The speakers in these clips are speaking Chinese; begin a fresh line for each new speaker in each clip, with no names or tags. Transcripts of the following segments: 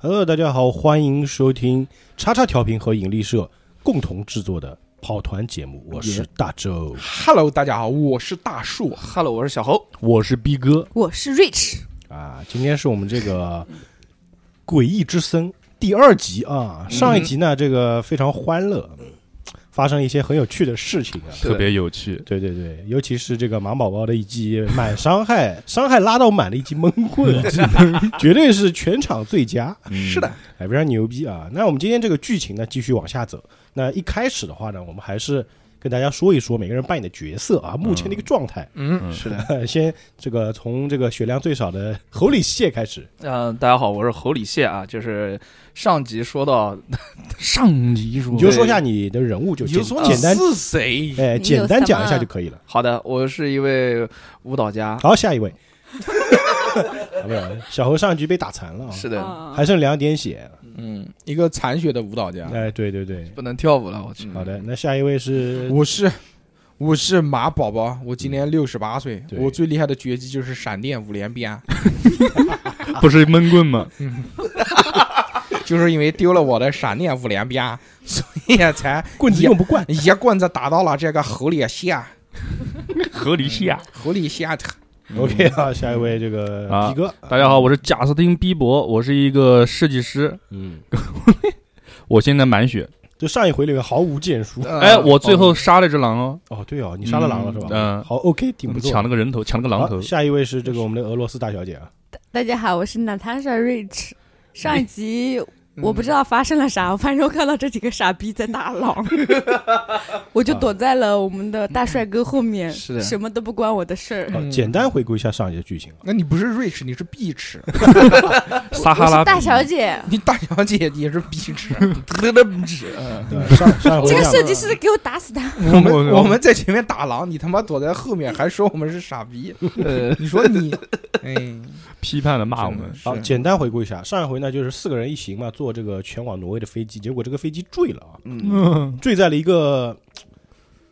Hello，大家好，欢迎收听叉叉调频和引力社共同制作的跑团节目，我是大周，
Hello，大家好，我是大树。
Hello，我是小侯。
我是逼哥
我是 Rich，
啊，今天是我们这个诡异之森第二集啊，上一集呢这个非常欢乐，发生一些很有趣的事情啊。
是
特别有趣。
对对对，尤其是这个马宝宝的一记满伤害，伤害拉到满的一记闷棍，绝对是全场最佳。
是的，
哎，非常牛逼啊！那我们今天这个剧情呢，继续往下走。那一开始的话呢，我们还是跟大家说一说每个人扮演的角色啊，目前的一个状态。
嗯，是的，
先这个从这个血量最少 的侯里谢开始，
嗯、大家好，我是侯礼谢啊。就是上集说到，
上集说
你就说一下哎你的人物，就
你
简
就说你
简单，
是谁？
哎，
你
简
有
单
什
讲一下
么
就可以了。
好的，我是一位舞蹈家。
好，下一位， 啊不是小侯上一局被打残了啊，
是的，啊
还剩两点血。
嗯，一个残血的舞蹈家。
哎，对对对，
不能跳舞了，我去。
好的，那下一位 是
我是我是马宝宝，我今年六十八岁，
对
我最厉害的绝技就是闪电五连鞭，
不是闷棍吗？
就是因为丢了我的闪电五连鞭， 所以才
棍子
也
用不惯，
一棍子打到了这个猴脸下，
合理系啊！
猴脸下头。
OK 啊，下一位这个
啊
皮哥，
大家好，我是贾斯汀·比伯，我是一个设计师，
嗯，
我现在满血。
就上一回里面毫无建树。
呃
嗯
哎，我最后杀了只狼哦，
哦，对哦，你杀了狼了是吧？
嗯
好，OK，挺不错。
抢了个人头，抢了个狼头
好。下一位是这个我们的俄罗斯大小姐啊，
大家好，我是 Natasha Rich。上一
哎
集
嗯
我不知道发生了啥，我反正我看到这几个傻逼在打 狼，我就躲在了我们的大帅哥后面，
是的
什么都不关我的事儿。
好
嗯
简单回顾一下上一集的剧情啊。
那你不是 rich，你是 bitch，
撒
我
哈拉
是
比
大小姐，
你大小姐你也是 bitch，得得 bitch。嗯
对吧上上回啊
这个
讲
设计师给我打死他！
我们我们在前面打狼，你他妈躲在后面还说我们是傻逼，
呃，
你说你，哎，
批判的骂我们，
好，简单回顾一下上一回呢，就是四个人一行嘛，坐这个前往挪威的飞机，结果这个飞机坠了啊，
嗯，
坠在了一个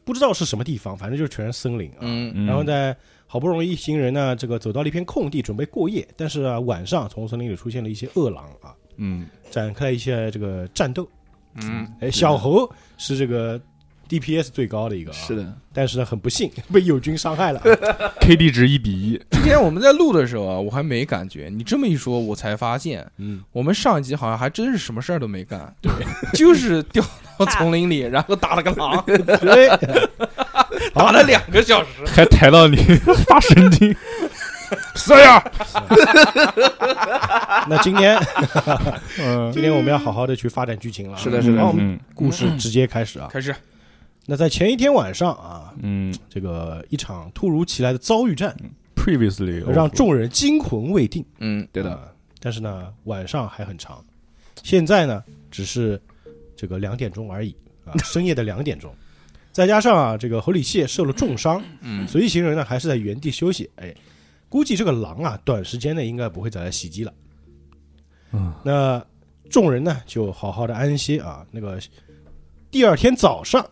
不知道是什么地方，反正就是全是森林啊。
嗯，
嗯
然后呢，好不容易一行人呢，这个走到了一片空地，准备过夜，但是啊，晚上从森林里出现了一些饿狼啊，
嗯，
展开了一些这个战斗。
嗯，
哎，小猴是这个 DPS 最高的一个、啊，
是的，
但是呢，很不幸 被友军伤害了。啊
，KD 值一比一，
之前我们在录的时候啊，我还没感觉，你这么一说，我才发现，
嗯，
我们上一集好像还真是什么事儿都没干，对， 就是掉到丛林里，然后打了个狼，
对，
打了两个小时，
还抬到你 发神经，谁呀？
那今天
嗯
今天我们要好好的去发展剧情了。啊
是的是的嗯
好，我们
嗯
故事直接开始啊。
开始，
那在前一天晚上啊，
嗯
这个一场突如其来的遭遇战，
嗯
，previously
让众人惊魂未定。
嗯，
对的，
啊但是呢，晚上还很长。现在呢，只是这个两点钟而已啊，深夜的两点钟。再加上啊，这个侯里谢受了重伤，
嗯，
所以一行人呢还是在原地休息。哎，估计这个狼啊，短时间内应该不会再来袭击了。
嗯，
那众人呢就好好的安歇啊。那个第二天早上，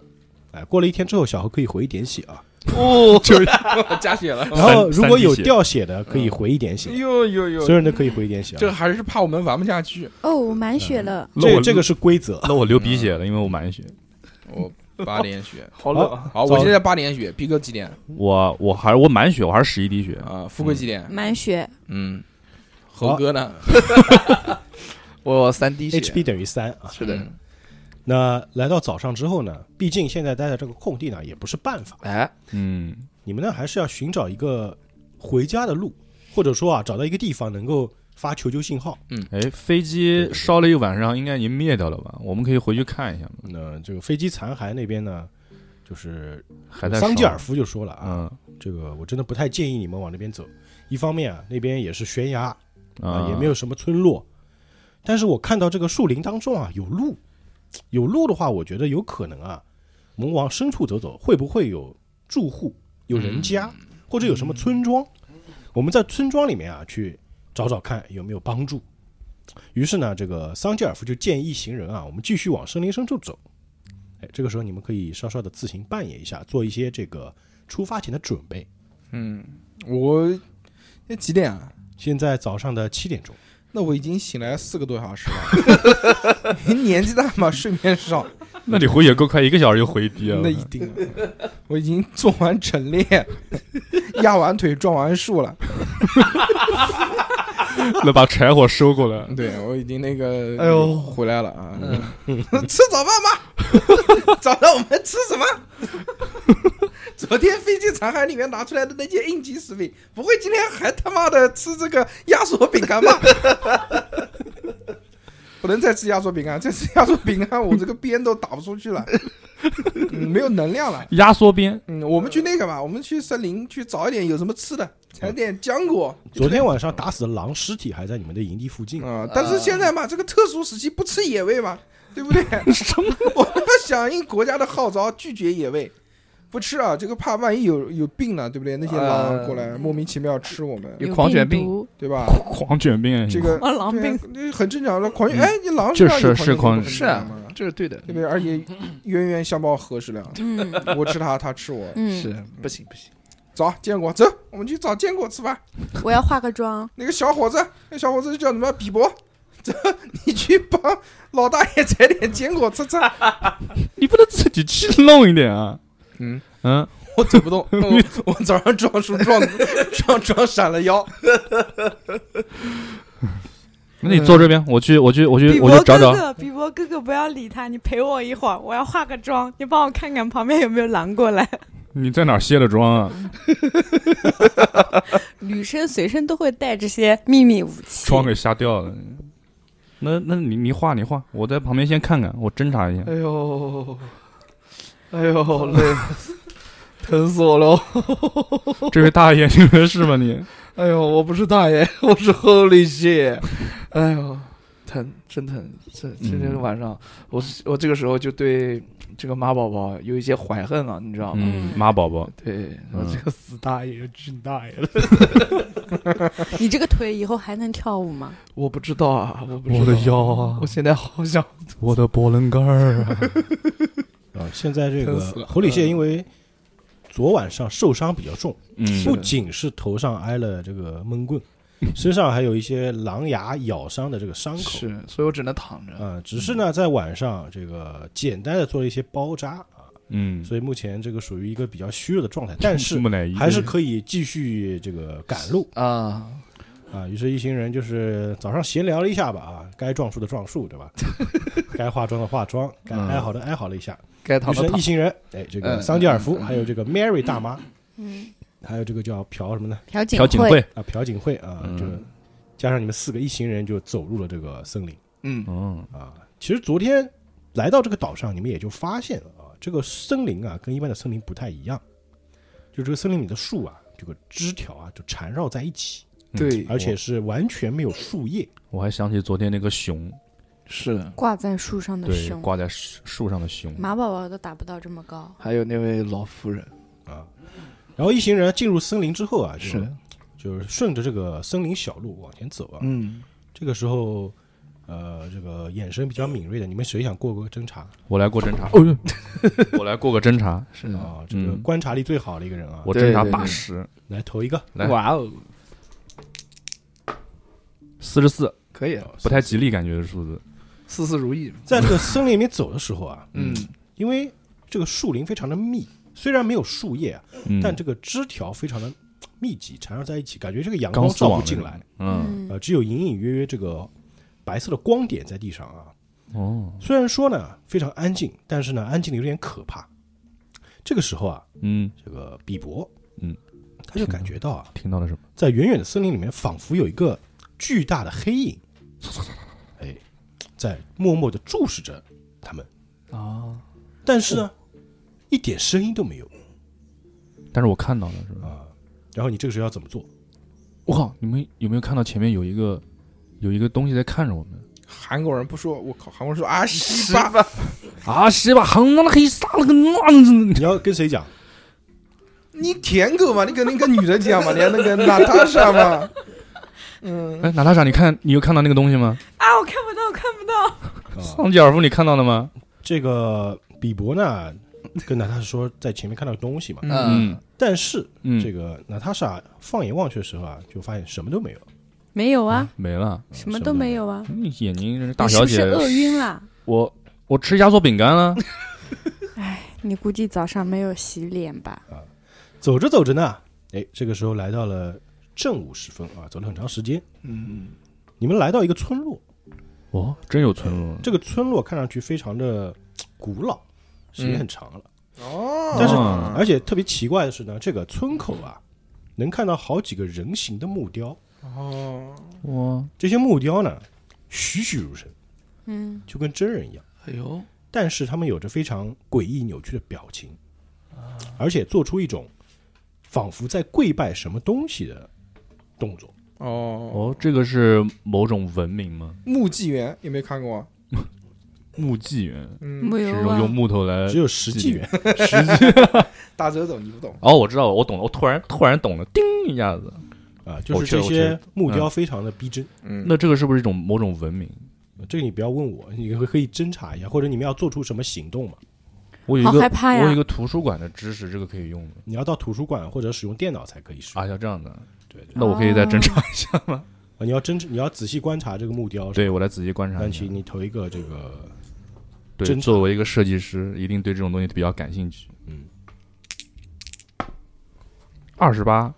哎，过了一天之后，小何可以回一点血啊。
哦，就是 加血了，哎
然 后
三
如果有
三滴血
掉血的，可以回一点血，
呦呦呦
所，有人都可以回一点血、
这
啊。
还是怕我们玩不下去，
哦，我满血了，
这这个是规 则。
那我流鼻血了，因为我满血。
我八点血，
好冷啊。
好，我现在八点血，逼哥几点
我我还我满血，我还是十一滴血。
啊？富贵几点？
满血，
嗯，猴哥呢？
我三滴血。
HP 等于三啊。
是的，
嗯
那来到早上之后呢，毕竟现在待在这个空地呢也不是办法，
哎，
嗯，
你们呢还是要寻找一个回家的路，或者说啊找到一个地方能够发求救信号。
哎，飞机烧了一晚上，应该已经灭掉了吧？我们可以回去看一下嘛。
那这个飞机残骸那边呢，就是
还在烧
桑吉尔夫就说了啊，
嗯
这个我真的不太建议你们往那边走。一方面啊，那边也是悬崖啊，
啊，
也没有什么村落，但是我看到这个树林当中啊有路，有路的话，我觉得有可能啊，我们往深处走走，会不会有住户、有人家，或者有什么村庄？我们在村庄里面啊去找找看有没有帮助。于是呢，这个桑吉尔夫就建议一行人啊，我们继续往森林深处走。哎，这个时候你们可以稍稍的自行扮演一下，做一些这个出发前的准备。
嗯，我那几点啊？
现在早上的七点钟，
那我已经醒来四个多小时了。 您年纪大嘛，睡眠少，
那你回也够快，一个小时就回避了。
那一定啊。我已经做完晨练，压完腿，撞完树了。
那把柴火收过来，
对，我已经那个，
哎呦
回来了啊！ 吃早饭 吧，早上我们吃什么？ 昨天飞机残骸里面拿出来的那些应急食品，不会今天还他妈的吃这个压缩饼干吧？ 不能再吃压缩饼干，再吃压缩饼干，我这个边都打不出去了，嗯没有能量了。
压缩边
嗯，我们去那个吧，我们去森林去找一点有什么吃的，采点浆果。
昨天晚上打死的狼尸体还在你们的营地附近，
啊、但是现在嘛，这个特殊时期不吃野味嘛，对不对？什么？我们要响应国家的号召，拒绝野味，不吃啊，这个怕万一有有病呢，对不对？那些狼
呃
过来、莫名其妙吃我们，
有狂犬病
毒，
对吧？
狂卷病，
这个
狂狼
对啊
病，
那很正常的狂犬。
嗯
哎，你狼
这
身上有
是是
狂
狂
犬
是
病
啊
嘛，
这是对的
对，不对？而且冤冤相报何时了？
嗯
我吃它，它吃我。
嗯，
是不行不行，
走，坚果，走，我们去找坚果吃饭。
我要化个妆，
那个小伙子，那小伙子叫什么？比伯，走，你去帮老大爷采点坚果吃吃。
你不能自己去弄一点啊？
嗯
嗯，
我走不动，我我早上撞树撞撞撞闪了腰。
那你坐这边，我去，我去，我
比
去，我
伯
去找找。
哥哥，比伯哥哥，不要理他，你陪我一会儿，我要化个妆，你帮我看看旁边有没有狼过来。
你在哪儿卸的妆啊？
女生随身都会带这些秘密武器，
妆给吓掉了。那那你你画你画，我在旁边先看看，我侦查一下。
哎呦，哎呦，好累，疼死我了！
这位大爷，你没事吧你？
哎呦，我不是大爷，我是 Holy shit！哎呦，疼，真疼！这今天晚上，我我这个时候就对这个马宝宝有一些怀恨啊了，你知道吗？
嗯，妈宝宝，
对，
嗯
这个死大爷，去你大爷了！
你这个腿以后还能跳舞吗？
我不知道啊，我不知道
我的腰啊
我，现在好想
我的波棱盖儿啊，
啊，现在这
疼
个
死了
侯礼谢因为昨晚上受伤比较重，
嗯
不仅是头上挨了这个闷棍，身上还有一些狼牙咬伤的这个伤口。
是，所以我只能躺着。
啊、只是呢，在晚上这个简单的做了一些包扎啊，
嗯，
所以目前这个属于一个比较虚弱的状态，但是
木乃伊
还是可以继续这个赶路
啊，
啊。于是，一行人就是早上闲聊了一下吧啊，该撞树的撞树，对吧？ 该化妆的化妆，该
嗯
哀嚎的哀嚎了一下。
该躺
于
的
是，
躺
一。行人，哎，这个
嗯
桑吉尔夫，
嗯嗯
还有这个 Mary 大妈，
嗯，
还有这个叫朴什么呢？
朴槿
朴槿惠，
啊，朴槿惠啊，
嗯
这个加上你们四个，一行人就走入了这个森林
嗯，
嗯，
啊。其实昨天来到这个岛上，你们也就发现了啊，这个森林啊跟一般的森林不太一样，就这个森林里的树啊，这个枝条啊就缠绕在一起，
对，
而且是完全没有树叶。
我还想起昨天那个熊，
是。
挂在树上的
对，
熊，
挂在树树上的熊，
马宝宝都打不到这么高，
还有那位老夫人，，
然后一行人进入森林之后啊，就是就是顺着这个森林小路往前走啊，
嗯，
这个时候。呃，这个眼神比较敏锐的，你们谁想过个侦查
我来过侦查，哦呦 我来过个侦 查，
是的，
啊？这个
嗯
观察力最好的一个人啊，
我侦查
对对对
八十，
来投一个。
来
哇哦，
四十四，
可以，
不太吉利感觉的数字，
事事如意，
在这个森林里面走的时候啊，
嗯，
因为这个树林非常的密，虽然没有树叶啊，
嗯，
但这个枝条非常的密集，缠绕在一起，感觉这个阳光
钢丝
照
网
不
那
进
种
来，，
嗯，
呃，只有隐隐约约这个白色的光点在地上啊。
哦，
虽然说呢非常安静，但是呢安静的有点可怕。这个时候啊，
嗯，
这个比伯，
嗯，
他就感觉到啊，
听到了什么？
在远远的森林里面，仿佛有一个巨大的黑 影，哎，在默默的注视着他们。
啊，
但是
哦
呢，一点声音都没有
但是我看到了，是吧？
啊。然后你这个时候要怎么做？
我靠，你们有没有看到前面有一个有一个东西在看着我们？
韩国人不说，我靠，韩国人说啊西吧，
啊，西吧，行，那个黑撒了个那，
你要跟谁讲？
你舔狗嘛，你肯定跟女的讲嘛，你还能跟娜塔莎嘛？嗯，
哎，娜塔莎，你看，你有看到那个东西吗？
啊，我看不到，看不到，
桑吉尔夫，你看到了吗？
啊这个比伯呢，跟娜塔莎说在前面看到东西嘛，
嗯
但是
嗯，
这个娜塔莎放眼望去的时候啊，就发现什么都没有。
没有啊，
没了。
什么都没有啊。
你嗯眼睛大
你是
小
不
姐，
是饿晕啦？
我我吃压缩饼干啊了，
你估计早上没有洗脸吧？
走着走着呢，哎，这个时候来到了正午时分啊，走了很长时间。
嗯，
你们来到一个村落，
哦，真有村落。
这个村落看上去非常的嘖古老，时间很长了。
哦，
但是
哦
而且特别奇怪的是呢，这个村口啊，能看到好几个人形的木雕，
哦，
哇，
这些木雕呢栩栩如生，
嗯，
就跟真人一样，
哎呦，
但是他们有着非常诡异扭曲的表情，而且做出一种仿佛在跪拜什么东西的动作。
哦，
哦，这个是某种文明吗？
木纪元有没有看过啊？
木纪元
嗯，
没
是
有
用
啊
用。木头来
只有十纪元，
大周总你不懂，
哦，我知道了，我懂了，我突然突然懂了，叮一下子。
啊，就是
我确
这
我确
些木雕非常的逼真。
嗯，
那这个是不是一种某种文明？
这个你不要问我，你可以侦查一下，或者你们要做出什么行动嘛？
我有一
好
个
害怕呀
我有一个图书馆的知识，这个可以用的。
你要到图书馆或者使用电脑才可以使用。
啊，要这样的，
对对，
那我可以再侦查一下。
啊你要侦，你要仔细观察这个木雕。，
对我来仔细观察
那
一下
请。你投一个这个
对，
侦查
作为一个设计师，一定对这种东西比较感兴趣。
嗯，
二十八，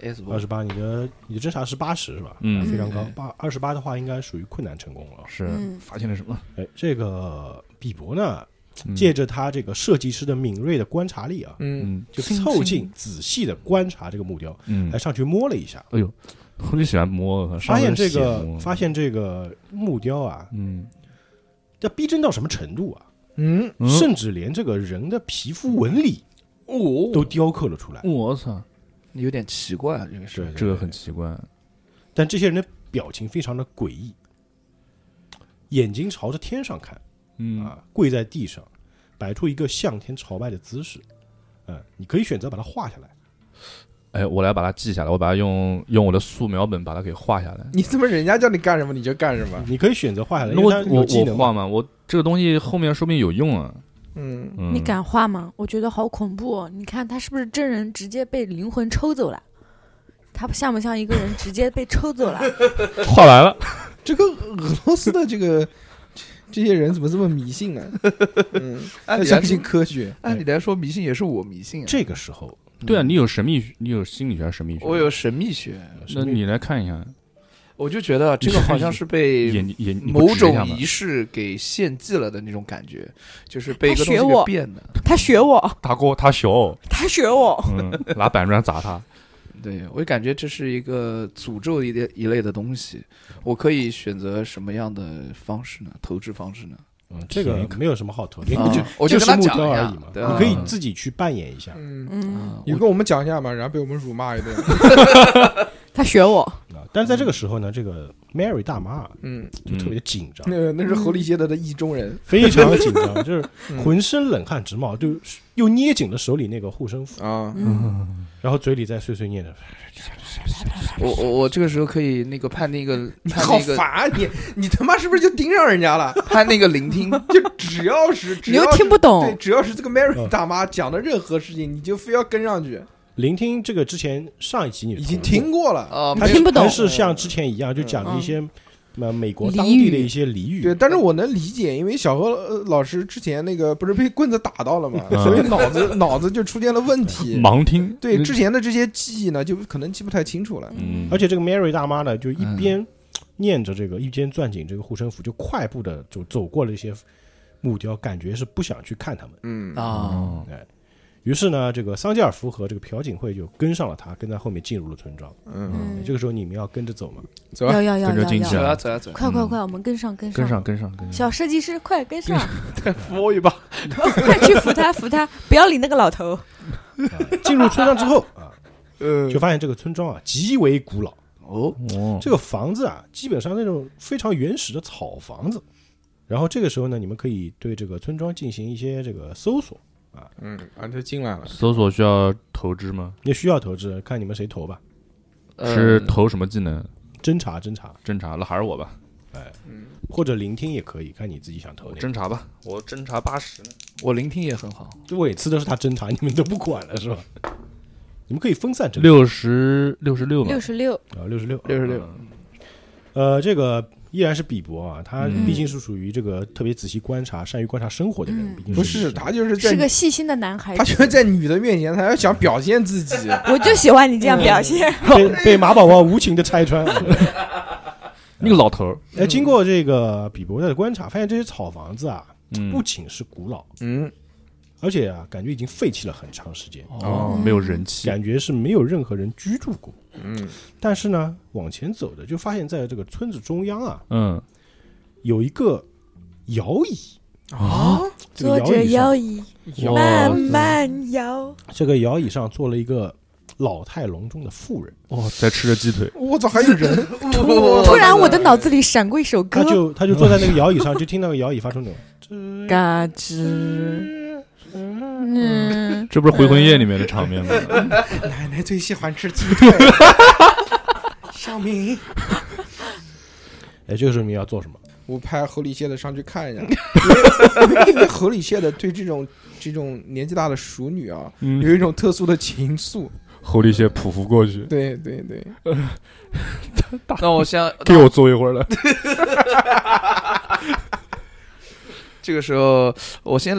S
二十八，你的你的侦查是八十是吧？
嗯
啊非常高
嗯。
八二十八的话，应该属于困难成功了啊。
是
嗯
发现了什么？
哎，这个比伯呢，
嗯
借着他这个设计师的敏锐的观察力啊，
嗯，
嗯
就凑近仔细的观察这个木雕，
嗯
还，上去摸了一下，
哎呦，我就喜欢摸，
发现这
上面是血
个
摸
发现这个木雕啊，
啊嗯
要逼真到什么程度啊？
嗯，
嗯
甚至连这个人的皮肤纹理
哦，
都雕刻了出来。
我操，
有点奇怪啊，这个是
对
这个很，奇怪。
但这些人的表情非常的诡异，眼睛朝着天上看
嗯
啊，跪在地上，摆出一个向天朝拜的姿势。嗯，你可以选择把它画下来。
哎，我来把它记下来，我把它用用我的素描本把它给画下来。
你怎么人家叫你干什么你就干什么？
你可以选择画下来，
啊那
因
我
为它有
我
技能
我画
嘛。
嘛，我这个东西后面说不定有用啊。
嗯，
嗯，
你敢画吗？我觉得好恐怖、哦！你看他是不是真人直接被灵魂抽走了？他像不像一个人直接被抽走 了？
画完了？
这个俄罗斯的这个这这些人怎么这么迷信呢？嗯，
按
要
哎理来
相
说
信，科学。
按理来说，迷信也是我迷信啊。嗯
这个时候，
对啊，你有神秘学，你有心理学还是神秘学？
我有。神秘学，
那你来看一下，
我就觉得这个好像是被
眼眼你不
某
指一下
种
吗
仪式给献祭了的那种感觉，就是被一
他
个东西
学我
给变的。
他学我，
大哥他小，
他学我。
嗯，拿板砖砸 他。
对，我就感觉这是一个诅咒一类一类的东西。我可以选择什么样的方式呢？投掷方式呢？
嗯，这个没有什么好投，因为
啊
就
我
就
就是跟他
木
讲
雕
一
而
下
已嘛，
对啊
你可以自己去扮演一下
嗯，
嗯，
啊，
你
我
跟我们讲一下嘛，然后被我们辱骂一顿。
他学我。
啊。但是在这个时候呢，这个 Mary 大妈啊
嗯，
就特别紧张，
那那是侯利歇德的意中人。
非常的紧张，就是
嗯
浑身冷汗直冒，就又捏紧了手里那个护身符，
啊，
嗯，
然后嘴里在碎碎念着。
我我我这个时候可以那个判定一个
你
判
好
定一个
烦啊你！你他妈是不是就盯上人家了？
判定一个聆听，
就只要是只
你
要
又
是
听不
对，
懂，
只要是这个
嗯
Mary 大妈讲的任何事情，你就非要跟上去。
聆听这个之前上一集你
已经听过了，嗯
啊，
他
听不懂
还是像之前一样，就讲了一些呃美国当地的一些俚语。
对，但是我能理解，因为小何呃老师之前那个不是被棍子打到了嘛，
嗯
所以脑子脑子就出现了问题。
盲听。
对之前的这些记忆呢，就可能记不太清楚了。
嗯，
而且这个 Mary 大妈呢，就一边念着这个，一边攥紧这个护身符，就快步的就走过了一些木雕，感觉是不想去看他们。
嗯
啊，
哦，
于是呢，这个桑吉尔夫和这个朴槿惠就跟上了他，跟在后面进入了村庄。
嗯，
嗯，
这个时候你们要跟着走嘛？
对吧
要要要
跟着
要
进去
走
要，
啊
呀走呀走呀，
快快快，我们跟上跟
跟上，跟上，跟上。
小设计师，快跟上，
扶我一把，
快去扶他扶他，不要理那个老头。
啊进入村庄之后啊，
呃
就发现这个村庄啊极为古老，
哦，
哦，
这个房子啊基本上那种非常原始的草房子。然后这个时候呢，你们可以对这个村庄进行一些这个搜索，
嗯，啊，就进来了。
搜索需要投掷吗？
也需要投掷，看你们谁投吧。
呃
是投什么技能？
侦查侦查，
侦查？那还是我吧，
或者聆听也可以，看你自己想投
我
哪个。
侦查吧，我侦查八十呢。
我聆听也很好，
就每次都是他侦查，你们都不管了是吧？ 你们可以分散整理
六十六十六了
六，十六，
啊，六十六，
六十六，
呃，这个依然是比伯啊，他
嗯
毕竟是属于这个特别仔细观察、善于观察生活的人，
嗯
毕竟
不
是
是
女生
他就是在
是个细心的男孩
他
子。
觉得在女的面前，他要想表现自己。
我就喜欢你这样表现。
被被马宝宝无情的拆穿。
那个老头儿，
哎，经过这个比伯的观察，发现这些草房子啊，不
嗯，
仅是古老，
嗯，
而且啊，感觉已经废弃了很长时间，
哦，没有人气，
感觉是没有任何人居住过。
嗯，
但是呢，往前走的就发现，在这个村子中央啊，
嗯，
有一个摇椅
啊，
这个
坐着
摇
摇椅
哇
慢慢摇，
这个摇椅上坐了一个老态龙钟的妇人，
哇，在吃着鸡腿，
我操，还有 人，
嗯哦
突然我的脑子里闪过一首歌
他，就他就坐在那个摇椅上，就听那个摇椅发出那种
嘎吱，嗯，
这不是《回魂夜》里面的场面吗？
奶奶最喜欢吃鸡腿。 小明，
哎，这个时候你要做什么？
我派侯礼谢的上去看 一下，因为因为侯礼谢的对这种这种年纪大的熟女啊，
嗯，
有一种特殊的情愫。
侯立些匍匐过去，
对对对，
那我先
给我坐一会儿了。
这个时候，我先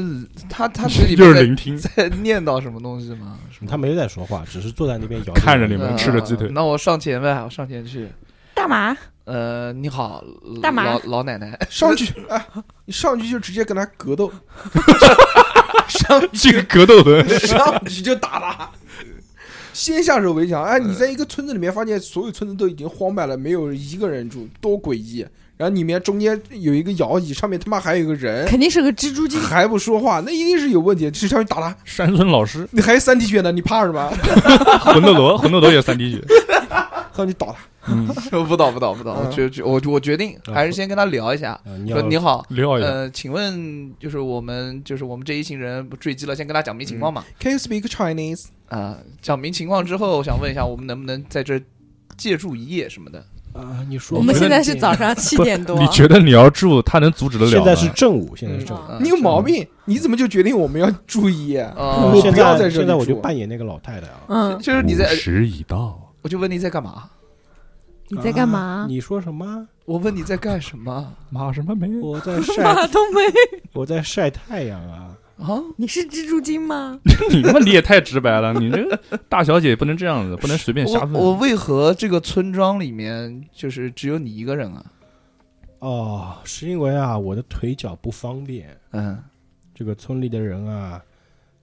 他他嘴 里
就
面
是
在
聆听，
在念叨什么东西吗？
他没在说话，只是坐在那边摇，
看着你们吃着鸡腿
嗯那我上前呗，我上前去。
大麻
呃，你好，
大妈
老老奶 奶，
上去啊，你上去就直接跟他格斗，
这 个格斗的，
上去就打他。先下手为强，哎，你在一个村子里面发现所有村子都已经荒败了，没有一个人住，多诡异！然后里面中间有一个摇椅，上面他妈还有一个人，
肯定是个蜘蛛精，
还不说话，那一定是有问题。就上去打他，
山村老师，
你还有三滴血呢，你怕什么？
魂斗罗，魂斗罗也三 滴血，
上去打他，
嗯，
不倒不倒不倒，
嗯
我决决我我决定
嗯
还是先跟他聊一下，
啊，你
说
要
你好，
撂一下，
呃，请问就是我们就是我们这一行人坠机了，先跟他讲明情况嘛。
Can you speak Chinese？
啊，讲明情况之后，我想问一下，我们能不能在这借住一夜什么的？
啊，你说
我们现在是早上七点多
你，觉得你要住，他能阻止得了吗？
现在是正午，现在是正午。
啊
你有毛病？你怎么就决定我们要注意？
哦
我
现
嗯不要
在
在这里
现在我就
住
扮演那个老太太啊，
嗯，
就是你在，
时已到，
我就问你在干嘛？
你在干
啊
嘛？
你说什么？
我问你在干什么
马什么没？
我在晒，
马冬梅，
我在晒太阳啊！
啊？
你是蜘蛛精吗？
你他妈你也太直白了，你这个大小姐不能这样子，不能随便瞎
我我
问。
为何这个村庄里面就是只有你一个人啊？
哦，是因为啊，我的腿脚不方便。
嗯，
这个村里的人啊，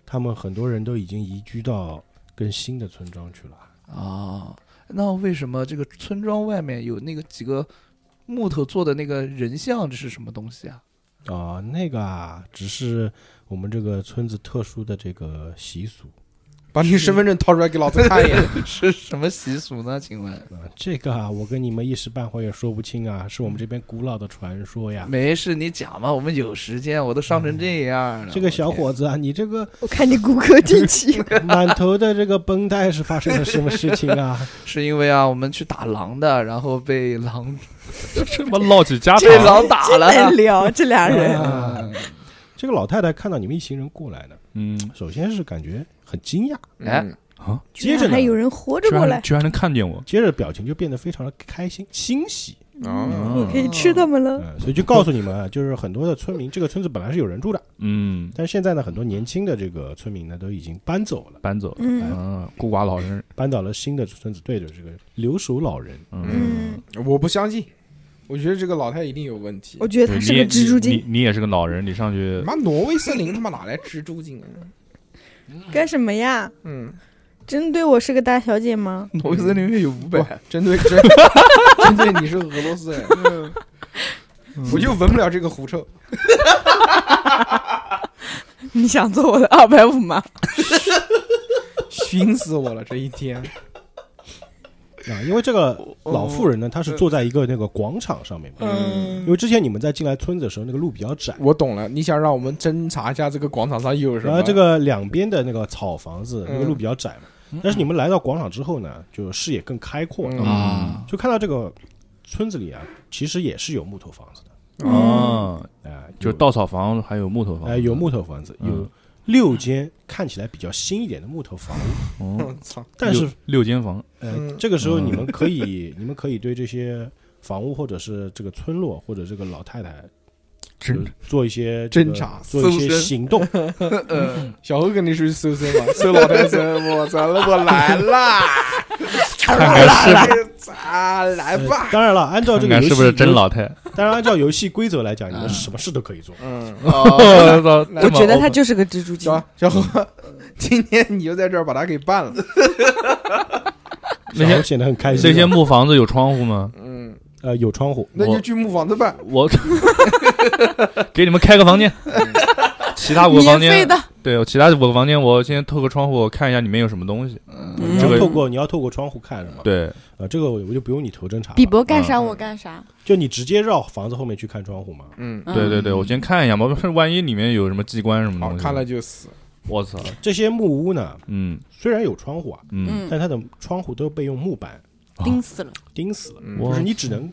他们很多人都已经移居到更新的村庄去了。
哦，那为什么这个村庄外面有那个几个木头做的那个人像？这是什么东西啊？
啊、那个啊，只是我们这个村子特殊的这个习俗
把你身份证掏出来给老子看一 眼。
是什么习俗呢？请问？
啊、这个啊，我跟你们一时半会儿也说不清啊，是我们这边古老的传说呀。
没事，你讲嘛，我们有时间，我都伤成这样了。
这个
我
小
天
伙子啊，你这个
我看你骨骼 惊奇，
满头的这个绷带是发生了什么事情 啊？
是因为啊，我们去打狼的，然后被狼
他妈唠起家常，
被狼打了
能。聊这俩人，
啊这个老太太看到你们一行人过来呢，
嗯，
首先是感觉很惊讶，
哎
嗯，
啊，
接着呢
还有人活着
居
过
然
来，
居然能看见我，
接着表情就变得非常的开心欣喜，
嗯
哦
我可以吃他们了。
嗯，所以就告诉你们啊，就是很多的村民，这个村子本来是有人住的，
嗯，
但是现在呢，很多年轻的这个村民呢都已经搬走了，
搬走了，
嗯
嗯，孤寡老人，
搬到了新的村子，对着这个留守老人。
嗯，
嗯，
我不相信，我觉得这个老太一定有问题
我。觉得他是
你
个
也
蜘蛛
你
精，
你你也是个老人，你上去
妈，挪威森林他妈哪来蜘蛛精啊？
干什么呀？
嗯，
针对我是个大小姐吗？
挪威森林里面有五百，
针对 针针对你是俄罗斯人，
嗯
嗯我就闻不了这个狐臭。
你想做我的二百五吗？
熏死我了！这一天，
啊，因为这个老妇人呢，她
嗯
是坐在一个那个广场上面嘛，因
嗯，
为之前你们在进来村子的时候，那个路比较窄，
我懂了，你想让我们侦查一下这个广场上有
然
什么？
啊后这个两边的那个草房子，那个路
嗯
比较窄嘛。但是你们来到广场之后呢，就视野更开阔了，
嗯
啊
就看到这个村子里啊，其实也是有木头房子的，
啊，
哎、
就
有
是稻草房还有木头
哎、
房，
有木头房子，有
嗯
六间看起来比较新一点的木头房屋，
哦，
我操，
但是
六六间房，
呃
嗯，
这个时候你们可以， 你们可以对这些房屋或者是这个村落或者这个老太太
真
呃做一些这个
侦查
做一些
搜身
行动。
呃，
小何跟你出去搜身嘛，
搜老太身，我操，那我 来啦，
来啊，来
呃
吧，
当然了，按照这个
看
游
看
戏
是不是真，老嗯太？
当然按照游戏规则来讲，你们什么事都可以做。
嗯，
我啊操！
我觉得他就是个蜘蛛精，
小小何，今天你又在这儿把他给办了，
那
然后
些
显得很开心。啊
那些木房子有窗户吗？
嗯，
呃有窗户，
那就
我
去木房子办，
我给你们开个房间，其他五个
免
房
费
间，
的，
对，其他五个房间，我先透个窗户，我看一下里面有什么东西。
你
嗯
这
要
个
透过你要透过窗户看是吗？，
对，
呃，这个我就不用你投侦查了，
比伯干啥
嗯
我干啥，
就你直接绕房子后面去看窗户嘛。
嗯，
嗯
对对对，我先看一下嘛，万一里面有什么机关什
嗯
么
好
东西。
看了，就死，
我操！
这些木屋呢，
嗯
虽然有窗户啊，
嗯，
嗯，
但它的窗户都被用木板
盯死了，
钉死了，
嗯
就是你只能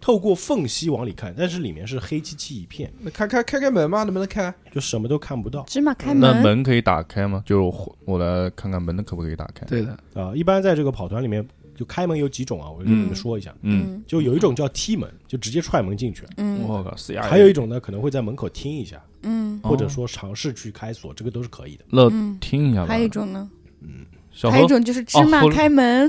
透过缝隙往里看，但是里面是黑漆漆一片，
那开开开开门嘛，能不能开？
就什么都看不到
芝麻开
那
门，
门可以打开吗？就是我我来看看门可不可以打开。
对的，
啊、一般在这个跑团里面，就开门有几种啊，我就跟你们说一下，
嗯，
就有一种叫踢门，就直接踹门进去；
嗯
我靠，C R。
还有一种呢，可能会在门口听一下，
嗯
哦
或者说尝试去开锁，这个都是可以的。
那
嗯，
听一下吧。
还有一种呢，
小
还
何
有
哦
一，种就是芝麻
后
开门，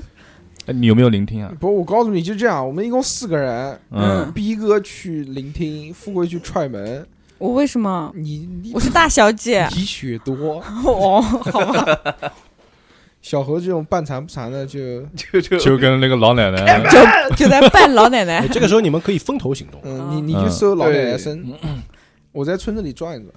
哎你有没有聆听啊？
不，我告诉你就这样，我们一共四个人，
嗯，
逼哥去聆听，富贵去踹门，
我为什么？
你
嗯
你
我是大 小姐
你血多，
哦，好吧，
小何这种半残不残的就，
就就
就跟那个老奶奶，
就就在扮老奶
哎，
奶
这个时候你们可以分头行动，
嗯，
啊
你你去搜老奶奶身，我在村子里转一转，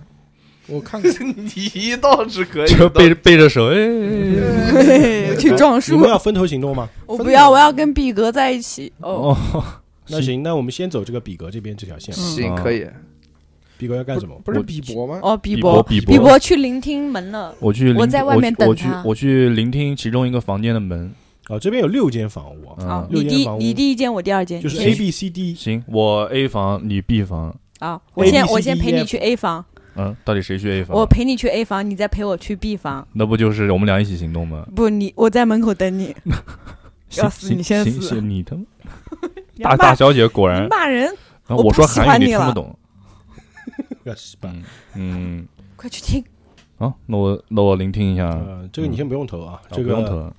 我看 看
你倒是可以，
就背背着手，哎哎，
嗯
哎
对去撞
你
树
们，要分头行动吗？
我不要，我要跟比格在一起。哦，
哦，
那行，那我们先走这个比格这边这条
嗯
线吧。
行，可以，
比格要干什么？
不是
我
比伯吗？
哦，比
伯
伯，
比
比伯去聆听门了，
我去聆听，
我在外面等
我去，
他
我去聆听其中一个房间的门。
啊、这边有六间房屋啊，
啊
嗯，，
六
你
间
第
房屋
你第一间，我第二间，
就是
你
A
先
B C D，
行，我 A 房，你 B 房，
啊，我
A B
先
C
我
D
先陪
E
你
F
去 A 房，
嗯，到底谁去 A
我
房？
陪你去 A 房，你再陪我去 B 房。
那不就是我们俩一起行动吗？
不，你我在门口等你。要
行
死你先
行
死
行，你他妈
你
大
要
大
骂
小姐果然
你，骂人，
然后
我
我
不
说
喜欢
韩语
你
你听
了
不懂。嗯嗯，
快去听。
好，那我那我聆听一下，
呃，这个你先不用投啊，
啊
这
不用
个。
投，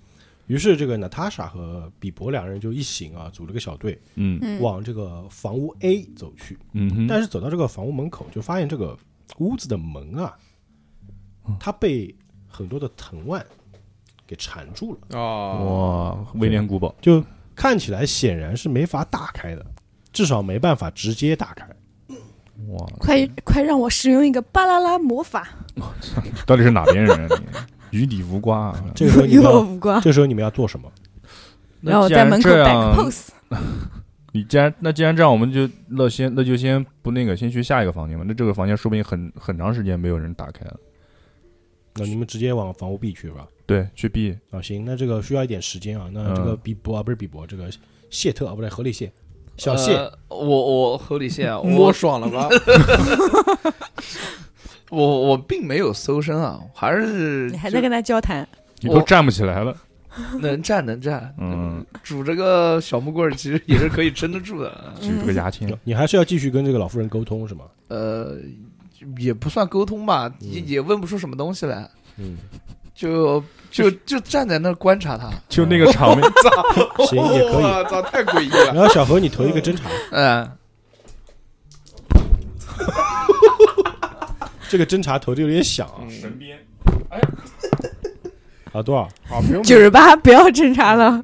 于是这个娜塔莎和比伯两人就一行啊，组了个小队，
嗯
嗯，
往这个房屋 A 走去。
嗯哼，
但是走到这个房屋门口，就发现这个屋子的门啊，
嗯
它被很多的藤蔓给缠住了，
哦，
哇，威廉古堡，
就看起来显然是没法打开的，至少没办法直接打开。
哇，
快快让我使用一个巴啦啦魔法，
到底是哪边人啊？你 与你无瓜啊！
这个时候你
与
们
我
要，
无关。
这时候你们要做什么？
那
让我
既
在
然
门口
这
摆
样
个 pose。
你既然那既然这样，我们就那先那就先不那个，先去下一个房间吧。那这个房间说不定很很长时间没有人打开了。
那你们直接往房屋 B 去吧。
对，去 B，
啊，行，那这个需要一点时间啊。那这个
嗯
比伯啊，不是比伯，这个谢特啊，不对，河里蟹，小谢，
呃，我我合理线，
摸
啊我
爽了吧？
我我并没有搜身啊，还是
你还在跟他交谈，
你都
我
站不起来了。
就能站能站，
嗯，，
拄着个小木棍儿其实也是可以撑得住的
举这个牙签，
你还是要继续跟这个老妇人沟通是吗？
呃，也不算沟通吧，也也问不出什么东西来，
嗯，
就就就站在那儿观察他，
就那个场面，
嗯行也可以
我操，太诡异了。
然后小何，你投一个侦查，
嗯，
这个侦查投的有点响
嗯
啊。
鞭，
啊，多少？
好， 不用
九十八不要侦查了。
嗯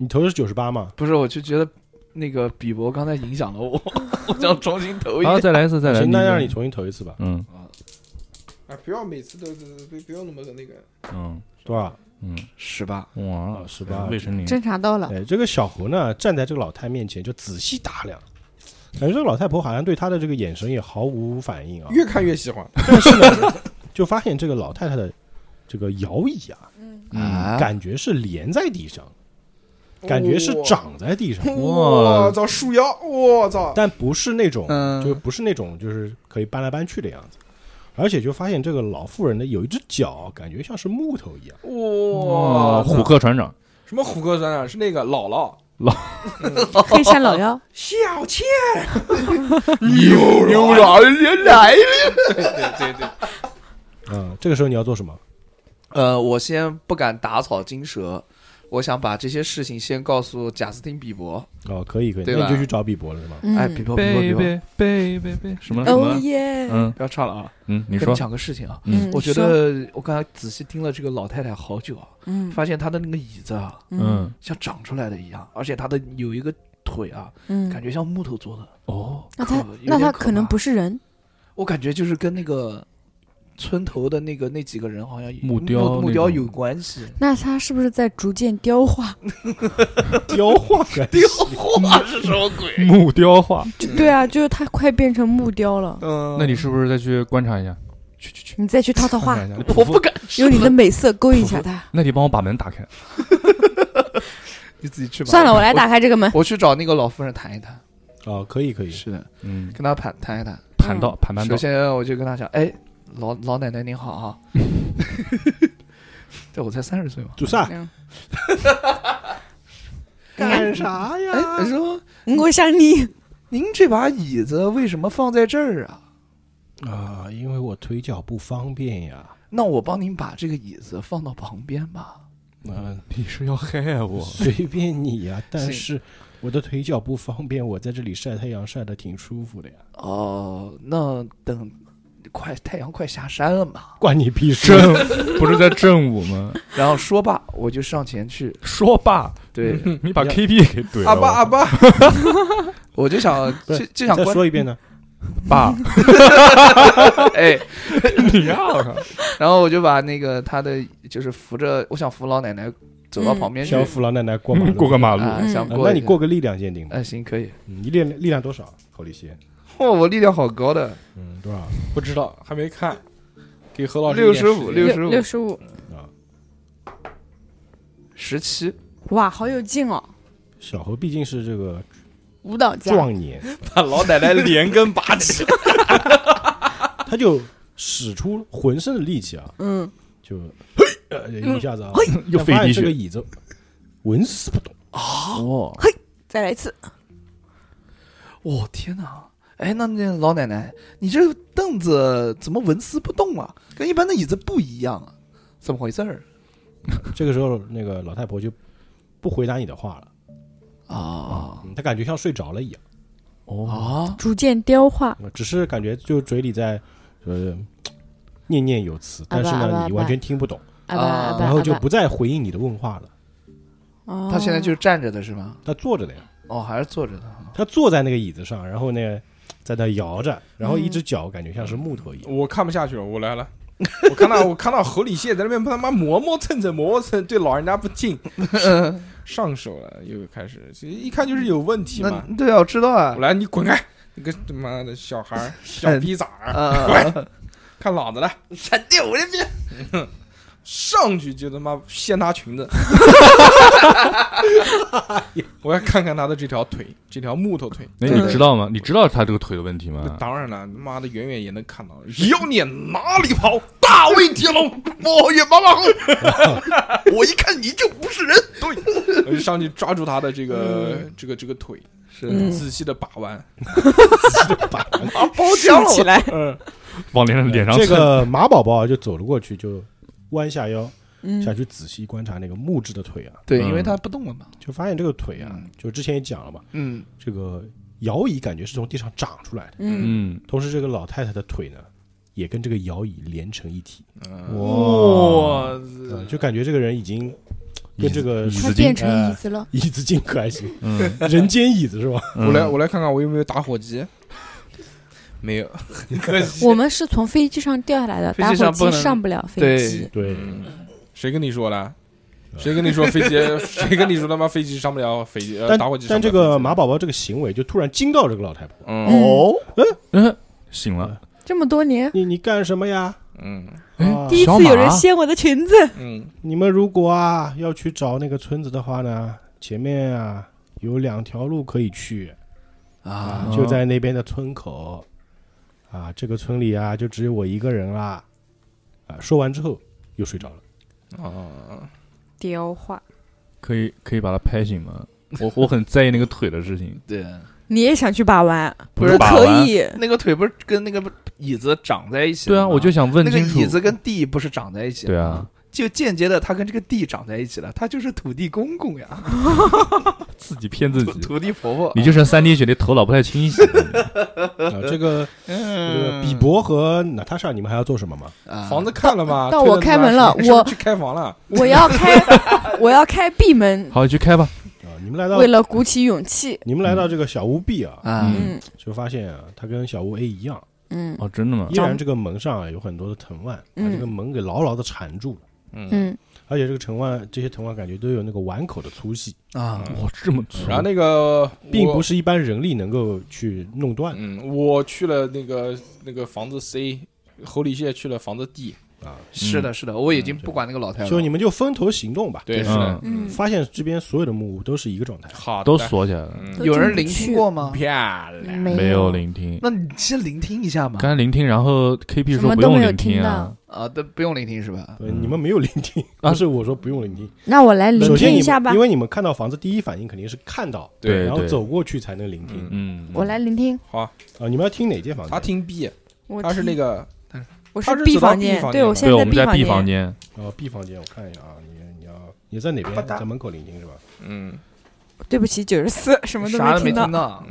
你投的是九十八吗？
不是，我就觉得那个比伯刚才影响了我，我想重新投一
然后
下。
再来一次，再来一
行，
次。
那让你重新投一次吧。
嗯
啊，不要每次都都不不用那么的那个。
嗯
多少？
嗯，
十八，
哇，
十八
卫生巾，
侦查到了，
哎，这个小何呢，站在这个老太面前就仔细打量，感觉这个老太婆好像对他的这个眼神也毫无反应啊。
越看越喜欢，
就发现这个老太太的这个摇椅啊，
嗯，
啊
感觉是连在地上，感觉是长在地上，
哇
我操，束腰，我操，
但不是那种，
嗯
就不是那种就是可以搬来搬去的样子，而且就发现这个老妇人呢，有一只脚感觉像是木头一样，
哇，
虎克船长，
什么虎哥船长是那个姥姥
嗯
黑山老妖，
小倩，
牛牛老人来了。
对对对，
嗯，这个时候你要做什么？
呃，我先不敢打草惊蛇，我想把这些事情先告诉贾斯汀比伯。
哦，可以可以，
对
那你就
吧
去找比伯了是 吗？
嗯，
哎，比伯比伯
贝
比伯，
贝贝贝贝，什么什
哦
么？
耶，
嗯
不要唱了啊！
嗯，你
跟
说
你，讲个事情啊，
嗯，
我觉
说，
得我刚才仔细盯了这个老太太好久啊，
嗯
发现她的那个椅子啊，
嗯，
像长出来的一样，而且她的有一个腿啊，
嗯，
感觉像木头做的。
哦，
那他
可有
那
点
他
可
可能
怕
不是人，
我感觉就是跟那个村头的那个那几个人好像有
木雕
木
那
雕
种
有关 系。
那他是不是在逐渐雕化？
雕化感觉，
画是什么 鬼？
木雕画。
就对啊，就是他快变成木雕了。
嗯
那你是不是再去观察一下？去去去，
你再去套套
观
话
察，一下。
我不敢，
用你的美色勾引一下他。
那你帮我把门打开。嗯
你自己去吧。
算了，我来打开这个 门。
我去找那个老妇人谈一谈。
哦，可以可以，
是的，
嗯，
跟她谈谈一谈。
盘道盘盘道
首，先我就跟她讲，哎，老老奶奶您 好啊。对，我才三十岁嘛。
做啥？
嗯
干啥
哎，我
呀？
说
我想你，
您这把椅子为什么放在这儿啊？
啊，因为我腿脚不方便呀。
那我帮您把这个椅子放到旁边吧。
嗯，
你是要害我？
随便你呀，但
行
是我的腿脚不方便，我在这里晒太阳晒的挺舒服的呀。
哦，那等快太阳快下山了嘛。
关你屁事！
正不是在正午吗？
然后说罢，我就上前去，嗯
说吧，
对
你把
要
KB 给怼了。
啊
阿巴阿
我
巴，
我就想
不
就是就想
再
观
说一遍呢？
爸，
哎，
你啊呀，我靠
然后我就把那个他的就是扶着，我想扶老奶奶走到
嗯
旁边去
小，扶老奶奶过马路，
过个马路，
啊，
嗯
想
啊
过，
那你过，个力量鉴定吧。
哎，行可以，
嗯你力量力量多少？侯立新，
哇，我力量好高的，
嗯，多少？
不知道还没看，给何老师
六十五，
一点时间
十
十
五，
五，
啊，
十七，
哇，好有劲哦！
小侯毕竟是这个
舞蹈家，
壮 年，
把老奶奶连根拔起，
他就使出浑身的力气啊，
嗯，
就呃一下子啊，
又
但
费
发
力
现这个
气。
椅子纹丝不动，
哦，
再来一次。
我哦天哪！哎，那那老奶奶，你这凳子怎么纹丝不动啊？跟一般的椅子不一样啊，怎么回事儿
这个时候，那个老太婆就不回答你的话了，
啊？
嗯她感觉像睡着了一样，
啊，
逐渐雕化，
呃只是感觉就嘴里在呃念念有词，但是
啊吧啊
呢，
吧
你完全听不懂，
啊吧啊吧，
然后就
啊吧
不再回应你的问话了。
哦
他现在就是站着的是吗？
她坐着的呀，
哦，还是坐着的。
她坐在那个椅子上，然后呢，在那摇着，然后一只脚感觉像是木头一样。
我看不下去了，我来了。我看 到我看到侯礼谢在那边他妈磨磨蹭蹭磨磨蹭，对老人家不 敬，上手了又开始，这一看就是有问题嘛。
那对啊，我知道啊
我。来，你滚开！你个他妈的小孩 儿小逼崽儿，
啊，
看老子的！
闪电我这边。
上去就他妈掀她裙 子，我要看看她的这条腿，这条木头腿。
那你知道吗？你知道他这个腿的问题
那
啊
吗？
当然了，妈的远远也能看到。妖孽哪里跑？大卫铁笼，我也妈妈后。
我一看你就不是人。
我就上去抓住她的这个这个这个腿，
是
嗯
仔细的把玩。
啊，包
竖起来，
嗯，
往脸上脸上
这
蹭
个马宝宝就走了过去，就弯下腰
嗯
下去仔细观察那个木质的腿啊，
对，
嗯
因为他不动了嘛。
就发现这个腿啊，就之前也讲了嘛，
嗯，
这个摇椅感觉是从地上长出来的，
嗯，
嗯，
同时这个老太太的腿呢，也跟这个摇椅连成一体，
哇，
呃就感觉这个人已经跟这个
椅子
他
已经
变成
哎
椅子了，
椅子进可还行，
嗯，
人间椅子是吧？
嗯
我来，我来看看我有没有打火机。没有，很可惜。
我们是从飞机上掉下来的，
飞
打
机
火
上不
机
能
上不了飞
对
机。，
对，
谁跟你说了？谁跟你说飞机？ 谁跟你说他妈飞机上不了飞机？呃
但
打火机上
但
不了飞机
这个马宝宝这个行为就突然惊到这个老太婆，
嗯
嗯，
哦，
嗯，醒了，
这么多年，
你你干什么呀？
嗯
啊
第一
小
次有
马
人掀我的裙子，
嗯，
你们如果啊要去找那个村子的话呢，前面啊有两条路可以去
啊，
就在那边的村口。啊，这个村里啊就只有我一个人啦，啊，说完之后又睡 着了。
啊，
雕话，
可以可以把它拍醒吗？我我很在意那个腿的事情，
对，
你也想去把玩？
不
我
是把
可
玩。
以，
那个腿不是跟那个椅子长在一起的
对啊，
吗
我就想问
那个
清楚
椅。子跟地不是长在一起的
对啊
吗，就间接的它跟这个地长在一起了，它就是土地公公呀，
自己骗自
土
己，
土地婆婆。
你就剩三滴血，你头脑不太清晰。
啊，这个这个
嗯
比伯和娜塔莎，你们还要做什么吗？
啊
房子看了吗？
嗯到到我
推
开门了
你妈是不是
我
去开房了。
我要开，我要开闭门。
好，你去开吧。
啊，你们来到
为了鼓起勇气，
你们来到这个小屋 B 啊，
啊
嗯
嗯
就发现啊，它跟小屋 A 一样，
嗯
哦，真的吗
依？然这个门上啊有很多的藤蔓，把
嗯
这个门给牢牢的缠住了，
嗯，
而且这个藤蔓这些藤蔓感觉都有那个碗口的粗细，
啊，
哇，这么粗！
然后那个
并不
我
是一般人力能够去弄断的
嗯，我去了那个那个房子 C，侯礼谢去了房子 D。
啊。
是的，是的，我已经不管那个老太太
就
了
你。们就分头行动吧，
对，是的
嗯，
嗯
发现这边所有的木屋都是一个状态，
好的，
都锁起来了，
嗯
都
有人
进不
聆
去
听过吗？
漂
嗯
亮。
没有聆听。
那你先聆听一下嘛。
刚才聆听，然后 KP
什么
说不
都
用
没有
聆听
听
啊，
啊，都不用聆听是吧？
呃，
嗯
你们没有聆 听，
啊
但是我说不用聆听。
那我来嗯聆
首先你
听一
们
下吧
因，为你们看到房子，第一反应肯定是看到，
对
然后
对
走过去才能聆听
嗯
嗯，
我来聆听。
好，
啊。你们要听哪间房
他
间？
听 B，
我
他是那
听，
个
我
他
是
是
B
走到
房
B
间
房，
对
间
我
吧
现
对，我们在
B
B 房间，
哦，B 房间，我看一下啊，你你要你在哪边？在门口聆听是吧？
嗯
对不起，九十四，什么都
啥都没
听到
听。到。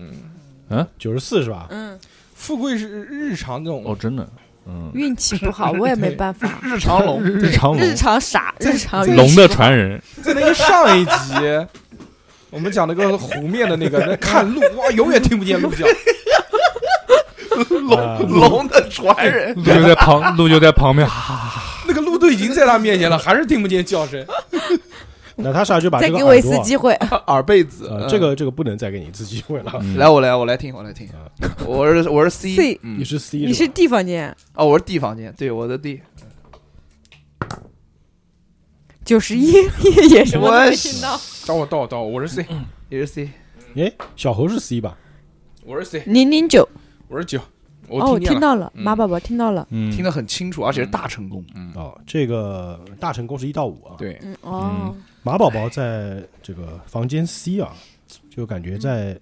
嗯，
九十四是吧？
嗯，
富贵是日常这
哦，
种，
真的，嗯，
运气不好，我也没办法。
日常龙，
日常龙
日常傻，日常运气
龙的
不好
传 人，
在那个上一集，我们讲那个湖面的那个那 看鹿，哇，永远听不见鹿叫，
啊
龙龙的传人。
鹿就在旁，鹿就在旁边，哈哈哈
那个鹿都已经在他面前了，还是听不见叫声。
娜塔莎就把
再
这个
给我一
耳
次
朵啊，
机会，
耳背子
呃，这个这个不能再给你一次机会了。
嗯
来，我来，我来听，我来听。我是我是 C，
C，
你是 C，
你
是
是
吧
D 房间，
啊，我是 D 房间，对，我的 D。
九十一也什么都没听到。
找我，到我，到我，我是 C，
也是 C，
哎，小猴是 C 吧？
我是 C，
零零九，
我是九，
哦，
我
我
听见
听
了。
到了，
嗯
马宝宝听到了。
嗯，
听得很清楚，而且是大成功。
哦，这个大成功是一到五啊。，
对，
嗯，哦，
马宝宝在这个房间 C 啊，就感觉在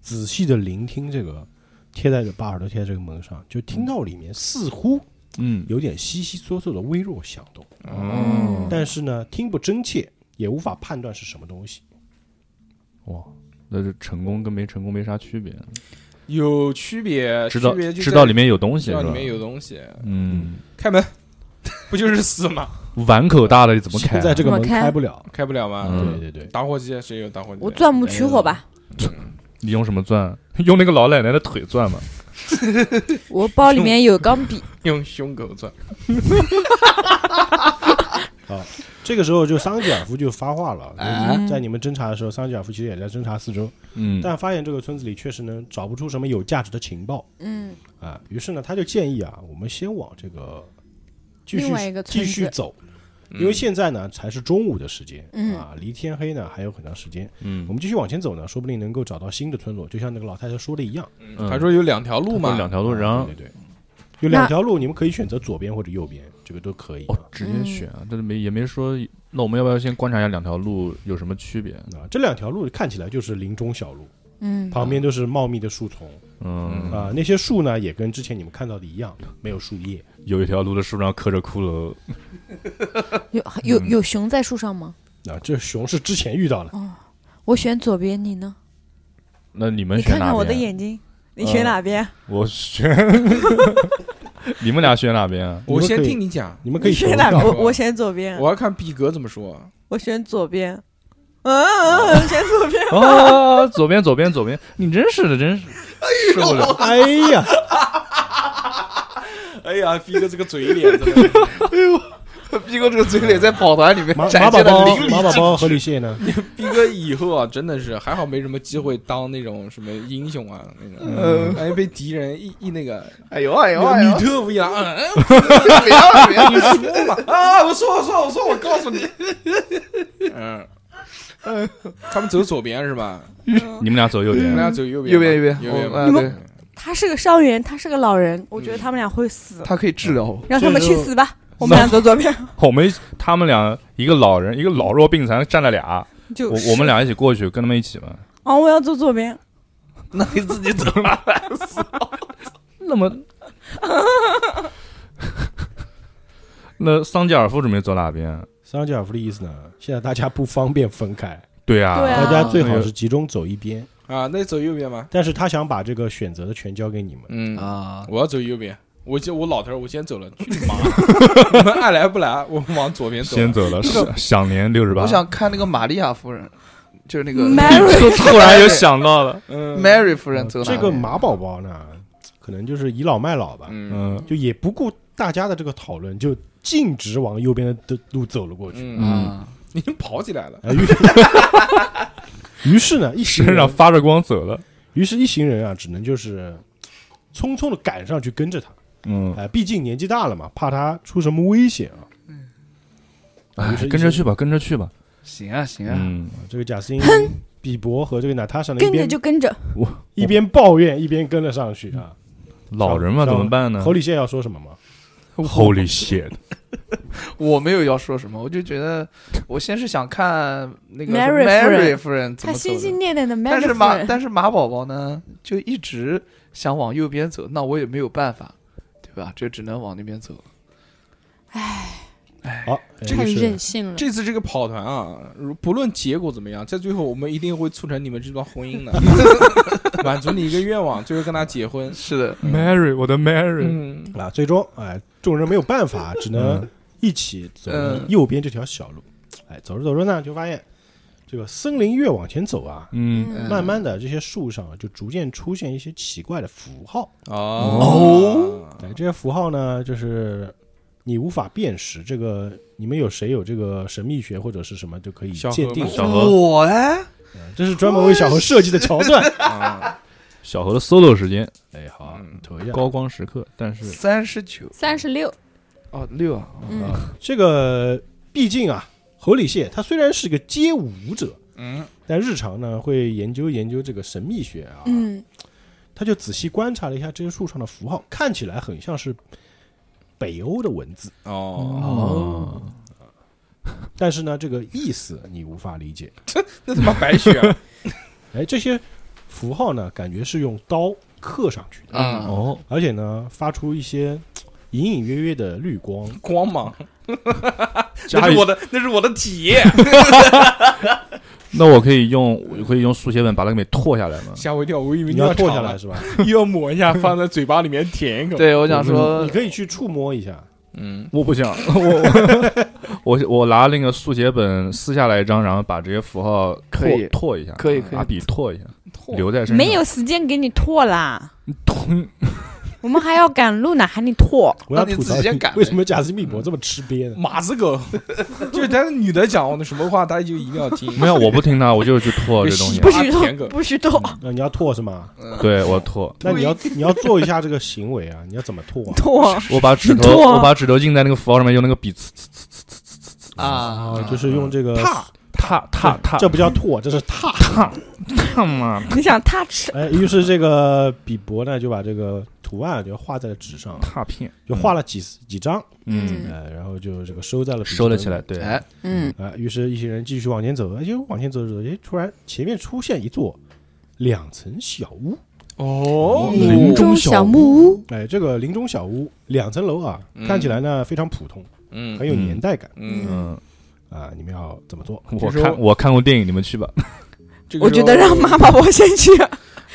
仔细的聆听这个贴在这把耳朵贴在这个门上，就听到里面似乎
嗯，
有点悉悉嗦嗦的微弱响动，
嗯
哦，
但是呢，听不真切，也无法判断是什么东西。
哇，那是成功跟没成功没啥区别，
有区别，
知道
呃区别就
知道
在
里面有东西
知
是
道
吧
里？面有东西，
嗯，
开门，不就是死吗？
碗口大的你怎么开
现
啊？
在这个门
怎么开
开不了。
开不了吗？
嗯
对对对，
打火机谁有打火机？
我钻木取火吧，
你用什么钻？用那个老奶奶的腿钻嘛？
我包里面有钢笔。
用胸口钻。
这个时候就桑吉尔夫就发话了，
哎
就是在你们侦查的时候，桑吉尔夫其实也在侦查四周，
嗯，
但发现这个村子里确实呢找不出什么有价值的情报
嗯，
啊，于是呢他就建议啊，我们先往这个继续
另外一个村
继
子
续走，
嗯
因为现在呢才是中午的时间
嗯
啊，离天黑呢还有很长时间，我
嗯，
们继续往前走呢，说不定能够找到新的村落，就像那个老太太说的一样，啊
嗯
他说有两条路
有
嘛，
两条路，哦然后
对对对，有两条路，你们可以选择左边或者右边，这个都可以啊。
哦，直接
嗯
选啊，但是没也没说。那我们要不要先观察一下两条路有什么区别？嗯
啊，这两条路看起来就是林中小路，
嗯，
旁边都是茂密的树丛
嗯，
啊、那些树呢也跟之前你们看到的一样，没有树叶，
有一条路的树上刻着骷髅，
有有有熊在树上吗？
啊、这熊是之前遇到的，
哦我选左边，你呢？
那你们
你
选
看
哪边？啊
看我的眼睛，你选哪边？
我选， 你们俩选哪边 啊？
我
你
先
们可以
听你讲，
你们可
你
以投
选哪边？
票
投票
我我选左边，
我要看逼格怎么说。
我选左边。嗯嗯嗯，选左边。
哦，左边，左边，左边，你真是的，真是受不了。
哎呀，
哎呀，逼格这个嘴脸，真的
哎逼哥这个嘴脸在跑团里面
马马
展
宝
现的
宝
淋漓
马宝
尽
宝和李现呢？
逼格以后啊，真的是还好没什么机会当那种什么英雄啊，那种，
嗯
万一被敌人一一那个
哎呦哎呦
那
哎
个
呦
女！特务一样，嗯，嗯
不要不要！
你说嘛啊，我说我说我说我告诉你， 嗯。他们走左边是吧？
你们俩走右
我们
边，
俩走右边吧，
嗯 右边右边
右边
我
吧。
啊对，
他是个伤员，他是个老
嗯
人，我觉得他们俩会 死，
他可以治疗我。
让他们
所以
去
说
死吧。 我们俩走左边，
我们他们俩一个老人一个老弱病残站了俩，
就
我我们俩一起过去跟他们一起嘛。
哦，我要走左边，
那你自己走吧。
那么，那桑吉尔夫准备走哪边？
桑吉尔夫的意思呢，现在大家不方便分开，
对啊，
对啊
大家最好是集中走一边。
嗯
啊，那走右边吧。
但是他想把这个选择的权交给你们。
嗯，
啊，
我要走右边。我先，我老头儿，我先走了。去 你妈！你们爱来不来，我们往左边走。
先走了，享享年六十八
我。想看那个玛利亚夫人，就是那个
Mary
就突然又想到了，
嗯
Mary 夫人走哪
这
里
个马宝宝呢，可能就是倚老卖老吧，
嗯
嗯，
就也不顾大家的这个讨论，就径直往右边的路走了过去。
嗯，
啊，
已经跑起来了。
啊于于是呢，一行
身上
啊
人，
发着光走了。
于是一行人啊，只能就是匆匆的赶上去跟着他。
嗯，
哎，毕竟年纪大了嘛，怕他出什么危险啊。
哎
于是一
跟着去吧，跟着去吧。
行啊行啊，
嗯，
这个贾斯汀、比伯和这个娜塔莎呢，一
跟着
边
就跟着，
一边抱怨一边跟了上去啊。
老人嘛，
上
怎么
嗯
办呢
侯礼宪要说什么吗？
？Holy shit！
我没有要说什么，我就觉得我先是想看那个
Mary 夫人
Mary 夫人怎
他
么走
心
的。
心念念的 m a r
但是
y
马但是马宝宝呢，就一直想往右边走，那我也没有办法，对吧？就只能往那边走。
好、哎
太
于是
任性了。
这次这个跑团啊，如不论结果怎么样，在最后我们一定会促成你们这段婚 姻的，满足你一个愿望，最后跟他结婚。
是的，
Mary，我的 Mary，
嗯，
啊，最终哎，众人没有办法，只能
嗯
一起走了
嗯
右边这条小路。哎，走着走着呢，就发现这个森林越往前走啊，
嗯，
嗯
慢慢的这些树上啊就逐渐出现一些奇怪的符号。
哦，
哎，这些符号呢，就是你无法辨识。这个你们有谁有这个神秘学或者是什么就可以
小
鉴
河
定
吗
一下
小何
我哎，
这是专门为小何设计的桥段。
啊
小何的 solo 时间，
哎，好
嗯，
投一下。
高光时刻，但是
三十九
三十六，
哦六啊，
嗯，
这个毕竟啊，侯礼谢他虽然是个街舞舞者，
嗯，
但日常呢会研究研究这个神秘学啊，
嗯，
他就仔细观察了一下这些树上的符号，看起来很像是北欧的文字，
哦，
哦，
但是呢，这个意思你无法理解。
那他妈白雪啊
哎，这些符号呢，感觉是用刀刻上去的，
嗯
啊，
哦，
而且呢，发出一些隐隐约约的绿光。
光芒，
加
那
一
是我的， 那是我的体验。
那我可以用，我可以用速写本把它给拓下来 吗？
吓我一跳，我以为
你
要
要
吐
唾下来，是吧？
又要抹一下，放在嘴巴里面舔一口。，
对我想说
你，可以去触摸一下。
嗯，
我不想，我 我我我拿那个速写本撕下来一张，然后把这些符号
可以
拓拓一下，
可以可以
拿笔拓一下，
吐
留在身上。
没有时间给你拓啦，
拓，
我们还要赶路呢，喊你拓。
我要
那你
吐槽
直接
你
改呗
为什么贾斯密博这么吃瘪呢？
马子 狗，就是但是女的讲的什么话，大家就一定要听。
没有，我不听他，我就是去拓
就
这
吸
东 西
吧
不。
啊
许
舔狗
动，不许动，
那你要唾是吗？
对我拓，
那你要你要做一下这个行为啊，你要怎么唾啊？
拓
我把指头，
拓
我把指头印在那个符号上面，用那个笔刺刺刺刺刺刺刺刺
啊
啊，就是用这个
踏
踏踏踏，
这不叫拓，这是踏。
踏踏嘛？
你想他吃？
哎，于是这个比伯呢就把这个图案就画在了纸上，
踏片
就画，了几几张，
嗯，
呃，然后就这个收在了笔记
收了起
本
来，
里。
对，
哎，
嗯，
啊，于是一行人继续往前走，哎，就往前走着走，哎，突然前面出现一座两层小屋，
哦
林中小
木屋，
哎，这个林中小屋两层楼啊，看起来呢非常普通，
嗯
很有年代感
嗯，
嗯，
啊。你们要怎么做？
我
这时候
看我看过电影，你们去吧。
这个
我觉得
时候
让妈妈我先去，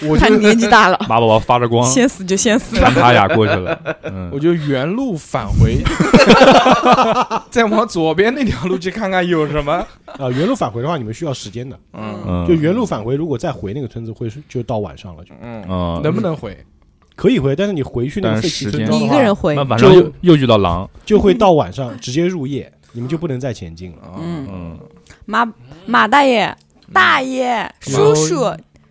我
他
就
年纪大了，
马宝宝发着 光，
先死就 先死
看
吧。
他俩过去了。嗯
我，就原路返回，再往左边那条路去看看有什么。
啊，原路返回的话，你们需要时间的。
嗯
嗯
就原路返回，如果再回那个村子，会是就到晚上了，就
嗯，
嗯，
能不能回？
可以回，但是你回去那个
但是
废弃
时
村
间
庄的
你一
话
个人回
那，晚上
就
又又遇到狼，
就会到晚上直接入夜，你们就不能再前进了。
嗯，
嗯，
嗯，
马马大爷、大爷、叔叔，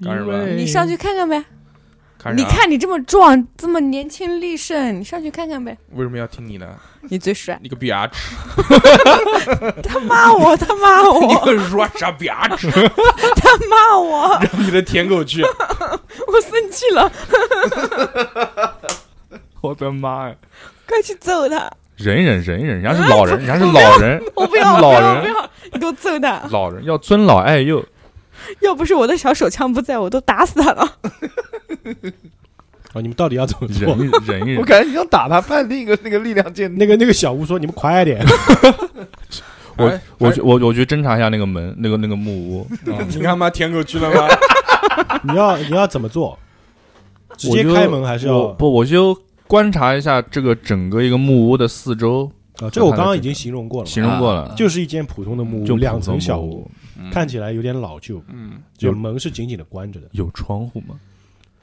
干什么？
你上去看看呗。
看嗯
你
啥？
看你这么壮，这么年轻力盛，你上去看看呗。
为什么要听你 的？
你最帅，
你个逼啊！
他骂我，他骂
你
我，
个 r u s s i 逼啊！
他骂我，
让你的舔狗去。
我生气了，
我的妈呀！
快去揍他！
忍一忍，忍一忍，人家是老人，人家是老人，
我不要，我不
老
要，我
人
不要！你给我揍他！
老人要尊老爱幼。
要不是我的小手枪不在，我都打死他了。
啊，你们到底要怎么
忍
做？
一忍一忍，
我感觉你想打他，判定一个那个力量键，
那个那个小吴说：“你们快点，
我
哎
我
哎
去我我去侦查一下那个门，那个那个木屋，
你他妈舔狗去了吗？
你要你要怎么做？直
我
接
就
开门还是要
我？不，我就观察一下这个整个一个木屋的四周，
啊，这个我刚刚已经形容过了嘛，
形容过了
啊，
就是一间普通的木嗯
就
屋，两层
普通
小
木
屋，
屋，
看起来有点老旧，
嗯，
就
有
门是紧紧的关着的。
有窗户吗？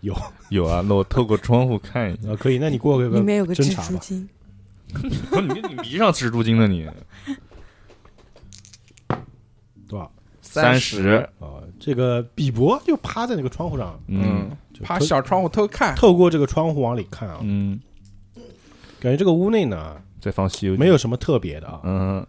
有
有啊，那我透过窗户看一下。
啊，可以，那你过个
里面有个
侦
蜘
查
蛛
吧。
精，
不 你你迷上蜘蛛精了你？
多少？
三十，
啊，这个比伯就趴在那个窗户上，
嗯
就
爬
偷
小窗户偷看，
透过这个窗户往里看啊，
嗯，
感觉这个屋内呢
再放西游记
没，有什么特别的啊，
嗯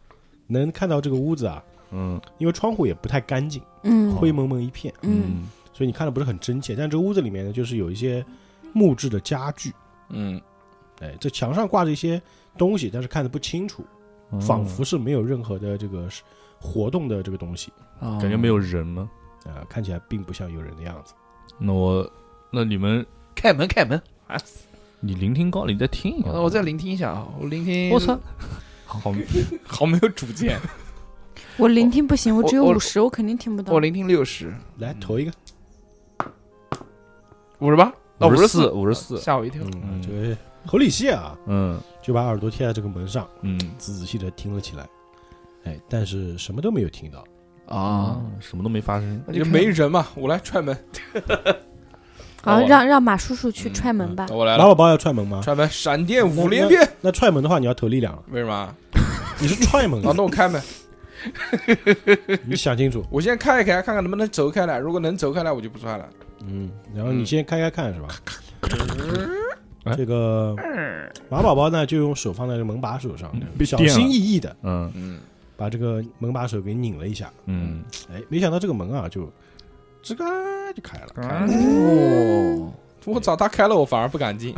能看到这个屋子啊，
嗯
因为窗户也不太干净，
嗯
灰蒙蒙一片，
嗯，
所以你看的不是很真切。但这个屋子里面呢，就是有一些木质的家具，
嗯，
哎，这墙上挂着一些东西，但是看的不清楚，
嗯
仿佛是没有任何的这个是活动的这个东西
哦
感觉没有人吗？
啊、看起来并不像有人的样子。
那我那你们
开门开门，
你聆听高，你再听一下。
我再聆听一下啊，我聆听，
我操，哦好
好没有主见，
我聆听不行，我只有
我我
五十，我肯定听不到
我。聆听六十
来投一个，
五十八，哦
五十
四
四，五十四，
吓我一跳，
嗯，
嗯
这个侯礼谢啊，
嗯
就把耳朵贴在这个门上，
嗯
仔仔细的听了起来。哎，但是什么都没有听到。
啊，，
嗯什么都哦没发生。
那
就
就
没人嘛，我来踹门，
好，
哦
让让马叔叔去踹门吧。
我来
马
了，
宝宝要踹门吗？
踹门，闪电五连鞭，
那踹门的话，你要投力量了。
为什么啊？
你是踹门
啊，
的，
那我开门，
你想清楚。
我先开一开，看看能不能走开来，如果能走开来，我就不踹了。
嗯，然后你先开开看是吧？
哎
这个马宝宝呢，就用手放在这门把手上
嗯，被
小
电了
心翼翼的
嗯
嗯，
把这个门把手给拧了一下。
嗯，
哎，没想到这个门啊，就吱嘎就开了。
嗯
哦，
我找他开了，我反而不敢进。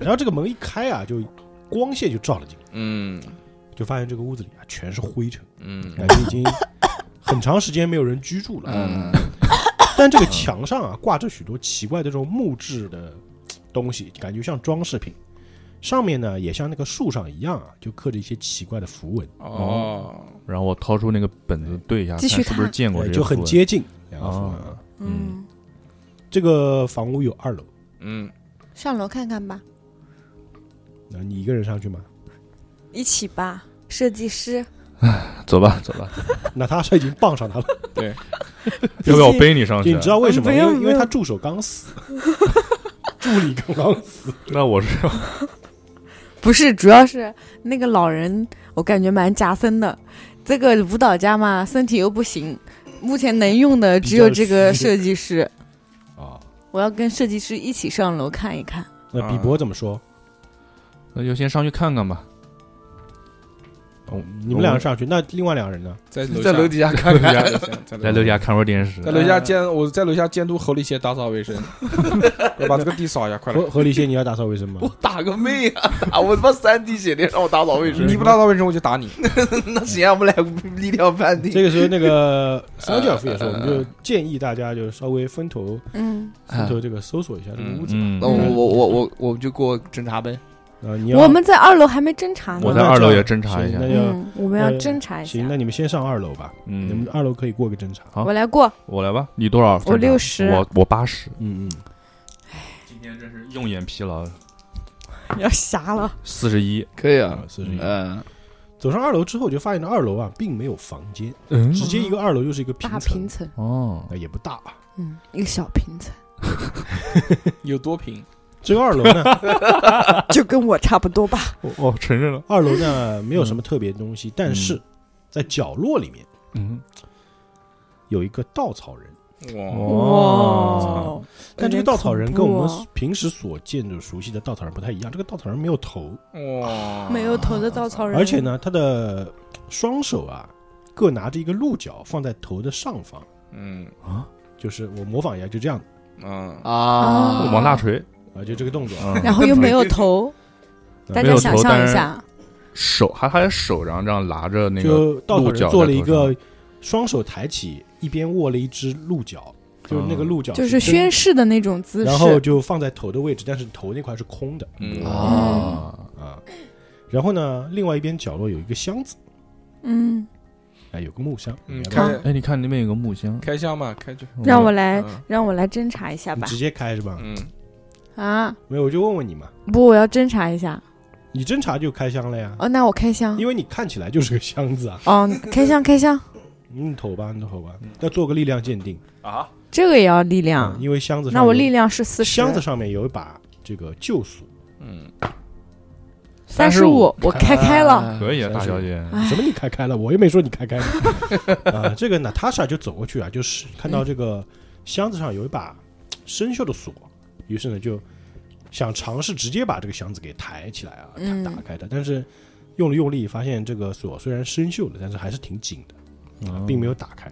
然后这个门一开啊，就光线就照了进来，
嗯
就发现这个屋子里啊全是灰尘，
嗯
感觉已经很长时间没有人居住了。
嗯，
但
嗯
这个墙上啊挂着许多奇怪的这种木质的东西，感觉像装饰品。上面呢也像那个树上一样啊，就刻着一些奇怪的符文，
哦，
然后我掏出那个本子对一下，
继续
看是不是
看
见过
哎
这个
就很
符文。哦
接近两个符文啊。
嗯
嗯，
这个房屋有二楼，
嗯，
上楼看看吧，
那你一个人上去吗？
一起吧。设计师，
走吧，走吧，
娜塔莎已经傍 上他了，
要不要我背你上去
就
啊？
你知道为什么？
嗯
因
不用
为因为
不用
他助手刚死， 助理刚刚死，
那我是
不是，主要是那个老人，我感觉蛮夹生的。这个舞蹈家嘛，身体又不行，目前能用的只有这个
比较虚
设计师。
啊。
我要跟设计师一起上楼看一看。
啊
那比伯怎么说？
那就先上去看看吧。
哦，你们两个上去，那另外两个人呢？
在楼
在楼底下看 看，
下，
在楼下看会儿电视
在。楼下监，我在楼下监督侯立先打扫 卫生，要把这个地扫一下，快
何
点！
何立先，你要打扫卫生 吗
我？打个妹啊！打我他妈三滴血的，让我打扫卫生，
你不打扫卫生，我就打你。
嗯
那行啊，我们来力量判定
这个时候，那个骚教夫也说，我
呃
们就建议大家就稍微分头
嗯，
分头这个搜索一下这个屋子
嗯，
啊那我我我我我们就过侦查呗。
啊。你要
我们在二楼还没侦查
我
呢。
在二楼也侦查
行
一下
那。就
嗯，我们要
呃
侦查一下
行，。那你们先上二楼吧，你
嗯
们，二楼可以过个侦查。
好
我来过，
我来吧。你多少？
我60
我我八十。
嗯嗯，
今天真是用眼疲劳，
要瞎了。
四十一。
可以
啊，，四十一。
嗯，
走上二楼之后，就发现这二楼啊，并没有房间，
嗯
直接一个二楼就是一个
大
平
平
层，
层，
哦，
那也不大。啊。
嗯，一个小 平层，
有多平？
这个二楼 呢，
就跟我差不多吧。
我哦我承认了。
二楼呢没有什么特别的东西，但是在角落里面
嗯，
有一个稻草人，
哇，
哦，，
但这个稻草人跟我
有点
们
恐啊哦
平时所见的熟悉的稻草人不太一样，这个稻草人没有头，
哇，
没有头的稻草人，
而且，呢，他的双手啊各拿着一个鹿角放在头的上方，
嗯
啊，
就是我模仿一下，就这样，
嗯，
啊，
啊
往大锤，
啊，就这个动作，
嗯，
然后又没有头，大
没
家
有
想
头
象
但
一
是
下，
手还还手，然后这样拿着那个，
就稻草
鹿角
人做了
在
一
头上
个双手抬起，一边握了一只鹿角，就是那个
嗯
鹿角
就是
真
宣誓的那种姿势。
然后就放在头的位置，但是头那块是空的
嗯
啊
啊。然后呢，另外一边角落有一个箱子，
嗯，
哎，有个木箱，
嗯
你要不要
开
哎，你看那边有个木箱，
开箱嘛，开就
让我来
嗯
让我来侦查一下
你
吧
直。接开是吧？
嗯，
啊，
没有，我就问问你嘛，
不，我要侦查一下。
你侦查就开箱了呀，
哦，那我开箱。
因为你看起来就是个箱子啊。
哦，开箱开箱，
你投吧，你投吧，要做个力量鉴定
啊，
这个也要力量
嗯。因为箱子上
那我
有
力量是四十，
箱子上面有一把这个救赎，
三十五，我开开了。
可以啊，
嗯
大小姐，
哎
什么你开开了？我又没说你开 开了。啊，这个娜塔莎就走过去啊，就是看到这个箱子上有一把生锈的锁，于是呢就想尝试直接把这个箱子给抬起来啊，
嗯
打打开它，但是用了用力，发现这个锁虽然生锈了，但是还是挺紧的，啊并没有打开。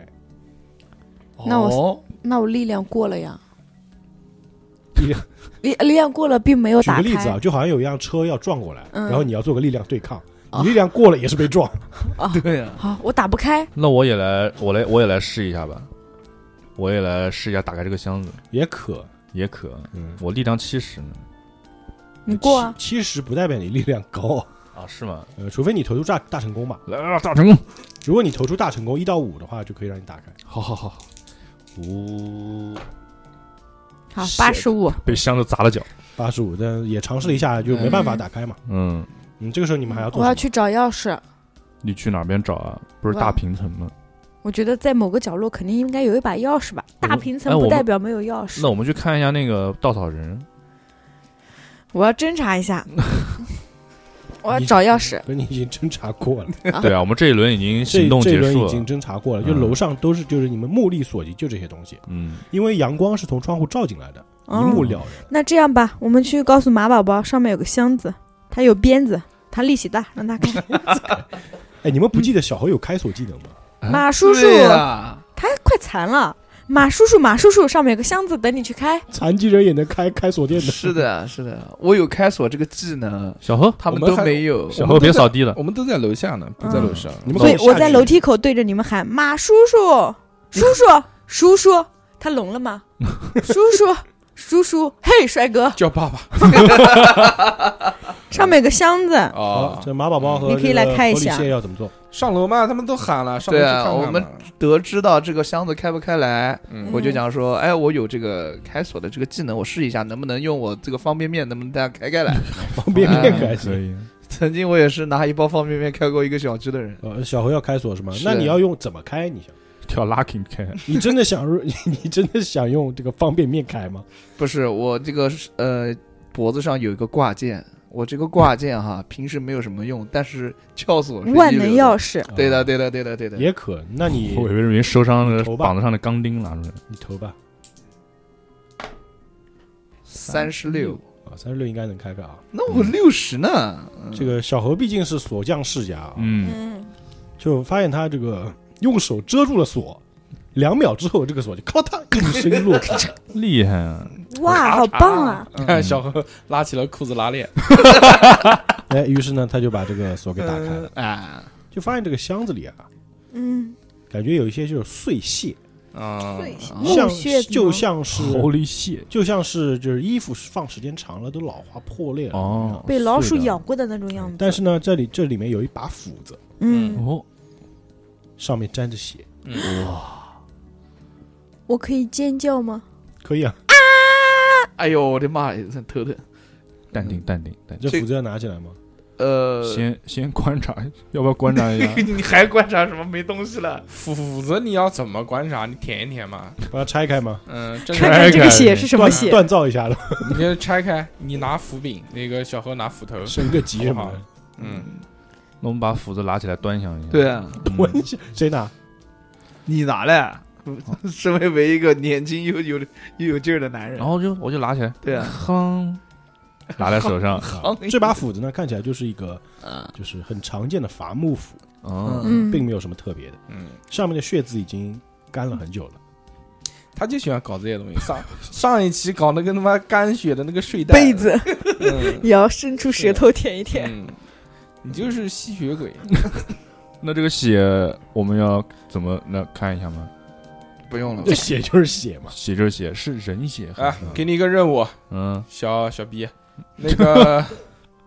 那我
哦
那我力量过了呀。
力量
力力量过了，并没有
举
打
个例子
开
啊，。就好像有一辆车要撞过来，
嗯
然后你要做个力量对抗，
哦
你力量过了也是被撞，
对啊呀，
好，我打不开。
那我也来，我来，我也来试一下吧，我也来试一下打开这个箱子，
也可。
也可，
嗯，
我力量七十呢，
你过啊！
七十不代表你力量高，
啊，是吗？
呃，除非你投出大大成功吧。
来啊，大成功，
如果你投出大成功一到五的话，就可以让你打开。
好好好，五
好，
是
八十五。
被箱子砸了脚，
八十五，但也尝试了一下，就没办法打开嘛。
嗯，
嗯，这个时候你们还要做
我
什
要
么？
去找钥匙。
你去哪边找啊？不是大平层吗？
我觉得在某个角落肯定应该有一把钥匙吧。
我
大平层
哎我
不
们
代表没有钥匙。
那我们去看一下那个稻草人，
我要侦查一 下，我要找钥匙。
不是你已 经侦查过了，
对啊，我们这一轮已经
这
行动
这一
结
轮
束
已
了，
经侦查过了，就
嗯
楼上都是就是你们目力所及就这些东西，
嗯，
因为阳光是从窗户照进来的，一目
哦，
了然。
那这样吧，我们去告诉马宝宝，上面有个箱子，它有鞭子，它力气大，让他开。
哎，你们不记得小何有开锁技 能吗？
啊
马叔叔，
对啊呀
他快残了。马叔叔，马叔叔，上面有个箱子等你去开。
残疾人也能开开锁店的，
是的，是的，我有开锁这个技能，
小何，
他们
我们
都
还
没有。
小何别扫地了，
我们都在楼下呢，不在楼上。
你们
所以
跟
我
下
在
去
楼梯口对着你们喊：“马叔叔，叔叔，叔叔。”他聋了吗？叔叔，叔叔，嘿，帅哥，
叫爸爸
上面有个箱子，
好，
哦，
这马宝宝和
你可
这
以来
个
看一
狐狸
下
蟹要怎么做？
上楼嘛，他们都喊了，上楼去
对
看
啊
看嘛
我们得知到这个箱子开不开来，
嗯
我就讲说，哎，我有这个开锁的这个技能，我试一下能不能用我这个方便面，能不能大家开 开来？
方便面
哎
开
可
始。
以，
曾经我也是拿一包方便面开过一个小区的人，
呃，小何要开锁是吗？
是
那你要用怎么开？你想，
跳 lucky 开，
你真的想入，你真的想用这个方便面开吗？
不是我这个是呃脖子上有一个挂件，我这个挂件哈平时没有什么用，但是撬锁是一
万
流
能
的
钥匙。
对的，
啊，
对的，对的，对的。
也可。那你
我以为是没受伤的
头吧
膀子上的钢钉拿出来，
你投吧。
三十六，
啊，三十六应该能开开啊。
那我六十呢？
这个小何毕竟是锁匠世家啊，
嗯，
嗯，
就发现他这个用手遮住了锁，两秒之后，这个锁就咔嗒一声落地。
厉害啊，
哇，好棒啊！
看小何拉起了裤子拉链，
哎，于是呢，他就把这个锁给打开了，
啊
就发现这个箱子里啊，
嗯，
感觉有一些就是碎屑，
啊，
像
木屑子
就
吗
像是
狐狸蟹，
就像是就是衣服放时间长了都老化破裂了。
哦，
被老鼠
是的
咬，过的那种样子。
但是呢，这里这里面有一把斧子，
嗯，
哦，
上面沾着血，
我可以尖叫吗？
可以啊，
哎呦，我的妈呀，真头疼。
淡定淡定淡定，
这斧子要拿起来吗？
呃，
先先观察，要不要观察一 下？
你还观察什么没东西了？
斧子你要怎么观察？你舔一舔嘛，
把它拆开吗？
嗯，这
拆
看
个
开
看这个血是什么
锻
血？
锻造一下了，
你先拆开，你拿斧柄，那个小何拿斧头，
升个级什么的。
嗯，
那我们把斧子拿起来端详一下，
对啊，
嗯，
我谁拿？
你拿嘞？身为唯一一个年轻又有又有劲儿的男人
然，后就我就拿起来，
对啊，
哼，拿在手上，
啊这把斧子呢，看起来就是一个， 就是很常见的伐木斧，啊
哦，
嗯，
并没有什么特别的。
嗯，
上面的血渍已经干了很久了。
他就喜欢搞这些东西。上上一期搞那个他妈干血的那个睡袋
被，子
嗯
也要伸出舌头舔一舔。
嗯，你就是吸血鬼。
那这个血我们要怎么来看一下吗？
不用了
这。血就是血嘛，
血就是血，是人血还
啊
是，
给你一个任务，
嗯
小小逼，那个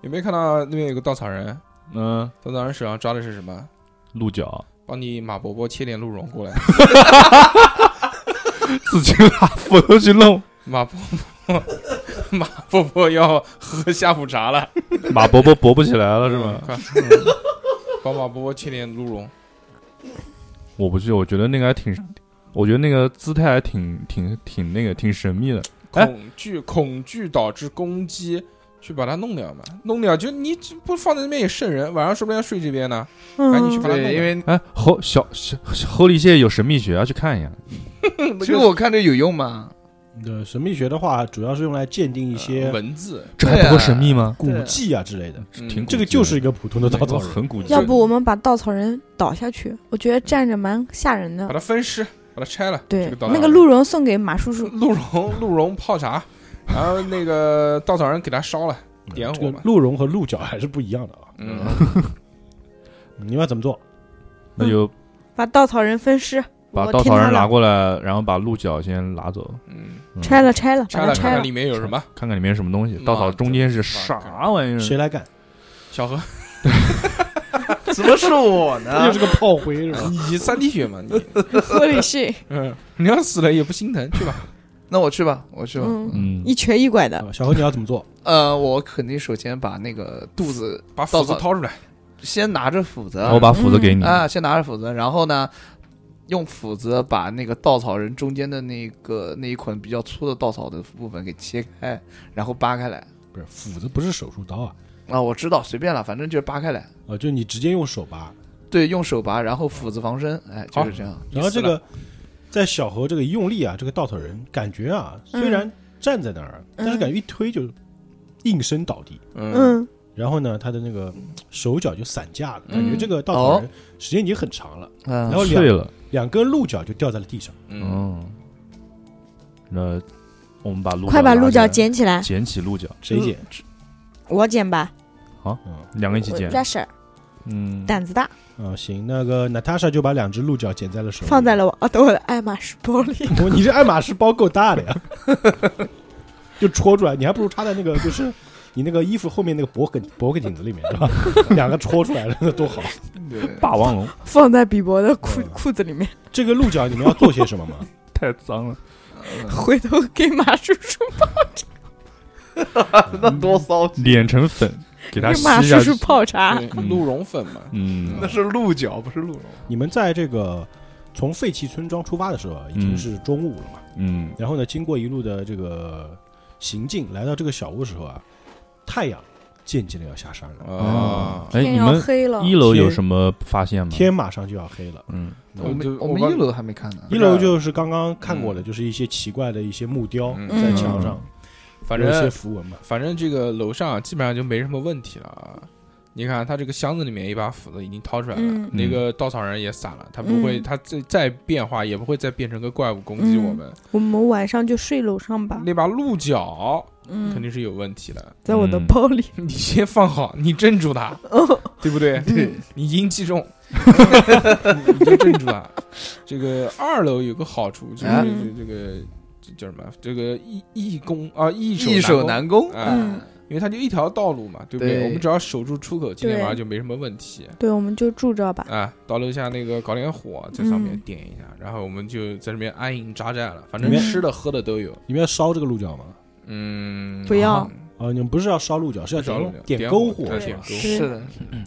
有没有看到那边有个稻草人？
嗯，
稻草人手上抓的是什么？
鹿角
帮你马伯伯切点鹿茸过来。
自己拿斧头去弄。
马伯伯， 马伯伯要喝下午茶了，
马伯伯勃不起来了是吗？
快，帮马伯伯切点鹿茸。
我不去，我觉得那个还挺，我觉得那个姿态还挺挺挺那个挺神秘的。哎
恐惧，恐惧导致攻击，去把它弄掉嘛，弄掉就你这不放在那边也瘆人，晚上说不定要睡这边呢。
嗯
赶紧去把它弄了
对，因为
哎，侯小小侯里蟹有神秘学，要去看一眼。
哎
嗯
其实我看这有用吗？
呃，神秘学的话，主要是用来鉴定一些
呃文字，
这
啊
还不够神秘吗？
古迹啊之类的。
嗯
挺古
这个就是一个普通的
那
稻
个
草人，
很古
要
怪。
不我们把稻草人倒下去，我觉得站着蛮吓人
把
的。
它分尸，把它拆了。
对
这，稻草
那
人
个鹿茸送给马叔叔，
鹿茸，鹿茸泡茶，然后那个稻草人给它烧了，
嗯
点
这
火
个
嘛。
鹿茸和鹿角还是不一样的啊。
嗯，
你们要怎么做？
那就
把稻草人分尸，
把
我
稻
听
草人
他的
拿过来，然后把鹿角先拿走，
嗯，
嗯
拆了，拆了，把
拆
它
了
拆
看
了
看。里面有什么。
看看里面什么东西。
妈
稻草中间是
这
啥玩意儿？
谁来干？
小何，
怎么是我
这
呢
就？是个炮灰是 吧？
你三滴血嘛你？
Holy shit！
嗯，你要死了也不心疼，去吧。
那我去吧，我去吧。
嗯，
嗯，
一瘸一拐的，
啊小何，你要怎么做？
呃，我肯定首先把那个肚子
把斧
稻
子
草
掏出来，
先拿着斧子，
我把斧子给你。
啊，先拿着斧子，然后呢，用斧子把那个稻草人中间的那个那一捆比较粗的稻草的部分给切开，然后扒开来。
不是斧子，不是手术刀啊，
啊，我知道，随便了，反正就是扒开来。
呃，就你直接用手拔。
对，用手拔，然后斧子防身，哎，就是这样。
然后这个在小何这个一用力啊，这个稻草人感觉啊，
嗯
虽然站在那儿，但是感觉一推就应声倒地。
嗯，
嗯，
然后呢，他的那个手脚就散架了，感觉这个稻
哦
草人时间已经很长了，
嗯
然后
碎了。
两根鹿角就掉在了地上。
嗯，
嗯，那我们把鹿
快把鹿角
拿起来
捡起来，
捡起鹿角，
谁捡？
我捡吧，
嗯
两个一起
我
捡。
家婶儿
嗯，
胆子大，
啊，行，那个娜塔莎就把两只鹿角捡在了手里，
放在了我啊，等我的爱马仕包里。
我你这爱马仕包够大的呀， 就戳出来，你还不如插在那个就是你那个衣服后面那个脖梗脖梗颈子里面 是吧？两个戳出来了，那多好。
嗯
对，
霸王龙
放在比伯的裤
嗯
裤子里面，
这个鹿角你们要做些什么吗？
太脏了。
回头给马叔叔，
那多骚气！
碾成 粉，给它
给
吸
马叔
下去
叔。泡茶。
对
嗯
鹿茸粉嘛，
嗯
那是鹿角，不是鹿茸。
你们在这个从废弃村庄出发的时候啊，已经是中午了嘛。
嗯，
然后呢，经过一路的这个行进，来到这个小屋的时候啊，太阳渐渐的要下山了，
啊，
哎，
天
你
要
们
黑了，
一楼有什么发现
嗯
吗？
天马上就要黑了。
嗯，
我
就
们
我
们
把
一楼还没看呢。
一
知道
楼就是刚刚看过的，就是一些奇怪的一些木雕
嗯
在墙上，
反
有一些
正
符文嘛。
反正这个楼上啊基本上就没什么问题了啊。你看他这个箱子里面一把斧子已经掏出来了，
嗯
那个稻草人也散了，他不会，
嗯
他再再变化也不会再变成个怪物攻击我们。
我们晚上就睡楼上吧。
那把鹿角肯
嗯，
定是有问题的，
在我的包里。
你先放好，你镇住 它，对不对？
嗯对，
你阴气 重，你你就镇住它。这个二楼有个好处就是
啊
这这个这叫什么？这个易易攻啊，易
易
守
守难攻。
哎
嗯，
因为它就一条道路嘛，对不对？
对
我们只要守住出口，今天
对
晚上就没什么问题。
对，我们就住这吧。
啊，到楼下那个搞点火，在上面
嗯
点一下，然后我们就在这边安营扎寨了。反正
里面
吃的喝的都有。
你们要烧这个鹿角吗？
嗯，
不要
啊
啊，你们不是要烧鹿角，是要
烧鹿角
点
点
篝
火
火
对
是吧？
对
是的，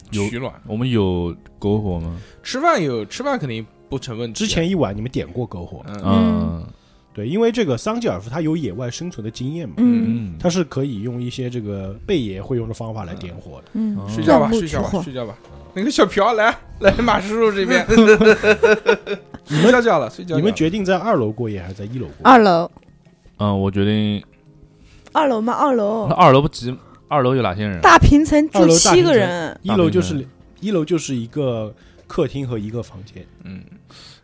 有
取暖。
我们有篝火吗？
吃饭有吃饭肯定不成问题。啊
之前一晚你们点过篝火，
嗯
嗯
对，因为这个桑吉尔夫他有野外生存的经验嘛，
嗯
嗯，
他是可以用一些这个贝爷会用的方法来点火的。
嗯，
睡觉吧，
钻木
睡觉
取
吧，
火
睡觉吧。那个小朴来来马叔叔这 边，睡觉觉了，睡觉觉了。
你们决定在二楼过夜还是在一楼过夜？
二楼，
嗯，我决定。
二楼嘛，二楼
那，二楼不急，二楼有哪些人？
哦
啊
大平层
二
住
楼大
七
平
个
层
人，
一楼就
大
是一楼就是一个客厅和一个房间，
嗯，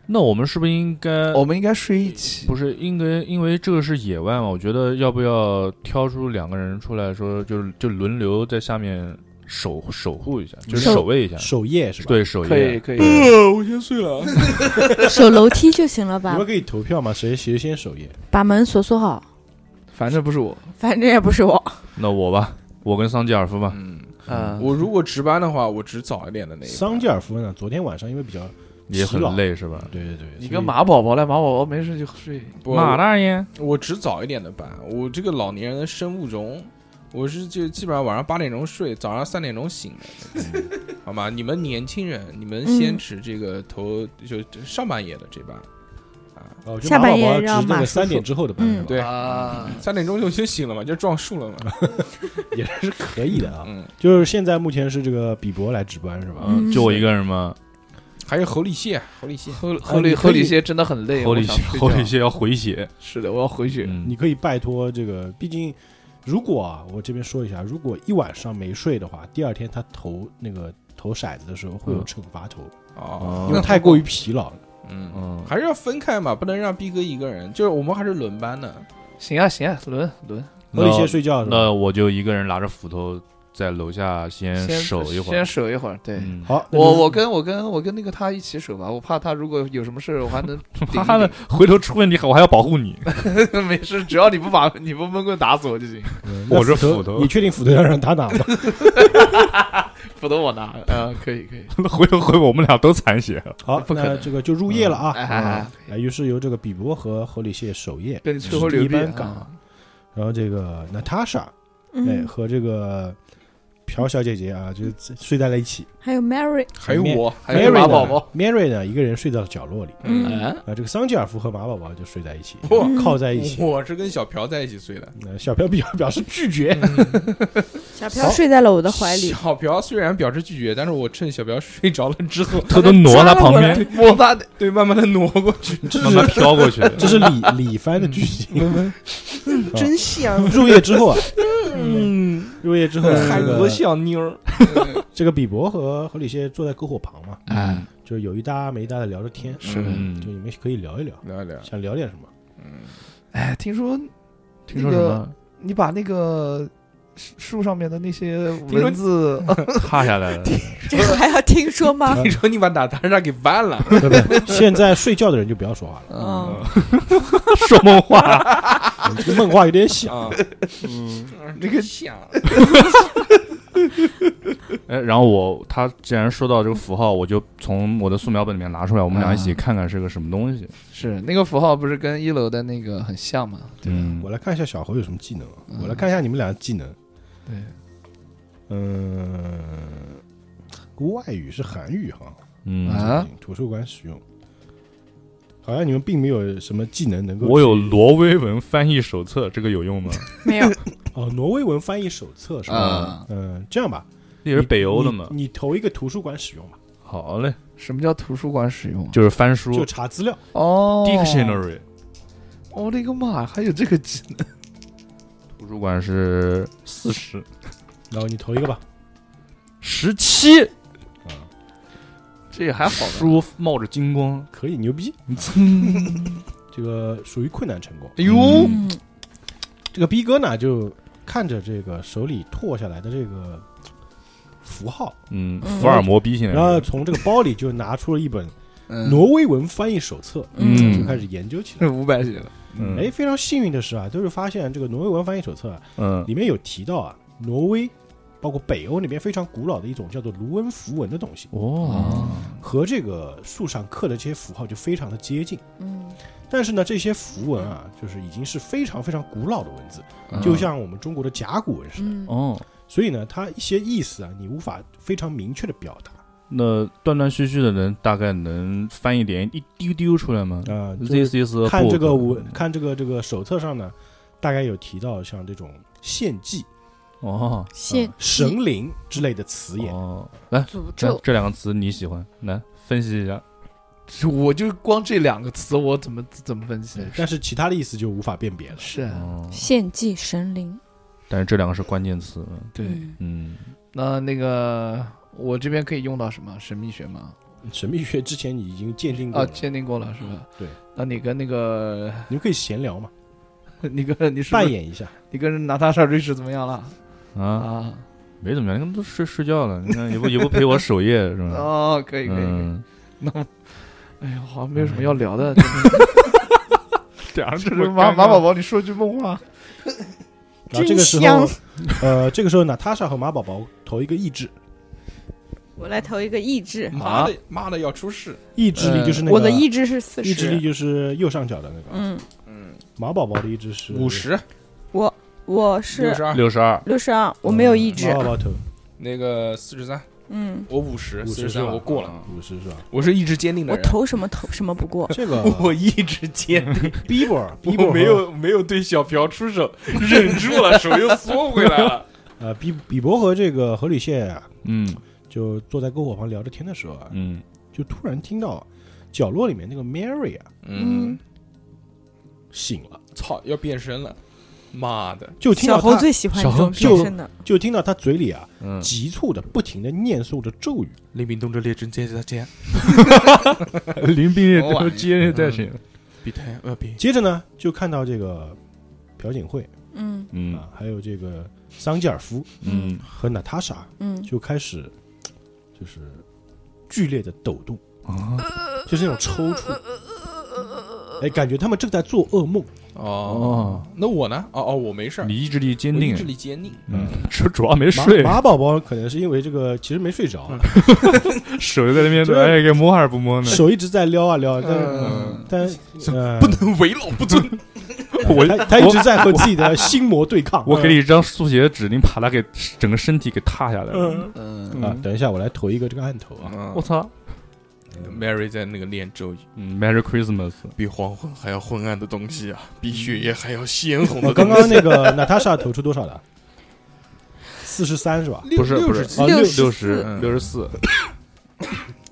那我们是不是应该
我们应该睡一起。
不是因为因为这个是野外嘛？我觉得要不要挑出两个人出来说，就是就轮流在下面守守护一下，就是
守
守卫一下，
守夜是吧？，
对守
可以
夜。
可以，
对
呃我先睡了。
守楼梯就行了吧
你们？可以投票嘛，谁谁先守夜？
把门锁锁好，
反正不是我，
反正也不是我。
那我吧，我跟桑吉尔夫吧，
嗯，
嗯，
我如果值班的话，我值早一点的那一班。
桑吉尔夫呢？昨天晚上因为比较
也很
疲劳
累是吧？
对对对，
你
所以
跟马宝宝来，马宝宝没事就睡。
不
马大爷，
我值早一点的班，我这个老年人的生物钟，我是就基本上晚上八点钟睡，早上三点钟醒 的，好吗？你们年轻人，你们先
嗯
值这个头，就就上半夜的这班，
哦，就
下
马
半
宝
夜
宝值
让
那
马
个
叔
三
叔
点之后的班
嗯
是吧？
对
啊，
三点钟就先醒了嘛，就撞树了 嘛，
也是可以的啊。
嗯，
就是现在目前是这个比伯来值班是吧？
嗯，就我一个人吗？
还有侯立蟹，侯立蟹，
后后里后里些真的很累，
侯
我
里
想
谢
睡觉
侯里谢 要回血，
是的，我要回去。
嗯
你可以拜托这个，毕竟如果啊，我这边说一下，如果一晚上没睡的话，第二天他投那个投骰子的时候会有
嗯
惩罚投，
哦，
因为太过于疲劳了。
嗯，
嗯，
还是要分开嘛，不能让逼哥一个人，就是我们还是轮班的，
行啊行啊，轮轮，
喝一些睡觉是吧？
那我就一个人拿着斧头在楼下先
先
守一会儿
先。嗯守一会儿。对，
嗯，
好，那
我
就
我跟我跟我跟那个他一起守吧，我怕他如果有什么事儿，我 还能顶
他的回头出问题，我还要保护你。
一顶没事，只要你不把你不闷棍打死我就行，
嗯
我
那
这
斧
斧头
你确定斧头要让他拿吗？
否则我拿。啊，可以可以，
回头回我们俩都残血了。
好，
不可
那
能
这个就入夜了啊。
哎哎哎
哎，于是由这个比伯和侯里谢守夜，
跟你吹会儿牛逼
一般岗
啊！
然后这个娜塔莎哎
嗯，
和这个朴小姐姐啊，就睡在了一起。
还有 Mary，
还有我，
还有
Mary
马
呢
宝宝，
Mary 呢，一个人睡到角落里。
嗯，
哎，
啊，这个桑吉尔夫和马宝宝就睡在一起，
哇
靠在一起。
我是跟小朴在一起睡的。
呃小朴表表示拒绝，
小飘睡在了我的怀里，
小朴虽然表示拒绝，但是我趁小朴睡着了 之后，
偷偷挪他旁边，
摸他的，
对，慢慢的挪过去。
这
慢慢
是
飘过去。
这是李 李帆的剧
嗯
情。真
香，
入夜之后啊，
嗯
入夜之后啊，这个
小妞儿。
这个比伯和何里谢坐在篝火旁嘛，
哎，
就是有一搭没一搭的聊着天，
是的，
嗯
就，你们可以聊一聊，
聊一聊，
想聊点什么？
嗯
哎，听说
听说什么？
你把那个树树上面的那些
听说
文字，
趴下来了。
这个还要听说吗？
你说你把打达莎给办了，
不不，现在睡觉的人就不要说话了，
嗯，
哦
说梦话，
你这个梦话有点响。
啊，嗯，这个想，
哎，然后我他既然说到这个符号，我就从我的素描本里面拿出来，我们俩一起看看是个什么东西。
是那个符号不是跟一楼的那个很像吗？对吧？
嗯
啊我，来看一下小侯有什么技能啊，
嗯
我来看一下你们俩的技能。
对，
嗯，外语是韩语哈，
嗯，
啊，
图书馆使用。好像你们并没有什么技能能够去。
我有挪威文翻译手册，这个有用吗？
没有，
哦，挪威文翻译手册是吧？
啊，
嗯，这样吧，
也是北欧的嘛。
你你投一个图书馆使用吧，
好嘞，
什么叫图书馆使用啊？
就是翻书
就查资料。
哦
dictionary。
我哦的个妈，还有这个技能！
图书馆是四十
然后你投一个吧。
十七，
啊，
这也还好吧？
书冒着金光，
可以，牛逼！
噌
这个属于困难成功。
哎
呦
嗯，
这个逼哥呢，就看着这个手里拓下来的这个符号，
嗯，
嗯
福尔摩逼现在
然后
是，
从这个包里就拿出了一本
嗯，
挪威文翻译手册，
嗯
就开始研究起来。
这五百写了，
嗯
哎，非常幸运的是啊，就是发现这个挪威文翻译手册啊，
嗯，
里面有提到啊，挪威包括北欧那边非常古老的一种叫做卢恩符文的东西，
哇，
和这个树上刻的这些符号就非常的接近。
嗯，
但是呢，这些符文啊，就是已经是非常非常古老的文字，就像我们中国的甲骨文似的。
嗯，
哦，
所以呢，它一些意思啊，你无法非常明确的表达。
那断断续续的人大概能翻一点一丢丢出来吗
啊、
？This is a
看这个
book
文，看这个这个手册上呢，大概有提到像这种献祭、啊
哦
信
神灵之类的词眼。
哦，来，
诅
这
咒，
这两个词你喜欢，来分析一下。
我就光这两个词，我怎么怎么分析？
但是其他的意思就无法辨别了。
是啊，
嗯
哦，
献祭神灵，
但是这两个是关键词，
对。
嗯
嗯，
那那个我这边可以用到什么神秘学吗？
神秘学之前你已经鉴定过
啊，
了，
鉴定过了是吧？
对。
那你跟那个，
你们可以闲聊嘛，
你跟你是不
扮
是
演一下。
你跟娜塔莎瑞士怎么样了？
啊，
啊
没怎么样，你们都睡睡觉了，你看也不也不陪我守夜是吧？
哦，可以可以可以。
嗯，
那我，哎呀，好像没有什么要聊的。真的
俩人
是
这
不
么
是马
尴尬
马宝宝，你说句梦话。
然后这个时
真
候，呃，这个时候娜塔莎和马宝宝投一个意志，
我来投一个意志，
妈的妈的要出事，
意志力就是那个，
呃我的意志是四
意志力
十。
就是右上角的那个，
嗯，
嗯，
马宝宝的意志是
五，十
我
六
是
十二，
六十二，
六十
哦
二，我没有意志
马。宝宝投
那个四十三，
嗯，
我五十，四
50
十
是
三
吧啊
我过了，
五十是吧？。
我是意志坚定的
我
人，
投什么投什么不过
这个
我意志坚 定。
Bieber
我
Bieber
没有没有对小朴出手，忍住了，手又缩回来了。
呃，比比伯和这个何里谢啊，
嗯
就坐在篝火旁聊着天的时候啊，
嗯，
就突然听到啊角落里面那个 Mary 啊
嗯，
醒了，
操，要变身了，妈的！
就听
小
到
猴
她
最喜欢这种
小猴
变
就
身的，
就听到她嘴里啊
嗯，
急促的不停的念诵着咒语，
李明东这列阵接着接，
林斌
我晚
接着带谁？
比太呃比
接着呢就看到这个朴槿惠
嗯
嗯
啊，还有这个桑吉尔夫
嗯
和娜塔莎啊
嗯，
就开始就是剧烈的抖动，
啊，
就是那种抽搐，哎，感觉他们正在做噩梦。
哦，那我呢？哦哦，我没事儿，
你意志力坚
我意
定
志，力坚定。
嗯，这主要没
马
睡，
马宝宝可能是因为这个，其实没睡着，啊
手就在那边
这
哎，给摸还是不摸呢？
手一直在撩啊撩啊，
嗯
但是但呃
不能为老不尊，
我
他他一直在和自己的心魔对抗。
我给你一张速写的纸，你把它给整个身体给踏下来。
嗯
嗯，
嗯
啊，等一下，我来投一个这个按头啊，
我
我
操
嗯 Mary 在那个念咒语，
嗯，Merry Christmas！
比黄昏还要昏暗的东西啊，比血液还要鲜红
我
的。
刚 刚那个娜塔莎投出多少的？四十三是吧？
不是不是
啊，
六
六
十
六十
嗯
六十四，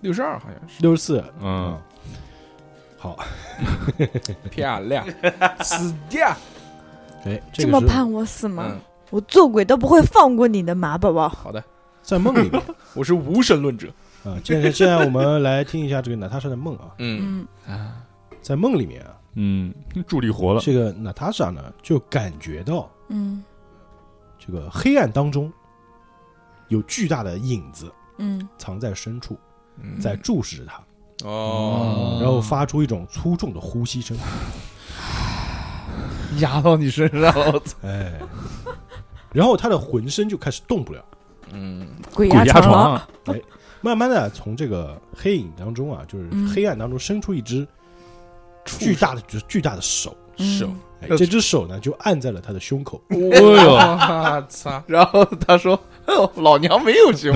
六十二好像 是，
六十四，
嗯，
好，
漂亮，死掉。
哎，这
这
个
么
时候
判我死吗
嗯？，
我做鬼都不会放过你的马宝宝。
好的，
在梦 里面
我是无神论者。
啊，现在现在我们来听一下这个娜塔莎的梦啊，
嗯，
嗯
在梦里面啊，
嗯，助力活了，
这个娜塔莎呢就感觉到
嗯
这个黑暗当中有巨大的影子
嗯
藏在深处，
嗯
在注视着他，
哦，
啊然后发出一种粗重的呼吸声。
压到你身上，我操！
哎，然后他的浑身就开始动不了，
嗯，
鬼
鬼
压
压
床
啊
了，
床，
慢慢的从这个黑影当中啊，就是
嗯
黑暗当中伸出一只巨大的、就是巨大的手。
嗯
手，
哎这只手呢，就按在了他的胸口。
哎
我哦操！
然后他说：“ 哦老娘没有 胸。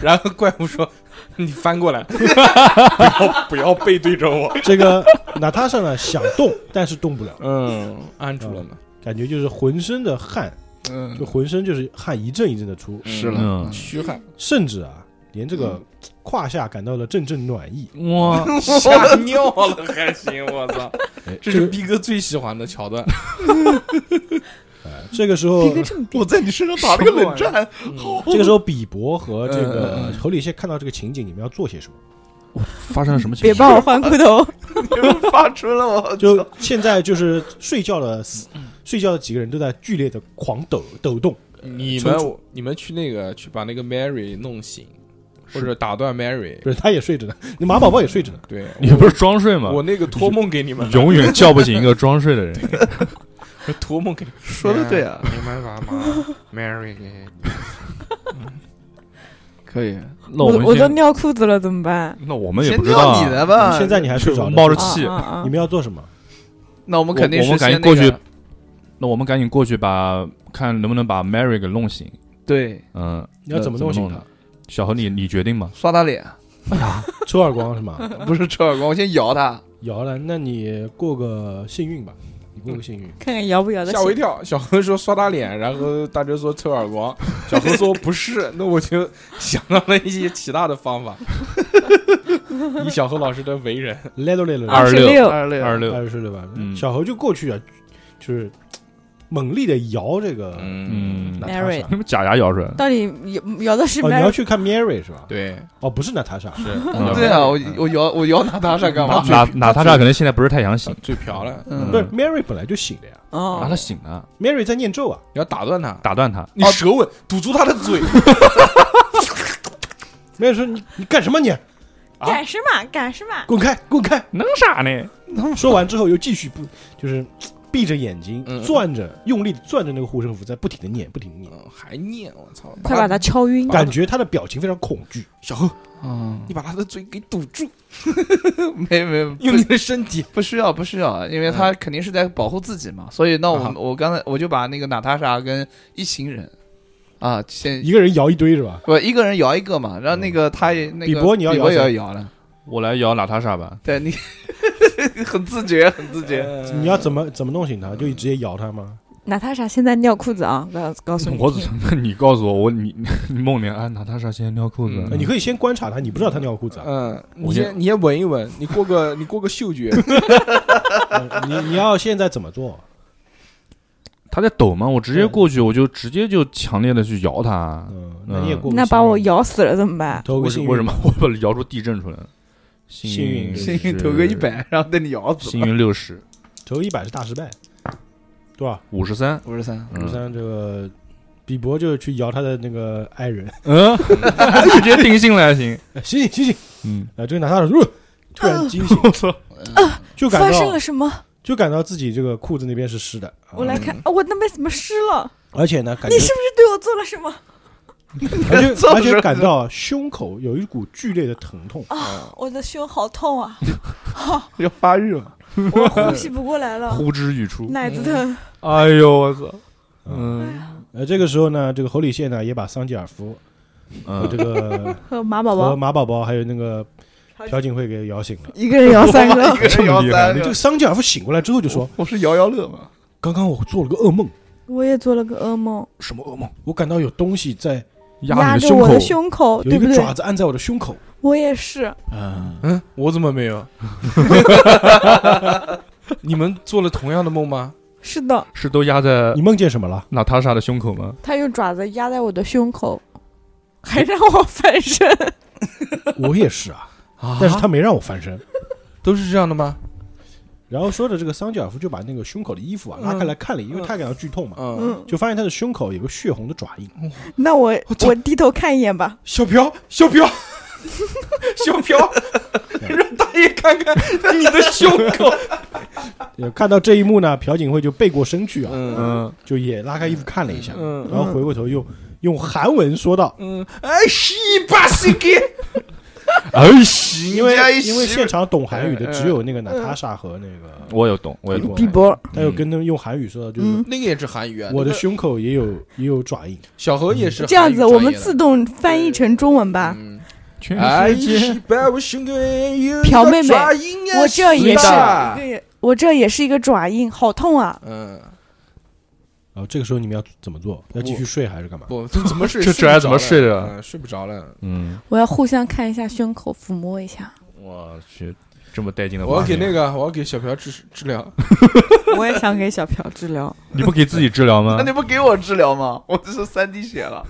然后怪物说：“你翻过来，不要不要背对着我。
这个娜塔莎呢，想动，但是动不了”，
嗯，按住了嘛。
感觉就是浑身的汗，”
嗯
就，浑身就是汗一阵一阵的出，
是了。
嗯，
虚汗，
甚至啊，连这
嗯
个胯下感到了阵阵暖意。
哇，
吓尿了还行，我操！
哎
这是逼哥最喜欢的桥段。
哎这个时候
逼，哥这么变
我在你身上打了个冷战，好
这个时候比伯和这
嗯嗯
个
嗯
侯里谢看到这个情景，你们要做些什么？
发生了什么情
别
况？
帮我换裤头，
候发春了，我
嗯
就现在就是睡觉的死睡觉的几个人都在剧烈的狂抖抖动，
你
冲
们
出
你们去那个去把那个 Mary 弄醒，或者打断 Mary
不。是他也睡着呢，那马宝宝也睡着呢，
对，
你不是装睡吗？
我那个托梦给你们，
永远叫不醒一个装睡的人。
托梦给你们。
说的对
哎
啊，
你们干嘛？Mary 给
可以。
那
我
们
我都
先，
尿裤子了，怎么办？
那我们也
先
不知道
尿
啊
你的吧。
现在你还睡着呢，
冒着
啊
气
啊啊
你！们要做什么？
那我们肯定
我我
是
们赶紧
先那
过去
个，
那我们赶紧过去把看能不能把 Mary 给弄醒。
对，
嗯，
你要怎么弄醒
呢
他？？
小何，你你决定吧。
刷他脸，
抽耳光是吗？
不是抽耳光，我先摇他。
摇了，那你过个幸运吧，你过个幸
嗯
运。
看看 摇不摇得
吓我一
醒。
跳，小何说刷他脸，然后大哲说抽耳 光，小何说不是，那我就想到了一些其他的方法， 以小何老师的为人，
来了来了，
二
十
六
六，
二六
二六，
二十六吧
嗯。
小猴就过去啊，就是猛力的摇这个。
嗯，
嗯
娜
Mary
塔莎
什么假牙咬水？
到底有有的是
哦，你要
Mary
去看 Mary 是吧？，
对，
哦，不是娜塔莎，
是
嗯
对啊，我我摇我摇娜塔莎干嘛？
哪哪他莎可能现在不是太想醒，
嘴瓢了，
嗯
不是 Mary 本来就醒了呀
啊，
哦
他，醒了，
，Mary 在念咒啊，
你要打断他，
打断他，
你舌吻堵住他的嘴，
Mary 说你你干什么你？
敢是嘛，敢是嘛，
滚开滚开！
能啥呢？
说完之后又继续不就是闭着眼睛
嗯
攥着，用力地攥着那个护身符，在不停的念，不停的念，
嗯还念，我操，
快把他敲晕！
感觉他的表情非常恐惧。
小何，
嗯，
你把他的嘴给堵住，
没没
用你的身体，
不需要，不需要，因为
嗯
他肯定是在保护自己嘛。所以那我、
啊
我刚才我就把那个娜塔莎跟一行人啊，先
一个人摇一堆是吧？
我一个人摇一个嘛，然后那个他也那个
嗯比伯你要
比
摇
伯也要
谁
摇了，
我来摇娜塔莎 吧。
对你很自觉，很自觉。
你要怎么怎么弄醒他？就直接摇他吗？
娜塔莎现在尿裤子啊，告告诉你
我
听，
你告诉我，我你 你梦里面啊，娜塔莎现在尿裤子
嗯
呃，你可以先观察他，你不知道他尿裤子啊。
嗯，你
我先
先你先闻一闻，你过个你过个嗅觉，
呃你你要现在怎么做？
他在抖吗？我直接过去，我就直接就强烈的去摇他。
嗯，那你也过不
那把我
幸运
咬死了怎么办？
投个
为什
幸运
为什么？ 我把摇出地震出来？
幸运
运
对
幸运投个一，百，然后等你摇死
幸。运六十，
投一百是大失败，对吧？
五十三。
五十三，
五
嗯
三这个比伯就去摇他的那个爱人，
嗯， 直接定性了还行。
哎醒醒醒醒！
嗯，
啊，这个拿他的， 呃突然 惊醒，
我操，
就感
嗯发生
到
了什么？
就感到自己这个裤子那边是湿的，啊
我来看，啊，我那边怎么湿了？
而且呢，感
你
觉
是不是对我做了什么？
而 且
做
而且
什
感
么
到胸口有一股剧烈的疼痛，
啊我的胸好痛啊，
要发热 嘛？
我呼吸不过来了，
呼之欲出。
奶子疼。
哎呦，我操！嗯
呃，这个时候呢，这个侯礼宪呢也把桑吉尔夫和这
嗯，
个
和 马宝
和
宝
马宝宝还有那个朴槿惠给摇醒了。
一个人摇三
我一
个，
个人摇三
这
个
个，桑吉尔夫醒过来之后就
哦
说
我是摇摇乐嘛。：“
刚刚我做了个噩梦，
我也做了个噩梦，
什么噩梦？
我感到有东西在
压你
着
胸
我
口
的。胸口，
有一
哦对不
个
对？
爪子按在我的胸口。
我也是，
嗯，
嗯，我怎么没有？ 你们做了同样的梦吗？
是的，
是都压在
你梦见什么 了？
娜塔莎的胸口吗？
他用爪子压在我的胸 口，还让我翻身。
我也是啊，
啊
但是他没让我翻身。”
都是这样的吗？
然后说着，这个桑吉尔夫就把那个胸口的衣服啊拉开来看了，因为他感到剧痛嘛，
嗯，
嗯，
就发现他的胸口有个血红的爪印。
那我
我操
我低头看一眼吧。
小朴，小朴， 小朴，让大爷看看你的胸口。
呃看到这一幕呢，朴槿惠就背过身去啊，
嗯
嗯，
就也拉开衣服看了一下，
嗯
然后回过头又用韩文说道，
嗯，哎，西巴西给，
哎西，
因为
人家一
因为
媳妇
现场懂韩语的
嗯
只有那个娜塔莎和那
嗯
个，
我有懂，我有懂。
比
伯，
他又跟他们用韩语说道，就是
嗯，
那个也是韩语啊。
我的
那个
胸口也有也有爪印，
小何也是
这样子我们
自
自啊动翻译成中文吧。
全
哎，
世
西
界，
巴我胸口有
朴妹妹
爪印
嗯
啊
我这也是
西巴
一个，我这也是一个爪印，好痛啊！
嗯，
然后这个时候你们要怎么做？要继续睡还是干嘛？
不，这怎么睡？
这这还怎么睡啊
着
着
了？嗯睡不着了。
嗯，
我要互相看一下胸口，抚摸一下。
我去，这么带劲的
我
画
要给
面，
那个，我要给小朴治治疗。
我也想给小朴治疗。
你不给自己治疗吗
啊
那？你不给我治疗吗？我这是三滴血了。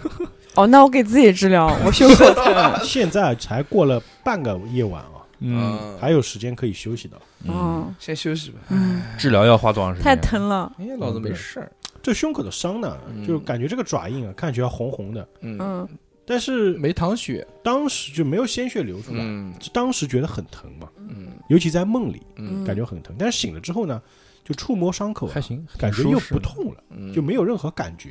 哦，那我给自己治疗， 我胸口疼。
现在才过了半个夜晚啊，
嗯，
还有时间可以休息的。
嗯，
嗯
先休息吧。
嗯，
治疗要花多长时间？
太疼了。
哎，老
嗯
子没事儿。
这胸口的伤呢，
嗯
就是感觉这个爪印啊，看起来红红的，
嗯，
嗯，
但是
没淌血。
当时就没有鲜血流出来，
嗯
当时觉得很疼嘛，
嗯
尤其在梦里
嗯
感觉很疼，但是醒了之后呢，就触摸伤口啊
还，行，
感觉
挺
又
舒适
不。痛了。
嗯，
就没有任何感觉，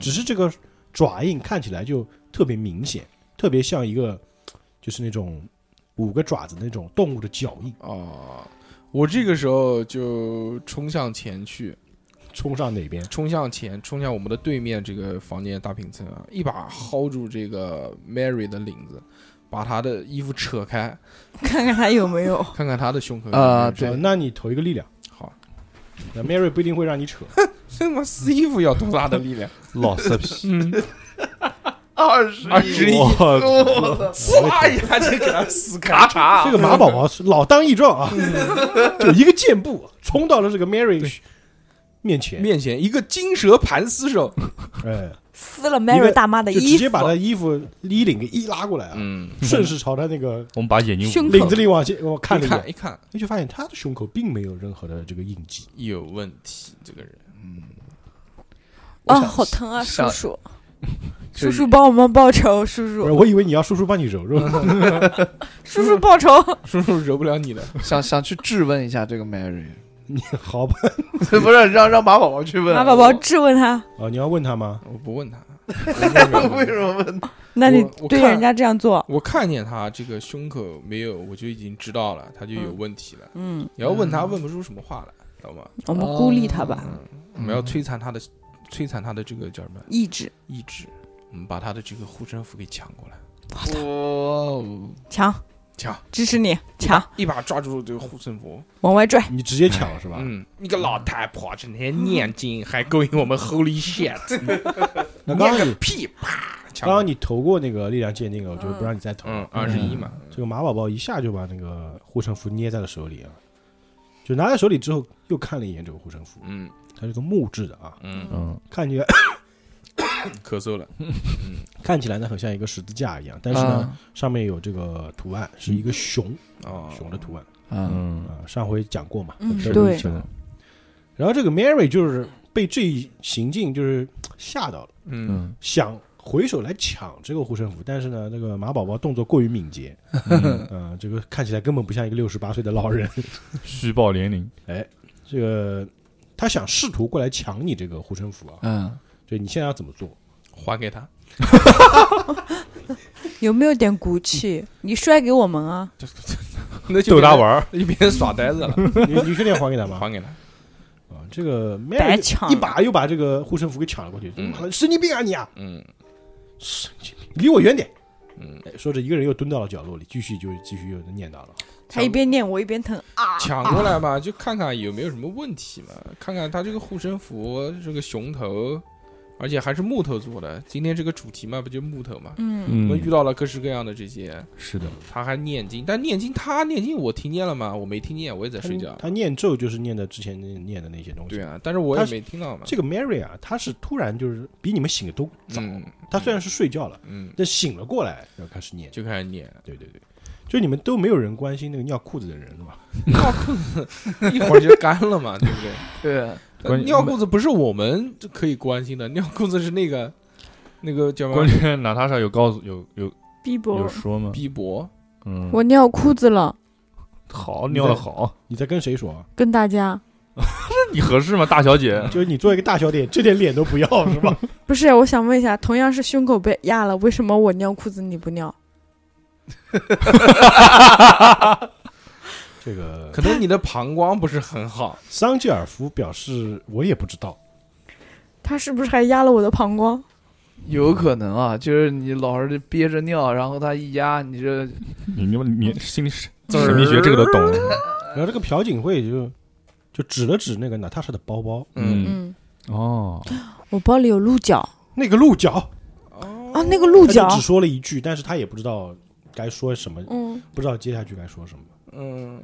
只是这个爪印看起来就特别明显，特别像一个就是那种五个爪子那种动物的脚印
哦，我这个时候就冲向前去，
冲上哪边。
冲向前，冲向我们的对面这个房间的大平层啊，一把薅住这个 Mary 的领子，把她的衣服扯开，
看看他有没有。
看看她的胸口
啊
有没有
对
呃，那你投一个力量，
好，
那 Mary 不一定会让你扯，
这他妈撕衣服要多大的力量？
老色批，
嗯，
二十
二十一
我操！
唰一下就给她撕开。
查
这个马宝啊 宝是老当益壮啊，就一个箭步冲到了这个 Mary 面前，
面前一个金蛇盘丝手，
哎，
撕了
因为
Mary 大妈的
就
衣
直接
服，
把他衣服衣领给一拉过来啊，
嗯，
顺势朝他那个
我们把眼睛
胸口
领子里往前我看了
一
一
看
眼，
一看
那就发现他的胸口并没有任何的这个印记。
有问题，这个人
我
啊，
想
好疼啊，叔
想
叔，
就
叔叔帮我们报仇，叔
不是，
叔，
我以为你要叔叔帮你揉揉，
叔叔报仇，
叔叔惹不了你的，
想想去质问一下这个 Mary，
你 好吧？
不是让让马宝宝去问
马宝宝质问他，
啊，你要问他吗？
我不问他，
宝 为什么问？
那你
我
对
看
人家这样做，
我看见他这个胸口没有，我就已经知道了，他就有问题了。
嗯，
你要问他，问不出什么话来，知道吗？
我们孤立他吧，
嗯，我们要摧残他的，摧残他的这个叫什么
意志
意志，我们把他的这个护身符给抢过来，
哇哦，
强，
抢
支持你，强，
一把抓住这个护身符，
往外拽，
你直接抢是吧？
嗯，你个老太婆整天念经，还勾引我们 Holy shit，
那刚
念
刚
个
你
屁，啪，抢
刚
过
刚
来，
你投过那个力量鉴定了，我就不让你再投。
嗯，二十一嘛，
这个马宝宝一下就把那个护身符捏在了手里啊，就拿在手里之后又看了一眼这个护身符，
嗯
它是个木质的啊，
嗯，
嗯，
看起来
咳嗽了，
看起来呢很像一个十字架一样，但是
嗯
呢、
啊
上面有这个图案是一个熊啊
哦，
熊的图案
嗯，
嗯
啊，上回讲过嘛。
嗯
这，个
对
是，然后这个 Mary 就是被这一行径就是吓到了，
嗯，
嗯
想回手来抢这个护身符，但是呢，那个马宝宝动作过于敏捷，
嗯，
啊，这个看起来根本不像一个六十八岁的老人。
虚报年龄，
这个他想试图过来抢你这个护身符啊，
嗯，
就你现在要怎么做？
还给他，
有没有点骨气？你摔给我们啊，
那就
逗他
变成
玩儿，
那就变成耍呆子 了，
你你确定要还给他吗？
还给他，
啊，这个 Mary
白抢
一把又把这个护身符给抢了过去，
嗯
妈的神经病啊你啊！
嗯
你离我远点！
嗯，
哎说着一个人又蹲到了角落里，继续就继续又念叨了。
他一边念我一边疼啊，
抢过来嘛，就看看有没有什么问题嘛，看看他这个护身符，这个熊头，而且还是木头做的。今天这个主题嘛，不就木头嘛？
嗯，
我
嗯
们遇到了各式各样的这些，
是的，
他还念经，但念经他念经我听见了吗？我没听见，我也在
他
睡觉。
他念咒就是念的之前念的那些东西。
对啊，但是我
他
也
是
没听到嘛。
这个 Mary 啊，她是突然就是比你们醒的都早，
嗯
她虽然是睡觉了，
嗯，啊
但醒了过来然后开始念。
就开始念，
对对对，就你们都没有人关心那个尿裤子的人是吧？
一会儿就干 了嘛，对不对？
对，
关
尿裤子不是我们可以关心的，尿裤子是那个那个叫什
关
么？
键娜塔莎有告诉有有
逼
有
伯，
说吗？
逼博，
嗯，
我尿裤子了，
好尿的好，
你在跟谁说啊？
跟大家
你合适吗，大小姐？
就是你作为一个大小姐，这点脸都不要是吧？
不是，我想问一下，同样是胸口被压了，为什么我尿裤子你不尿？
这个
可能你的膀胱不是很好。
桑吉尔夫表示我也不知道，
他是不是还压了我的膀胱？
有可能啊，就是你老是憋着尿，然后他一压，你这
你你们你心理学神秘学这个都懂，
然后这个朴槿惠就就指了指那个娜塔莎的包包，
嗯
嗯
嗯，
哦，
我包里有鹿角
那个鹿角，
啊，那个鹿
他
角
就，只说了一句，但是他也不知道该说什么，
嗯，
不知道接下去该说什么。
嗯，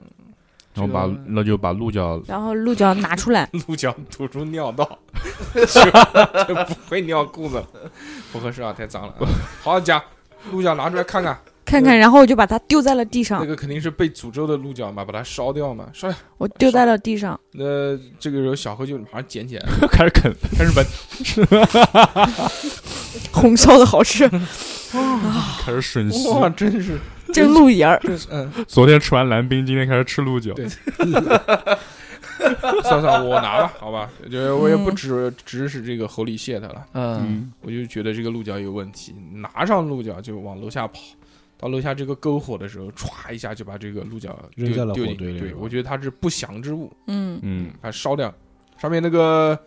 然后把
这个
那就把鹿角
然后鹿角拿出来，
鹿角吐出尿道， 就就不会尿裤子了，不合适啊，太脏了。好好讲，鹿角拿出来看看，
看看，然后我就把它丢在了地
那
上，
个肯定是被诅咒的鹿角嘛，把它烧掉嘛，烧掉。
我丢在了地上，
那这个时候小何就马上捡起来，
开始啃，开始把
红烧的好 吃，
开始吮吸。
哇，真是，
真鹿眼儿，
真是嗯，
昨天吃完蓝冰，今天开始吃鹿角。
对算算我拿吧，好吧，就是我也不
嗯
指指使这个侯里谢他了，
嗯，
嗯，
我就觉得这个鹿角有问题，拿上鹿角就往楼下跑。到楼下这个篝火的时候，歘一下就把这个鹿角丢
扔在了
丢
火
进
堆里
对，
是吧
我觉得它是不祥之物，
嗯，
嗯，
把它烧掉。上面那个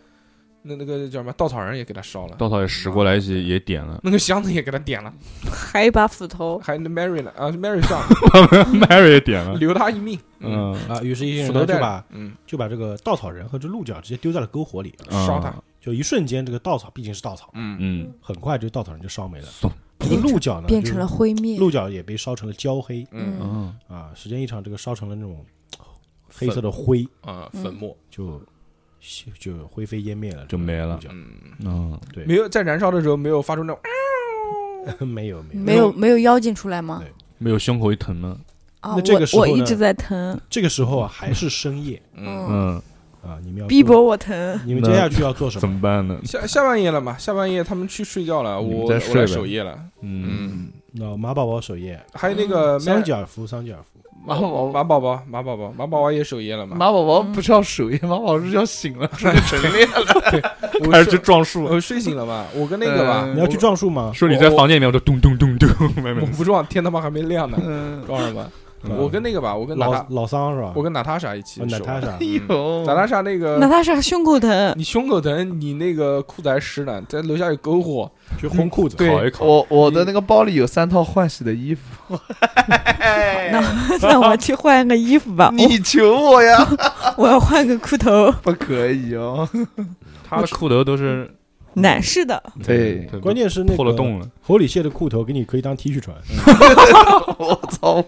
那那个叫什么稻草人也给它烧了，
稻草也拾过来一些，也点了。
那个箱子也给它点了，
还有一把斧头，
还有那 Mary 呢啊，Mary 上嗯
Mary 也点了。
留他一命。，
嗯，
啊，于是一些人
斧
呢
头
就
带
把
着，嗯，
就把这个稻草人和这鹿角直接丢在了篝火里，
烧它，
就一瞬间，这个稻草毕竟是稻草，
嗯，
嗯，
很快这个稻草人就烧没了，
送。
这个鹿角呢
变成了灰
就
灭
是，鹿角也被烧成了焦黑
嗯
嗯，
嗯，
啊，时间一长，这个烧成了那种黑色的灰，
啊，
嗯
粉末，
就就灰飞烟灭了，
就没了
这个
嗯，
嗯，
对
没有在燃烧的时候没有发出那种，
鹿角 没有没有
没有没有妖精出来吗？
对
没有胸口一疼呢。
啊，
那这个时候
我我
呢
一直在疼，
这个时候啊，还是深夜
嗯，
嗯
嗯，
啊，你们要
逼
做
迫我疼。
你们接下去要做什
怎
么？
么办呢？
下下半夜了嘛，下半夜他们去睡觉
嗯
了，
你们
我
再
我
睡
来
呗
守夜了，
嗯，
嗯，
那马宝宝守夜，
还有那个
桑
麦
吉尔夫，桑吉尔夫，
马宝宝，
马宝宝，马宝宝，马宝宝也守夜了嘛，
马宝宝
嗯
不是要守
嗯
夜，马宝宝是要醒了，出去晨练了。
我
开始去
睡
撞树，
我睡醒了嘛，呃我跟那个吧
嗯，
你要去撞树吗？
说你在房间里面，我就咚咚 咚咚，外
我
面
不撞，天他妈还没 亮呢，
嗯，
撞什么？
嗯
我跟那个吧，我跟娜
老
塔，
老桑是吧？
我跟娜塔莎一起
哦
守
娜塔
夜，
莎
哎呦，
娜塔莎那个
那他是胸口疼，
你胸口疼，你那个裤子还湿呢，在楼下有篝火，
去烘裤 子，
对
烤一烤。
我我的那个包里有三套换洗的衣服，
那那我去换个衣服吧，
你求我呀？
我我要换个裤头，
不可以哦。
他的裤头都是
男士的。
对，
都
关键是那
破了
个
洞了。
狐狸蟹的裤头给你可以当 T 恤 穿。
我操！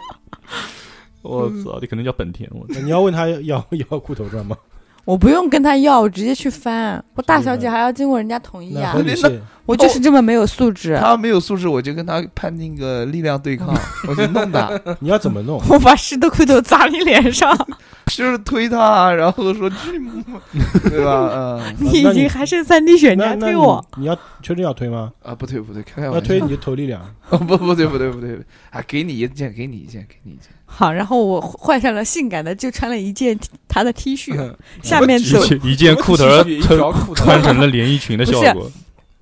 我
嗯
操，你可能叫本田，我
那你要问他要要裤头穿吗？
我不用跟他要，我直接去翻。我大小姐还要经过人家同意
那
啊
狐！狸 蟹
我就是这么没有素质，
他没有素质，我就跟他判那个力量对抗，我就弄他，
你要怎么弄？
我把湿的裤头砸你脸上，
就是推他，然后说去你妈，对吧？嗯
你已经还剩三滴血，你
那
还
那
推
你
我？
你要确定要推吗？
啊，不推不推，
哎
开开
要
玩
推
笑哦
你，就投力量。
不不对不对不对，啊，给你一件，给你一件，给你一件，
好，然后我换上了性感的，就穿了一件 T- 他的 T 恤，
嗯
下面
一
走
件一件裤头
我
儿
只是一
穿
条裤头嗯
穿成了连衣裙的效 果，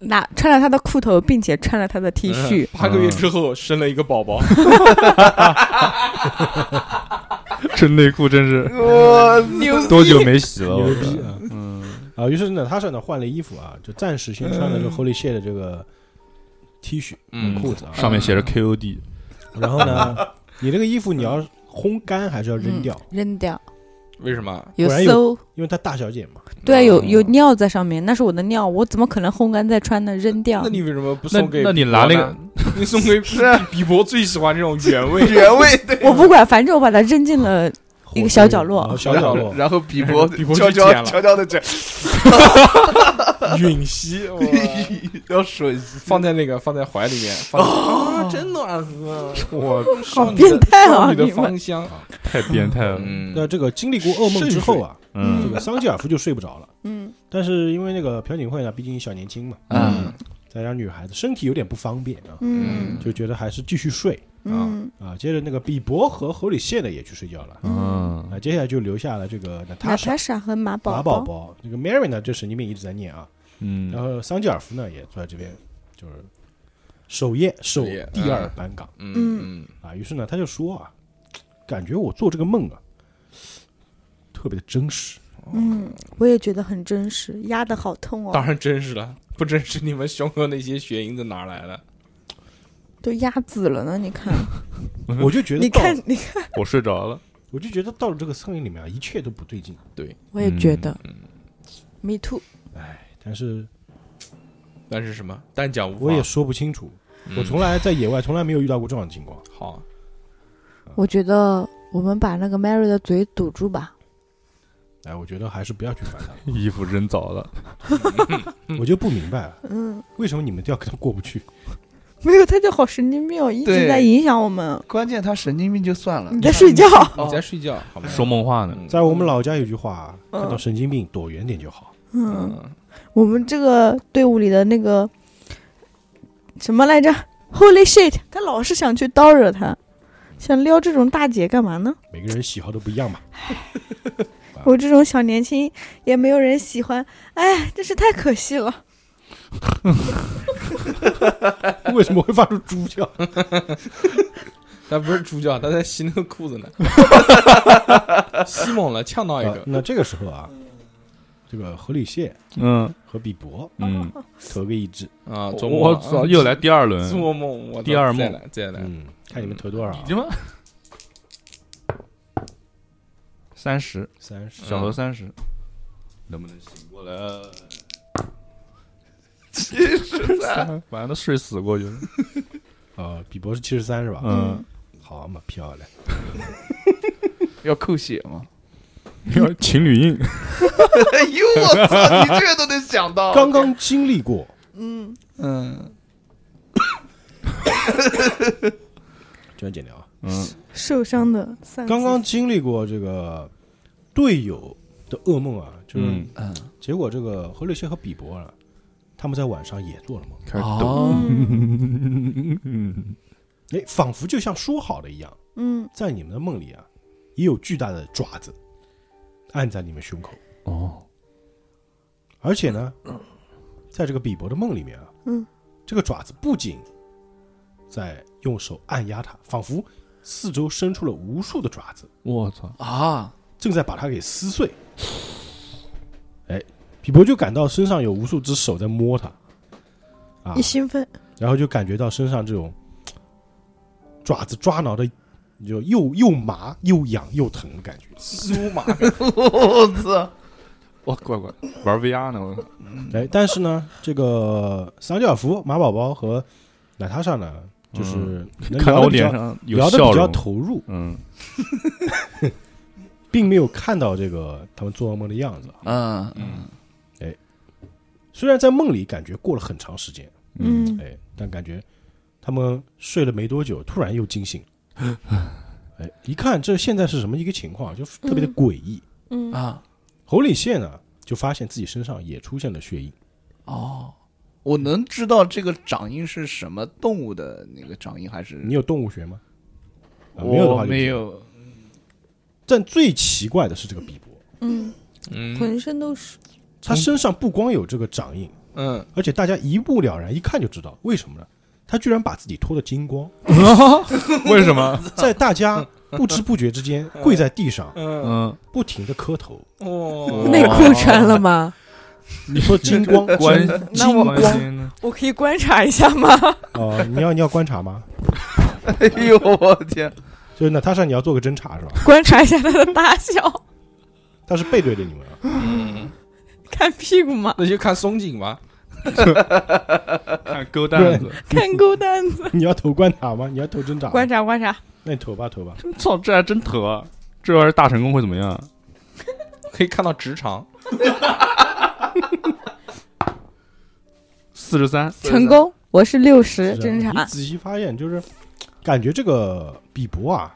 拿穿了他的裤头，并且穿了他的 T
嗯
恤。
八个月之后生了一个宝宝，
这内裤真是
我
牛
多久没洗了？
牛
我
逼
操
啊！
嗯，
啊，于是呢，他是呢换了衣服啊，就暂时先穿了这 Holy Shit 的这个 T 恤、
嗯
裤子啊，
上面写着 KOD，
然后呢，你那个衣服你要烘干还是要
嗯
扔掉？
扔掉，
为什么？
有
不然
馊，
因为她大小姐嘛，
对，啊有
嗯
有尿在上面，那是我的尿，我怎么可能烘干再穿呢？扔掉
那。你为什么不
那
送给？
那你拿那个，
你送给
是
比伯最喜欢这种原味。
原味对，
我不管，反正我把它扔进了一个小角落
啊小角落，
然后比伯
比伯
悄
去
悄
捡了
悄悄的捡，
吮吸，哇
哎要吮吸，
放在那个放在怀里面，放啊，真暖和，
哇，
少女
变
的
态啊
少女的
你们
芳香，
太变态 了。
那
嗯，
这个经历过噩梦之后啊，这
嗯，
个桑吉尔夫就睡不着了。
嗯，
但是因为那个朴槿惠呢，毕竟小年轻嘛，
嗯，
再加上女孩子身体有点不方便啊，
嗯
就觉得还是继续睡
嗯，
啊。接着那个比伯和侯里谢呢也去睡觉了
嗯
啊，接下来就留下了这个娜塔
娜
莎
塔。莎和马
马
宝
宝宝，那个 Mary 呢，这神经病一直在念啊，然
嗯，
后桑吉尔夫呢也坐在这边，就是守夜守
守夜
第二班岗
嗯
啊。于是呢，他就说啊，感觉我做这个梦啊，特别的真实。
嗯，我也觉得很真实，压的好痛
嗯，
哦
当，然真实了，不真实你们胸口那些血印子哪来的？
都压紫了呢。你看，
我就觉得
你
到，
看，你看，
我睡着了。
我就觉得到了这个森林里面啊，一切都不对劲。
我也觉得
嗯
，me too。
但是
但是什么？但讲无妨
我也说不清楚，
嗯
我从来在野外从来没有遇到过这样的情况。
好，
我觉得我们把那个 Mary 的嘴堵住吧。
哎，我觉得还是不要去烦他了。
衣服扔早了，
我就不明白了，
嗯，
为什么你们都要跟他过不去？
没有，他就好神经病，哦，一直
对
在影响我们。
关键他神经病就算了
你，在睡觉，
你在睡觉好吗？
说梦话呢。
嗯
在我们老家有句话啊，
嗯
看到神经病躲远点就好。
嗯，
嗯
我们这个队伍里的那个什么来着？Holy shit！他老是想去叨惹他，想撩这种大姐干嘛呢？
每个人喜好都不一样嘛。
我这种小年轻也没有人喜欢，哎，真是太可惜了。
为什么会发出猪叫？
他不是猪叫，他在吸那个 裤子呢，吸猛了，呛到一
啊
个。
那这个时候啊，这个河里蟹
嗯
和比伯
嗯，
投个一致，
啊，做梦
我操，又来第二轮，
做梦，我操
第二梦
再来再来，
嗯，看你们投多少啊
你？他妈三十，
三十，
小何三十，嗯能不能醒过来？啊七十三， 晚上都睡死过去了。
呃，比伯是七十三是吧？
嗯，
好嘛，漂亮。
要扣血吗？
要情侣印，
哎呦我操，你这个都能想到，
刚刚经历过，
嗯，
嗯，
这样剪掉啊。
嗯，
受伤的三
刚刚经历过这个队友的噩梦啊，就是
嗯
结果这个何立谢和比伯啊，他们在晚上也做了梦，
开始抖，
哦，
嗯，
哎，仿佛就像说好的一样，
嗯，
在你们的梦里啊，也有巨大的爪子按在你们胸口，
哦，
而且呢，在这个比伯的梦里面啊，
嗯，
这个爪子不仅在用手按压他，仿佛四周伸出了无数的爪子，
我操，
啊，
正在把它给撕碎。哎，比伯就感到身上有无数只手在摸他，啊
一，兴奋，
然后就感觉到身上这种爪子抓挠的，就又又麻又痒又疼的感觉。
酥麻，
我操，
哇，乖乖，玩 VR 呢，我
哎，但是呢，这个桑吉尔夫、马宝宝和娜塔莎呢，就是能
嗯看
聊得
到我
比较
脸上有
聊得
笑
比较
容，
投入，
嗯，
并没有看到这个他们做噩梦的样子。
嗯嗯，
虽然在梦里感觉过了很长时间，
嗯
嗯，
哎，但感觉他们睡了没多久，突然又惊醒。哎，一看这现在是什么一个情况，就特别的诡异。
嗯，
啊，
侯礼宪呢，就发现自己身上也出现了血印，
哦，我能知道这个掌印是什么动物的那个掌印还是？
你有动物学吗？啊、没有的
嗯我
话就不
没
行。
有，
但最奇怪的是这个比伯，
嗯，浑身都是，
他身上不光有这个掌印，
嗯，
而且大家一目了然，一看就知道为什么呢？他居然把自己脱得精光，
为什么？
在大家不知不觉之间跪在地上，
嗯，
嗯，
不停的磕头。
哦，
内裤穿了吗？
你说精光
关
真
那我
关心呢？
我可以观察一下吗？
哦、你要你要观察吗？
哎呦我天，
就是娜塔莎，你要做个侦查是吧？
观察一下它的大小，
他是背对着你们啊，
看屁股 吗？
那就看松紧吧。
看哎勾蛋子，
看勾蛋子，
你要投观察吗？你要投侦查吗？
观察观察，
那你投吧投吧。
操，这还真投啊！这要是大成功会怎么样？
可以看到直肠，
四十三，
成功，我是六十
是
侦
啊
查
你，仔细发现，就是感觉这个比伯啊，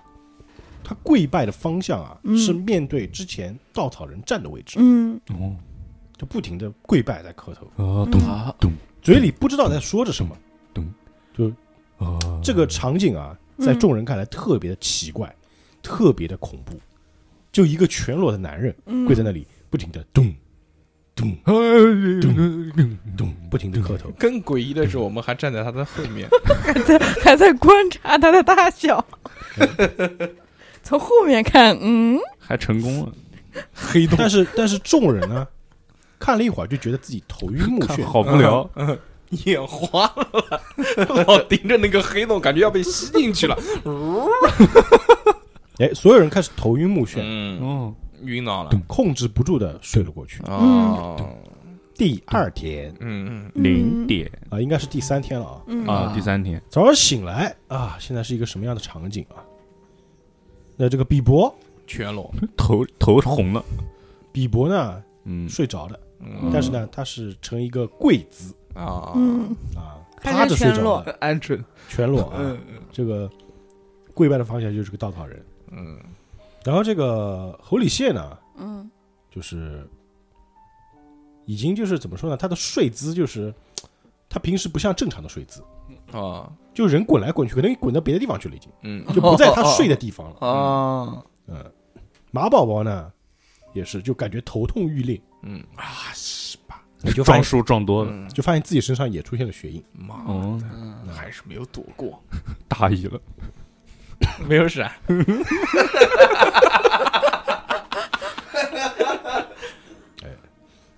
他跪拜的方向啊，
嗯
是面对之前稻草人站的位置，
嗯
哦，
就不停的跪拜在磕头，
哦，
懂
啊，
嘴里不知道在说着什么。
咚，
就
嗯
哦，
这个场景啊，
嗯
在众人看来特别的奇怪，特别的恐怖。就一个全裸的男人
嗯
跪在那里，不停的咚咚咚，不停的磕头。
更诡异的是，我们还站在他的后面，
还在观察它的大小，
嗯
从后面看，嗯，
还成功了，
黑洞
但是但是众人呢，看了一会儿就觉得自己头晕 目眩，
好无聊，
嗯眼花了，老盯着那个黑洞，感觉要被吸进去了。
哎，所有人开始头晕目眩，
嗯，
哦，
晕倒了。
控制不住的睡了过去。
哦，
第二天
嗯，
零点
啊，应该是第三天了啊。
啊，第三天，
早上醒来啊，现在是一个什么样的场景啊？那这个比伯，
全裸，
头头红了，
比伯呢
嗯，
睡着了，
嗯
但是呢，他是呈一个跪姿
啊，
嗯，
啊，
还是
趴着睡
全
着
裸
的，
鹌鹑，
全裸啊。这个跪拜的方向就是个稻草人。
嗯，
然后这个侯礼谢呢，
嗯，
就是已经就是怎么说呢？他的睡姿就是他平时不像正常的睡姿，
啊，
就人滚来滚去，可能滚到别的地方去了，已经
嗯，
就不在他睡的地 方了。
啊，
嗯，马宝宝呢也是，就感觉头痛欲裂，
嗯啊，是吧？
就发
撞
现
树撞多了，
嗯，
就发现自己身上也出现了血印。
妈，
哦，
还是没有躲过，
大意了，
没有闪，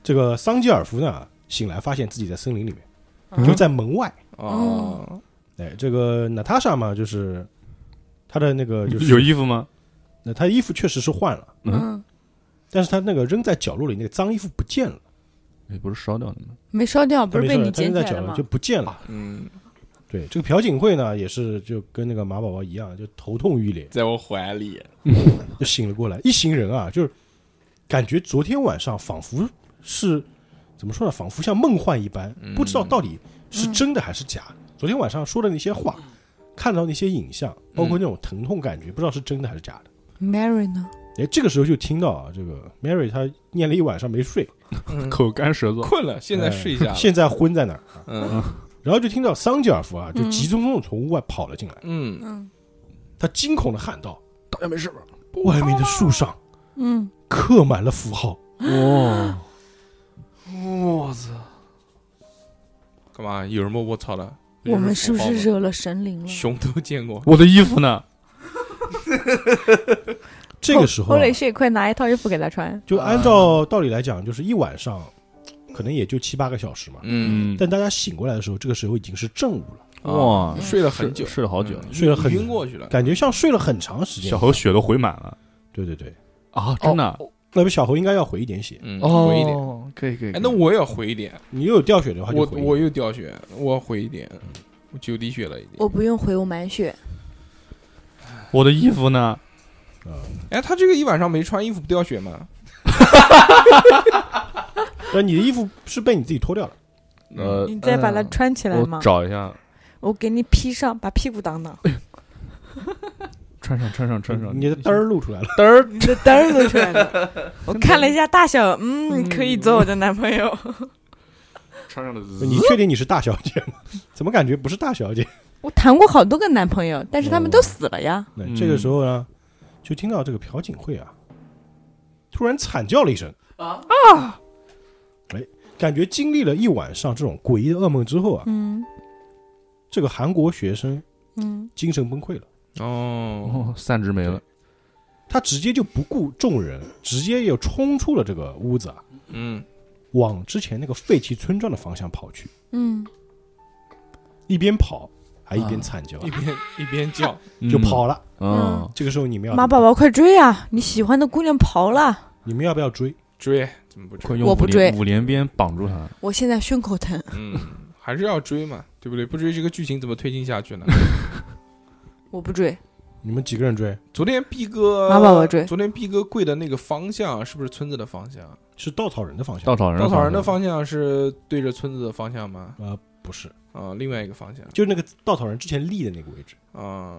这个桑吉尔夫呢醒来发现自己在森林里
嗯
面，就在门外。
哦，
哎，这个娜塔莎嘛，就是她的那 个就是
有衣服吗？
那她衣服确实是换了，
嗯，
但是她那个扔在角落里那个脏衣服不见了。
哎，不是烧掉的吗？
没烧掉，不
他
是
没事
被你
他扔
捡起
在
来
角
了
落
吗
就？不见了。
嗯，
对，这个朴槿惠呢，也是就跟那个马宝宝一样，就头痛欲裂，
在我怀里，
就醒了过来。一行人啊，就是感觉昨天晚上仿佛是怎么说呢？仿佛像梦幻一般，
嗯
不知道到底是
嗯
真的还是假的。昨天晚上说的那些话，看到那些影像，包
嗯
括那种疼痛感觉，不知道是真的还是假的。
Mary 呢？
哎，这个时候就听到啊，这个 Mary 她念了一晚上没睡，呃
口干舌燥，
困了，现在睡一下 吧。
现在昏在那儿，啊
嗯
然后就听到桑吉尔夫啊，就
嗯
急匆匆的从屋外跑了进来，
嗯，
嗯
他惊恐的喊道
大家没事吧？：“
外面的树上
嗯，
刻满了符号。
哇，
我操！
干嘛？有人摸我操了？
我们是不
有
是
人说谎
惹了神灵
话吗
了？
熊都见过？
我的衣服呢？”
这个时候
哦后
啊、
来是快拿一套衣服给他穿。
就按照道理来讲，就是一晚上，可能也就七八个小时嘛。
嗯，
但大家醒过来的时候，这个时候已经是正午了，
啊，
哇，
睡了很久，
睡了好久，
嗯
睡了很久
晕过去了。
感觉像睡了很长时间。
小猴，血都回满了
对对对，
啊！真的，
那么小猴应该要回一点血，
嗯，回一点。
哦，可以可以。可
哎
以，
那我也要回一点。
你又有掉血的话就
我
回一点。
我又掉血，我要回一点，我九滴血了已经。
我不用回，我满血。
我的衣服呢？
哎，他这个一晚上没穿衣服不掉血吗？
但你的衣服是被你自己脱掉了，
呃，
你再把它
嗯
穿起来嘛
我。找一下，
我给你披上，把屁股挡挡，
穿上，穿上，穿上。
你的嘚儿露出来了。
嘚儿，
你的嘚儿露出来了。我看了一下大小，嗯，可以做我的男朋友。
穿上了。
你确定你是大小姐吗？ 怎么感觉不是大小姐？
我谈过好多个男朋友，但是他们都死了呀。
那
嗯
这个时候呢，就听到这个朴槿惠啊，突然惨叫了一声啊啊！哎，感觉经历了一晚上这种诡异的噩梦之后啊，
嗯
这个韩国学生
嗯
精神崩溃了，
哦，
哦，三只没了。
他直接就不顾众人，直接又冲出了这个屋子啊，
嗯，
往之前那个废弃村庄的方向跑去，
嗯，
一边跑还一边
啊
惨叫，
一边一边叫，
就跑了。
嗯，
这个时候你们要
马宝宝快追啊！你喜欢的姑娘跑了，
你们要不要追？
追怎么不
快
追？
用
我
五
不
连
追
五连鞭绑住他。
我现在胸口疼。
嗯，还是要追嘛，对不对？不追这个剧情怎么推进下去呢？
我不追，
你们几个人追？
昨天逼哥，
马宝宝追
昨天逼哥跪的那个方向是不是村子的方向？
是稻草人的方向？
稻草人，
稻草人的方向是对着村子的方向吗？
呃，不是，
啊，另外一个方向
就是那个稻草人之前立的那个位置。
啊，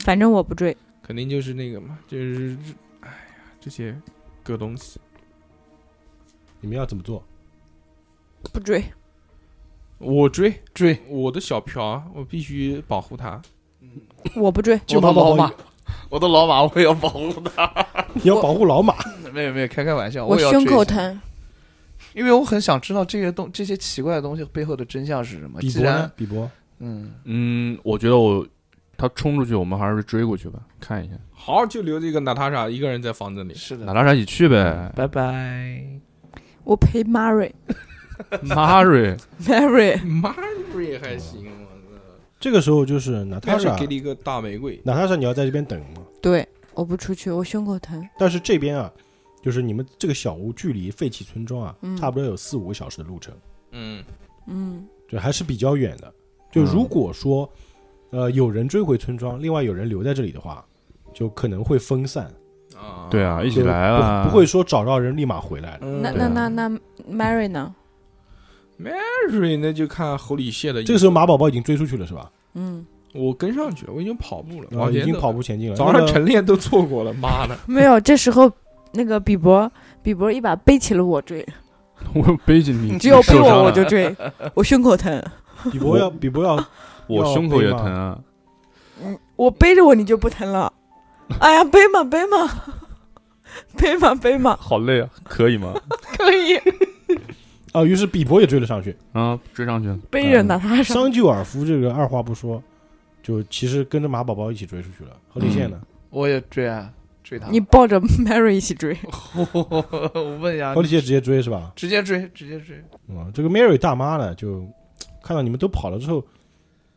反正我不追。
肯定就是那个嘛，就是，哎呀，这些个东西，
你们要怎么做？
不追，
我追，
追
我的小朴，我必须保护他。
我不追，
我的老马，我的老马，我也要保护它。
你要保护老马，
没有没有，开开玩笑，
我
也要
胸
追
口
一下，
疼。
因为我很想知道这些东这些奇怪的东西背后的真相是什么。
比
既
伯呢
然？
比伯，
嗯，
嗯，我觉得我他冲出去，我们还是追过去吧，看一下。
好，就留这个娜塔莎一个人在房子里。
是
哪
的，哎
拉啥一起去呗。
拜拜。
我陪 Mary
Mary，
Mary，
Mary 还行，
这个时候就是娜
他
塔
是
莎
给，你一个大玫瑰。
娜塔莎，你要在这边等嘛。
对，我不出去，我胸口疼。
但是这边啊，就是你们这个小屋距离废弃村庄啊，
嗯
差不多有四五个小时的路程，
嗯
嗯
就还是比较远的。就如果说，呃，有人追回村庄，另外有人留在这里的话，就可能会分散，
啊，
对啊，一起
就
来啊，
不不会说找到人立马回来了。
嗯，
那
对
那
啊
那那 Mary 呢？
Mary 那就看侯里谢的意思。
这个时候马宝宝已经追出去了是吧？
嗯，
我跟上去了，我已经跑步了，
啊，
往前
已经
走
跑。步前进了。
早
那
上
么
晨练都错过了，妈的！
没有。这时候那个比伯，比伯一把背起了我追，
我背着你，
只有
你
背
受伤
我我
了
就追，我胸口疼。
比伯 要比伯要
我
要
胸口
背
也
吗
疼啊。
我背着我你就不疼了。哎呀，背嘛背嘛，背嘛背嘛，
好累啊，可以吗？
可以
啊，于是比伯也追了上去。
啊，追上去，
背着娜塔莎。
桑吉尔夫这个二话不说，就其实跟着马宝宝一起追出去了。何立宪呢？
我也追啊，追他。
你抱着 Mary 一起追，
我问
嗯
一下
何，立宪直接追是吧？
直接追，直接追。
嗯，这个 Mary 大妈呢，就看到你们都跑了之后，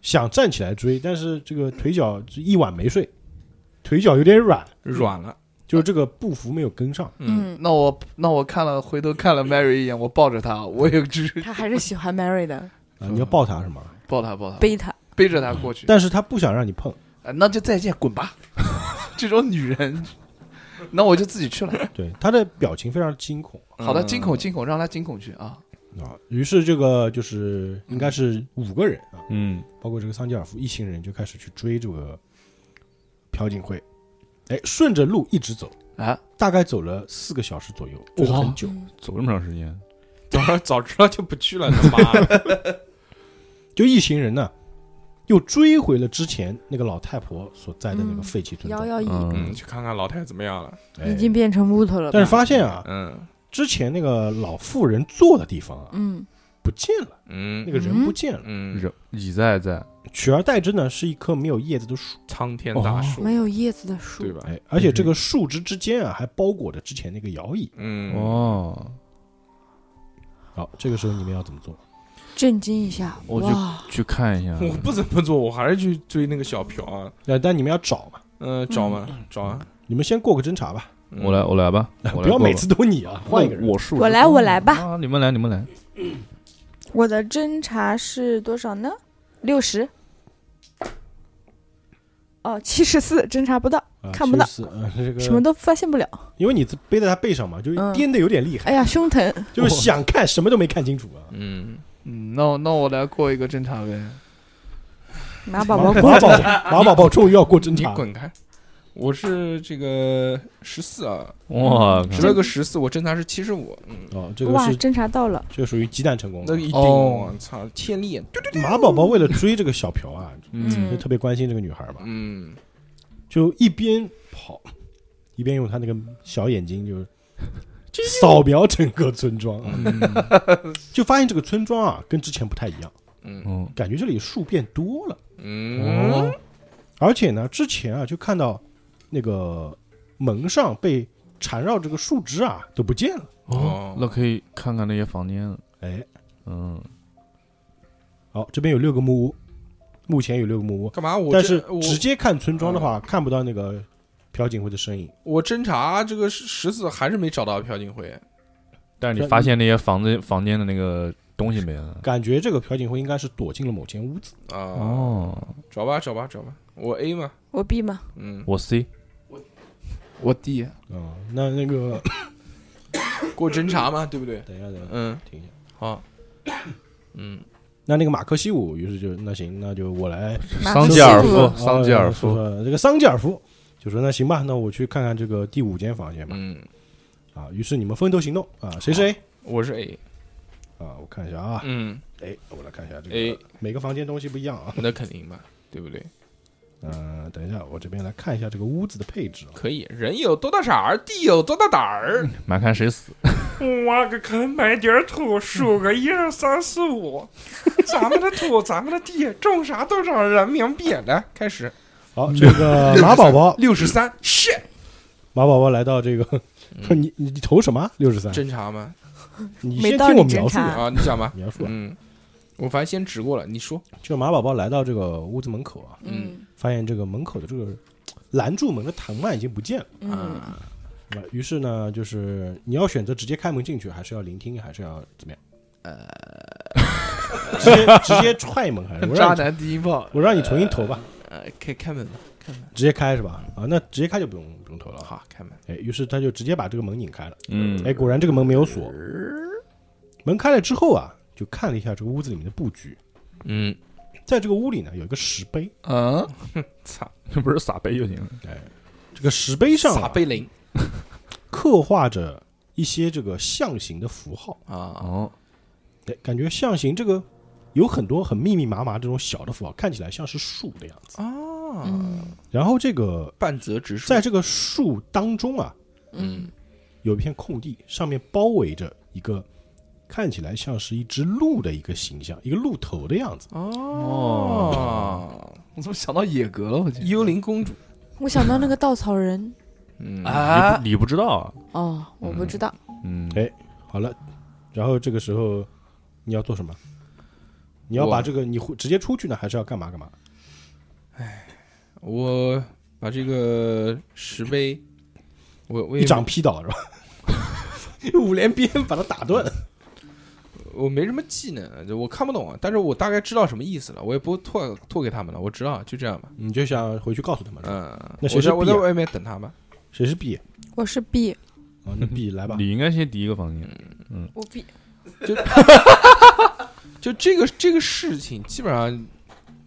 想站起来追，但是这个腿脚一晚没睡，腿脚有点软，
软了，
就是这个步幅没有跟上。啊
嗯，
嗯，
那我那我看了，回头看了 Mary 一眼，我抱着她，我也追，
嗯他还是喜欢 Mary 的，
啊，你要抱她是吗？
抱她，抱她，
背他。
背着她过去。
但是她不想让你碰，
啊那就再见，滚吧！这种女人，那我就自己去了。
对，他的表情非常惊恐
好的，
嗯
惊恐惊恐，让他惊恐去啊。
啊。于是这个就是应该是五个人啊，
嗯
包括这个桑吉尔夫一行人就开始去追这个朴槿惠，哎，顺着路一直走，
啊，
大概走了四个小时左右，追了很久。
嗯
走这么长时间，
早早知道就不去了，他妈 的！
就一行人呢，又追回了之前那个老太婆所在的那个废弃村
幺
庄。
幺一
嗯，
嗯
去看看老太怎么样了。
哎
已经变成木头了吧，
但是发现啊，
嗯
之前那个老妇人坐的地方啊
嗯
不见了，
嗯
那个人不见了，
嗯，
人椅在在，
取而代之呢是一棵没有叶子的树。
苍天大树，
哦
没有叶子的树
对，吧？
哎，而且这个树枝之间啊还包裹着之前那个摇椅。
嗯，
哦，
好，这个时候你们要怎么做？
震惊一下，
我就
哇，
去看一下，
我不怎么做，我还是去追那个小朴啊。
那但你们要找嘛，
嗯，找嘛找啊，
你们先过个侦查吧，
嗯
我来，我来吧， 哎
不
我来
要
过
每
吧
次都你啊，换一个人。
我数
我来我来吧
啊，你们来你们来，
我的侦查是多少呢？六十。哦，七十四，侦查不到，
啊
看不到
其实是呃这个
什么都发现不了。
因为你背在他背上嘛，就是
嗯
颠的有点厉害，
哎呀，胸疼！
就是想看什么都没看清楚啊。
嗯，
嗯，那我那我来过一个侦查呗。
马宝
马
宝
宝
过
马
来，
宝马宝宝终于要过侦
你
查，
滚开！我是这个十四啊，
哇，
只了个十四，我侦查是七十五，嗯，
哦，这个
哇，
是
侦查到了，
这个属于鸡蛋成功
那
了
个。一定，
哦
我操，天力，对
马宝宝为了追这个小朴啊，就
嗯
特别关心这个女孩嘛，
嗯，
就一边跑，一边用他那个小眼睛就是扫描整个村庄啊，
嗯
就发现这个村庄啊跟之前不太一样，
嗯
嗯
感觉这里树变多了，
嗯，
哦
而且呢，之前啊就看到那个门上被缠绕这个树枝啊都不见了，
哦，那可以看看那些房间了，
哎，
嗯，
好，这边有六个木屋，目前有六个木屋，
干嘛？我
但
这
是
我嗯
直接看村庄的话，看不到那个朴槿惠的身影。
我侦查这个十四还是没找到朴槿惠，
但是你发现那些房子房间的那个东西没了，
感觉这个朴槿惠应该是躲进了某间屋子。
啊，
哦，
找吧找吧找吧，我 A 嘛，
我闭吗？
嗯，
我 C，
我弟，
啊、那那 个，？
过侦查嘛，对不对
等一下，等一下，
嗯，
停一下。
好，嗯，
那那个马克西姆，于是就那行，那就我来。
马
桑
克
吉
西
尔
姆
夫，哦桑吉尔
呃
夫，
说说这个桑吉尔夫就说那行吧，那我去看看这个第五间房间吧。
嗯，
啊，于是你们分头行动啊，谁是 A
我是 A，
啊？我看一下啊，
嗯
哎，我来看一下这
，A，
个每个房间东西不一样啊。
那肯定嘛，对不对？
嗯、等一下，我这边来看一下这个屋子的配置啊。
可以，人有多大色儿，地有多大胆儿。
蛮看谁死，
挖个坑，埋点儿土，数个一二三四 五，咱们的土，咱们的地，种啥多少人民币来，开始，
好，这个马宝宝，
六十三，是
马宝宝来到这个，说
嗯
你你投什么？六十三，
侦查吗？
你
没
先
道
听我
理侦
描述
查
啊，
嗯啊，你讲吧，
描述啊。
嗯，我反正先指过了，你说，
就马宝宝来到这个屋子门口啊，
嗯
发现这个门口的这个拦住门的藤蔓已经不见了。
嗯，
啊，
那么于是呢，就是你要选择直接开门进去，还是要聆听，还是要怎么样？呃，直 接直接踹门还是？我
渣
让你
男低音炮，
我让你重新投吧，
呃，开开门吧，开门，
直接开是吧？啊，那直接开就不用不用投了哈。
好，开门，
哎，于是他就直接把这个门引开了。
嗯
哎，果然这个门没有锁。门开了之后啊，就看了一下这个屋子里面的布局，
嗯，
在这个屋里呢有一个石碑，
嗯，
操，
不是撒杯就行了，
这个石碑上
撒
啊
贝宁
刻画着一些这个象形的符号。
啊，
哦，
对，感觉象形这个有很多很密密麻麻这种小的符号，看起来像是树的样子。
哦，
嗯
然后这个
半泽直树，
在这个树当中啊，
嗯，
有一片空地，上面包围着一个看起来像是一只鹿的一个形象，一个鹿头的样子。
哦，
我怎么想到野格了？我去
幽灵公主，
我想到那个稻草人，
嗯，
你
啊
不，你不知道啊，
哦，我不知道，
嗯，
哎好了，然后这个时候你要做什么？你要
我
把这个你会直接出去呢，还是要干嘛干嘛？
我把这个石碑，我我也
一掌劈倒是吧？ 五连鞭把他打 断。
我没什么技能，就我看不懂，啊但是我大概知道什么意思了，我也不拓拓给他们了，我知道就这样吧。
你就想回去告诉他们是吧，
嗯，
那谁
我在
是
我
B
在
啊
外面等他们。
谁是 B
我是 B，
啊？那 B 来吧。
你应该先第一个房间，
嗯
我 B，
就这个这个事情，基本上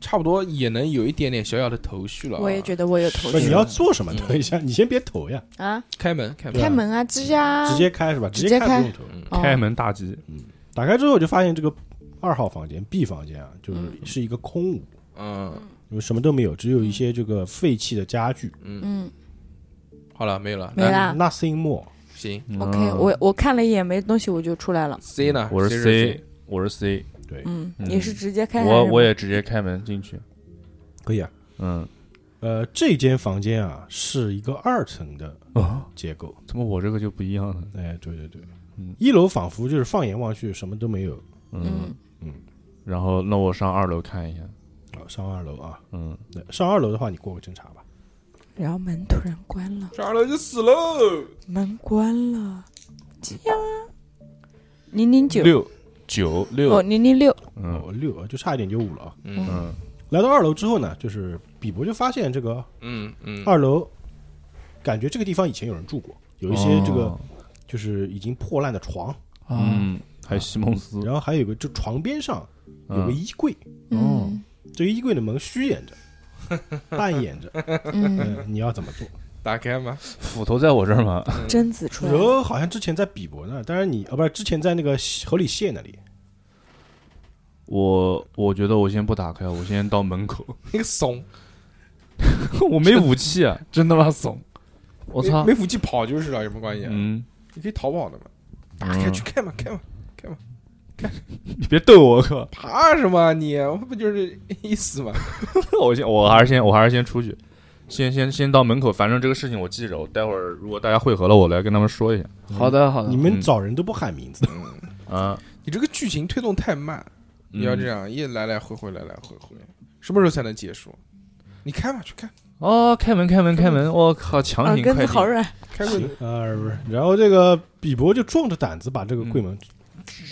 差不多也能有一点点小小的头绪了啊。
我也觉得我有头
不，
绪
你要做什么？
嗯
等一下，你先别投呀，
啊，
开门开门，嗯
开门啊，吱呀，
直接开是吧？
直
直接
接
开
开
不用投。
哦
开门大吉。
打开之后就发现这个二号房间 B 房间啊，就是是一个空屋，
嗯
有什么都没有，只有一些这个废弃的家具。
嗯，
嗯
好了，没了，
没
来
啦
Nothing more。
行
嗯
，OK，我我看了一眼没东西，我就出来了。
，C 呢？
我
谁
是
C，
C，我是 C，
对，
嗯，
嗯
也是直接开还
我
是
我也直接开门进去。
可以啊。
嗯，
呃，这间房间啊是一个二层的
啊，
结构。
怎么我这个就不一样了？
哎，对对对
嗯，
一楼仿佛就是放眼望去什么都没有
嗯，
嗯
然后那我上二楼看一下。
啊。上二楼啊，
嗯，
那上二楼的话，你过个侦查吧。
然后门突然关了，
上楼就死喽。
门关了，这样啊，零零九
六九
哦，
六，
零零六，
嗯
哦，六啊就差一点就五了啊。
嗯
嗯
来到二楼之后呢，就是比伯就发现这个
嗯
啊
嗯，
二楼，感觉这个地方以前有人住过，有一些这个
哦
就是已经破烂的床，
啊，
嗯，还有西蒙斯，
然后还有一个就床边上啊有个
嗯
衣柜，
哦
嗯
这个衣柜的门虚掩 着，半掩着，
嗯，
嗯，你要怎么做？
打开吗？
斧头在我这儿吗？
贞子出来了，
柔好像之前在比伯那，当然你啊，不是之前在那个河里蟹那里，
我我觉得我先不打开，我先到门口。
那个怂，
我没武器啊！
真他妈怂！
我操
没！没武器跑就是了，有什么关系？
嗯，
你可以逃跑的嘛，打
嗯
开去看嘛，看嘛，
你别逗我 靠！
怕什么啊你？我不就是一死吗？
我先，我还是先，我还是先出去，先先先到门口。反正这个事情我记着，我待会儿如果大家汇合了，我来跟他们说一下。
好的
嗯
好的，
你们找人都不喊名字，
啊，
你这个剧情推动太慢，
嗯
你要这样一来来回回，来来回回，什么时候才能结束？你开吧，去看，
哦，开门，开门，开门！我靠，强
耳
行
根子
快
啊好
递，
软，
开过去。
呃，不是然后这个比伯就壮着胆子把这个柜门，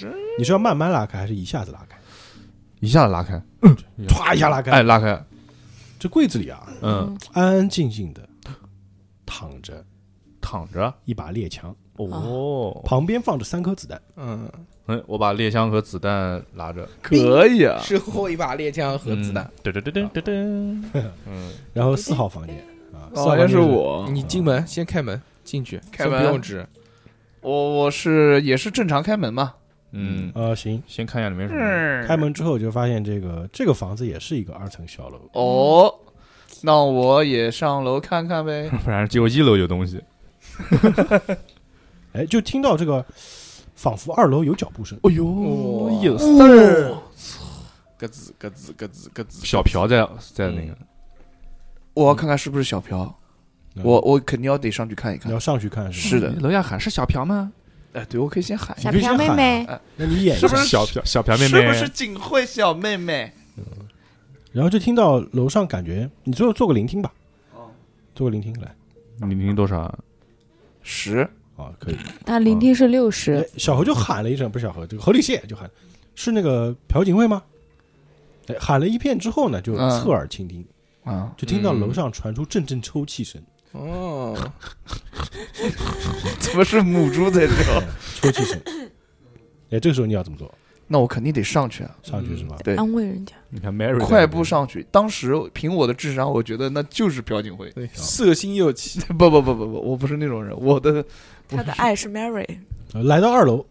嗯
你是要慢慢拉开还是一下子拉开？
一下子拉开，
歘一下拉开，
哎，拉开，
这柜子里啊，
嗯，
安安静静的躺着
躺着。
一把猎枪，
哦，
旁边放着三颗子弹。
嗯，
嗯，我把猎枪和子弹拿着，
可以啊，
收获一把猎枪和子弹。
嗯，噔噔噔噔噔噔， 嗯，
然后四号房间啊，四号
哦好
房间
像是我，
你进门，先开门进去，
开
先
门
不用指。
我我是也是正常开门嘛，
嗯，
呃，行，
先看一下里面什么。
嗯
开门之后就发现这个这个房子也是一个二层小楼，
哦，那我也上楼看看呗。
不然结果一楼有东西。
哎，就听到这个仿佛二楼有脚步声，
哎呦，有事儿！
咯吱咯吱咯吱咯吱，
小朴在在那个，
我要看看是不是小朴，
嗯
我我肯定要得上去看一
你
看
要。上去看是吗？
是的
哎，楼下喊是小朴吗？
哎，对，我可以先喊一
你
小
可以先
朴妹
喊
妹，
那你演一
是不
下
是，
小朴小朴
下，
妹
是不
妹
是景惠小妹妹？
然后就听到楼上感觉，你最后做个聆听吧，
哦
做个聆听来
你听多少啊？
十，
啊，可以。
他聆听是六十
哎，小何就喊了一声，不是小何，这个何立宪就喊，是那个朴槿惠吗？哎，喊了一片之后呢，就
嗯
侧耳倾听，
啊，
就听到
嗯
楼上传出阵阵抽泣声，
哦，
怎么是母猪在这？
抽泣声。哎，这个时候你要怎么做？
那我肯定得上去啊，
上去是吧？
对
安慰人家，
你看 Mary
快步，上去。当时凭我的智商，我觉得那就是朴槿惠。
对，色心又起，
不不不不不，我不是那种人，我的
他的爱是 Mary，
呃来到二楼，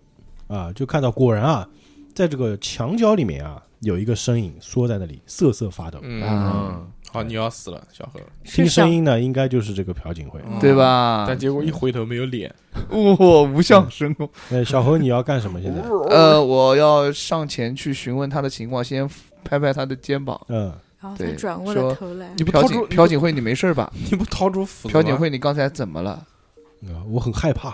啊，就看到果然啊，在这个墙角里面啊，有一个身影缩在那里瑟瑟发抖。
嗯，
啊，
嗯，
好，你要死了，小何。
听
是小
声音呢，应该就是这个朴槿惠。
对吧？
嗯但结果一回头没有脸，
我无相哦神功。
哎，小何，你要干什么现在？
呃，我要上前去询问他的情况，先拍拍他的肩膀。
嗯，
然后他
对
转过
说
了头来，
你不
朴
掏
槿
出
朴槿惠，你没事吧？
你不掏出斧子吗？
朴槿惠，你刚才怎么了？
啊我很害怕。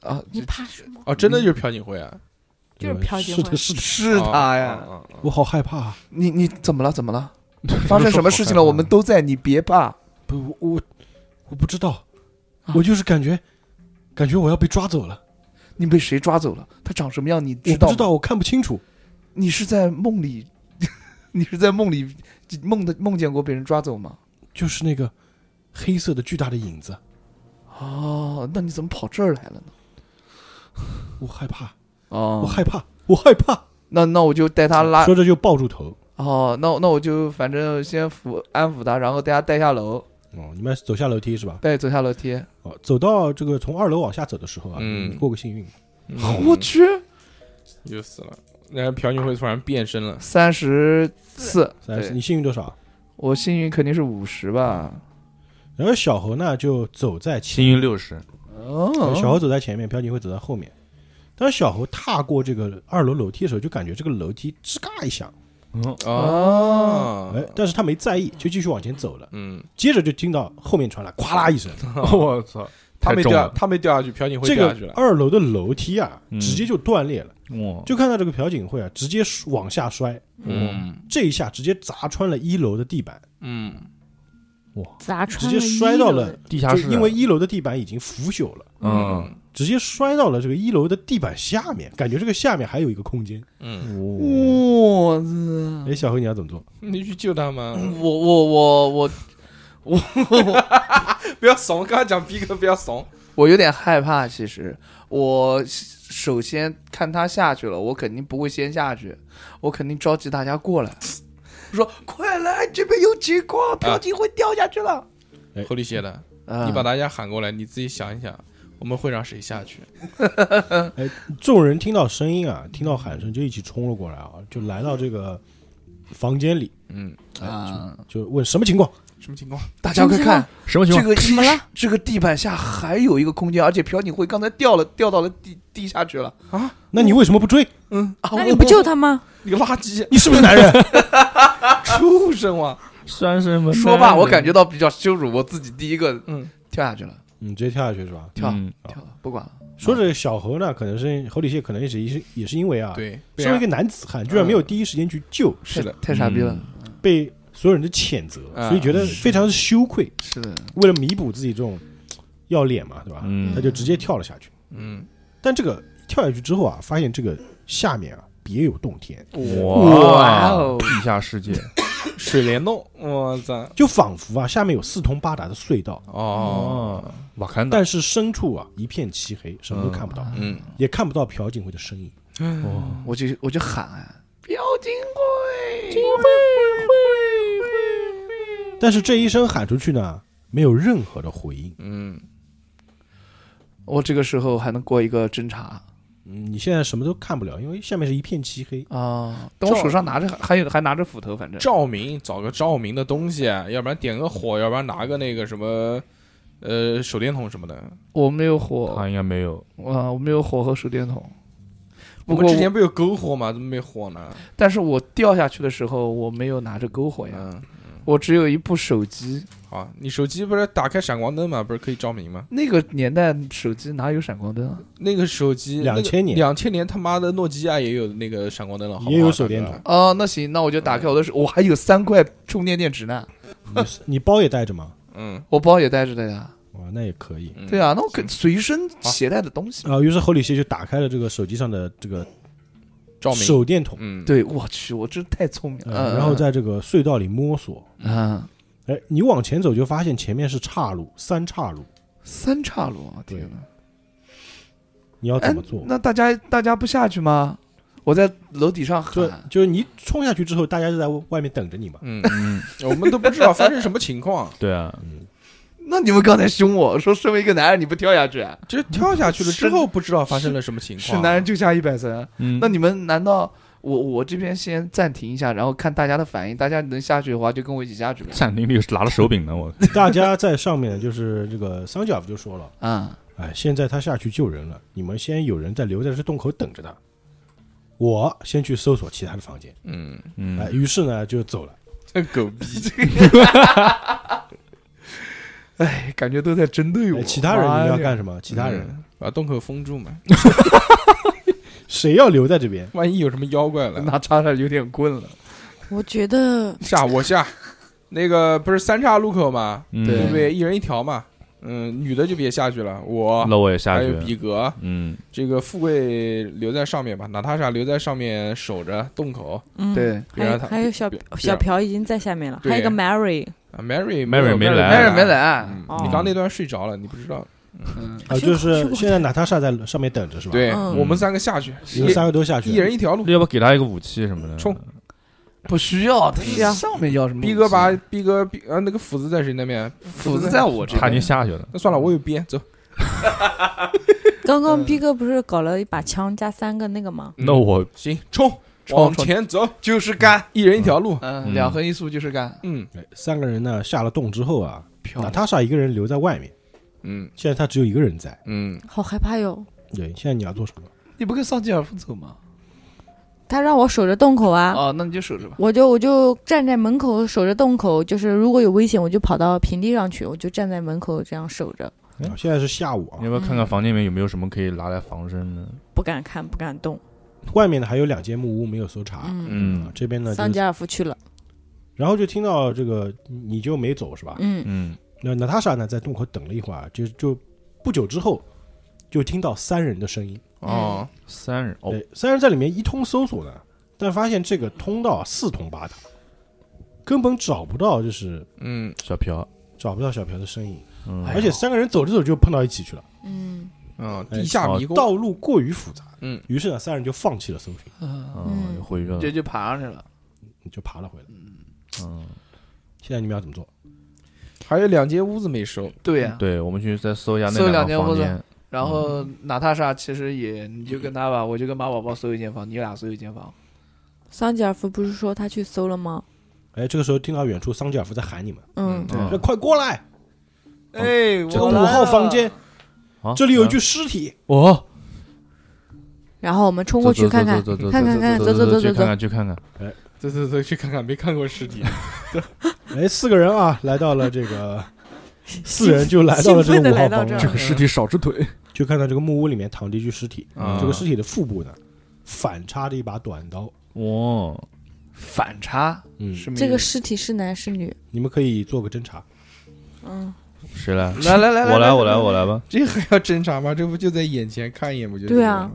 啊，
你
这
怕什么？
哦，真的就是朴槿惠啊，
就是
对吧
朴槿
是
惠
的，是的，啊
是他呀！
哦。哦哦
我好害怕啊。
你你怎么了？怎 么了？发生什么事情了？我们都在，你别怕。
不，我我我不知道，
啊
我就是感觉，感觉我要被抓走了。
你被谁抓走了？他长什么样？你
我
知
不
道？
知道，。我看不清楚。
你是在梦里， 你是在梦里梦的梦见过被人抓走吗？
就是那个黑色的巨大的影子，
哦，那你怎么跑这儿来了呢？
我害怕，我
哦，
害怕，我害怕。
那那我就带他拉
说着就抱住头。
哦，那那我就反正先抚安抚他，然后带他带下楼，
哦，你们走下楼梯是吧？
带走下楼梯。
哦，走到这个从二楼往下走的时候啊，
嗯
你过个幸运，
我去，
哦又死了。然后朴槿惠突然变身了，
三十四，
三十，
对
你幸运多少？
我幸运肯定是五十吧。
然后小猴呢就走在前，
幸运六十，
哦，
小猴走在前面，朴槿惠走在后面。当小猴踏过这个二楼楼梯的时候，就感觉这个楼梯吱嘎一响，
嗯，
啊嗯
哦
哎，但是他没在意，就继续往前走了。
嗯，
接着就听到后面传来咵啦一 声，
我操，
他没
太重
掉，
了
他没掉下去，朴槿惠
这
掉下去
个
了。
二楼的楼梯啊，
嗯
直接就断裂了，
哇，
就看到这个朴槿惠啊，直接往下摔，
嗯
这一下直接砸穿了一楼的地板，
嗯，
砸
直
穿
接摔
衣
到
服
了，
地
就
下室，啊
因为一楼的地板已经腐朽了。
嗯，
直接摔到了这个一楼的地板下面，感觉这个下面还有一个空间。
嗯，
哦
我操！
哎，小何你要怎么做？
你去救他吗？
我我我我
不要怂，刚刚讲逼哥不要怂。
我有点害怕，其实我首先看他下去了，我肯定不会先下去，我肯定召集大家过来， 说快来，这边有情况，朴槿惠掉下去了。
哎
狐狸蝎的，
啊
啊你把大家喊过来，你自己想一想，我们会让谁下去？
众人听到声音啊，听到喊声就一起冲了过来啊，就来到这个房间里，
嗯，
啊，
就问什么情况？
什么情况？
大家快看，
什么情
这
况？
个怎么了？这个地板下还有一个空间，而且朴槿惠刚才掉了，掉到了地地下去了
那你为什么不追？
啊！
那
我
你不救他吗？
你个垃圾
你是不是男人？
畜生啊！
三声门
说吧，我感觉到比较羞辱，我自己第一个
嗯，
跳下去了，
你嗯直接跳下去是吧？
跳
嗯
跳了，不管了。
说这个小何呢，可能是侯礼蟹，可能也是也是也是因为啊，
对，被嗯
身为一
人
个男子汉，居然没有第一时间去救，
是的，嗯
太傻逼了，
被所有人的谴责，
啊
所以觉得非常的羞愧。
是的，
为了弥补自己这种要脸嘛，对吧？
嗯
他就直接跳了下去。
嗯，
但这个跳下去之后啊，发现这个下面啊别有洞天，
哇哦
地下世界，
水帘洞，我操！
就仿佛啊下面有四通八达的隧道，
哦，
哦，瓦坎达，
但是深处啊一片漆黑，什么都看不到，
嗯，
也看不到朴槿惠的身影。
哦
我就我就喊啊，朴槿惠，
但是这一声喊出去呢，没有任何的回应。
嗯，
我这个时候还能过一个侦查
嗯，你现在什么都看不了，因为下面是一片漆黑。
啊！但我手上拿着还有还拿着斧头，反正
照明，找个照明的东西，啊要不然点个火，要不然拿个那个什么，呃，手电筒什么的。
我没有火
他应该没有，
啊，我没有火和手电筒。
我
不
们
过
之，前不有篝火吗？怎么没火呢？
但是我掉下去的时候，我没有拿着篝火呀，
嗯，
我只有一部手机。
好，啊你手机不是打开闪光灯吗？不是可以照明吗？
那个年代手机哪有闪光灯啊？
呃那个手机
2000年
两千年他妈的诺基亚也有那个闪光灯了，好不好
也有手电筒。
哦，那行，那我就打开我的手，我还有三块充电电池呢，
你包也带着吗？
嗯，
我包也带着的呀。
哇，那也可以。
嗯
对啊，那我可随身携带的东西。
啊、于是侯礼谢就打开了这个手机上的这个
照明，
手电筒，
嗯，，
对，我去，我真太聪明
呃
了。
然后在这个隧道里摸索。
啊，
哎，你往前走就发现前面是岔路，三岔路，
三岔路啊！
对
天哪！
你要
哎
怎么做？，
那大家大家不下去吗？我在楼底上
就
喊，
就是你冲下去之后，大家就在外面等着你 嘛。
嗯，
嗯，
我们都不知道发生什么情况，
对啊，
那你们刚才凶我说，身为一个男人你不跳下去，
就跳下去了之
是
后不知道发生了什么情况。
是男人就下一百层。
嗯
那你们难道我我这边先暂停一下，然后看大家的反应，大家能下去的话就跟我一起下去呗。
暂停里拿了手柄呢，我
大家在上面就是这个桑吉尔夫就说了，
啊，
哎，现在他下去救人了，你们先有人在留在这洞口等着他，我先去搜索其他的房间。
嗯，
嗯
哎，，于是呢就走了。
这狗逼，
哎，感觉都在针对我。
哎其他人你们要
妈呀
干什么？其他人
嗯把洞口封住嘛，
谁要留在这边？
万一有什么妖怪来
拿叉叉有点棍了。
我觉得
下我下。那个不是三岔路口吗？
嗯
对
对不对？一人一条嘛。嗯，女的就别下去了，我
那我也下
还
去
有，比格，
嗯，
这个富贵留在上面吧，娜塔莎留在上面守着洞口。
嗯，
对，
还
别
有
让他
还有小
别别
小朴已经在下面了，
对
还有一个 Mary，
啊，Mary
Mary 没来
没人没。来，
嗯
哦
你刚那段睡着了，你不知道。
嗯，
啊，就是现在娜塔莎在上面等着是吧？，
对
嗯
我们三个下去，
你们三个都下去
一，人一条路。
要不要给他一个武器什么的？
冲！
不需要，他
需要
上面要什么？
逼哥把逼哥逼啊，那个斧子在谁那边？
斧子在我这
差
边，
点下去了。
那算了，我有鞭，走。
刚刚逼哥不是搞了一把枪加三个那个吗？
嗯那我
行，冲，
冲
往前走，
就是干，
一人一条路。
嗯，
嗯
两横一竖就是干，
嗯
哎三个人呢下了洞之后啊，
漂
娜
亮。
塔莎一个人留在外面，
嗯
现在她只有一个人在。
嗯，
好害怕哟！
对，现在你要做什么？
你不跟桑吉尔夫走吗？
他让我守着洞口啊，
哦，那你就守着吧。
我就我就站在门口守着洞口，就是如果有危险，我就跑到平地上去，我就站在门口这样守着，
啊，现在是下午啊
你要，不要看看房间里面有没有什么可以拿来防身的？
不敢看，不敢动。
外面呢还有两间木屋没有搜查，
嗯，
啊
嗯，
这边呢，就
桑
是
吉尔夫去了，
然后就听到这个你就没走是吧？
嗯，
嗯，
那娜塔莎呢，在洞口等了一会儿，啊就就不久之后，就听到三人的声音。
哦，
三人哦，
对，三人在里面一通搜索呢，但发现这个通道啊四通八达，根本找不到，就是
嗯，
小哦朴，
找不到小朴的身影。
嗯，
而且三个人走着走着就碰到一起去了，
嗯，
啊，
哎
地下迷宫，
哦
道路过于复杂，
嗯，
于是呢，三人就放弃了搜寻，
嗯，又回去了
这。就爬上去了。
就爬了回来。
嗯，
现在你们要怎么做？
还有两间屋子没收。
对呀，
嗯对，我们去再搜一下
搜
那
两间
个
屋
房
子
间。
然后娜塔莎其实也，你就跟他吧，我就跟马宝宝搜一间房，你俩搜一间房。
桑吉尔夫不是说他去搜了吗？
哎，这个时候听到远处桑吉尔夫在喊你们
嗯，
嗯：“
那快过来，
哎，
这五号房间，
啊
这里有一具尸体。
哦，
然后我们冲过去看看，
啊 走走走
看看看
走
走走走
去看
走走，
看去看看。
走走走，去看看，没看过尸体。”
哎，四个人啊，来到了这个，四人就来到了这
兴奋
个
地
五号
来到
房
这
间
儿，
个 尸体少只腿，
就看到这个木屋里面躺着一具尸体，
啊
这个尸体的腹部呢，反插着一把短刀。
哇，
反差
嗯，
是没
这个尸体是男是女？
你们可以做个侦查。
嗯，
谁来？
来来来，
我来，我来，我来吧。
这还要侦查吗？这不就在眼前看一眼不就？
对啊。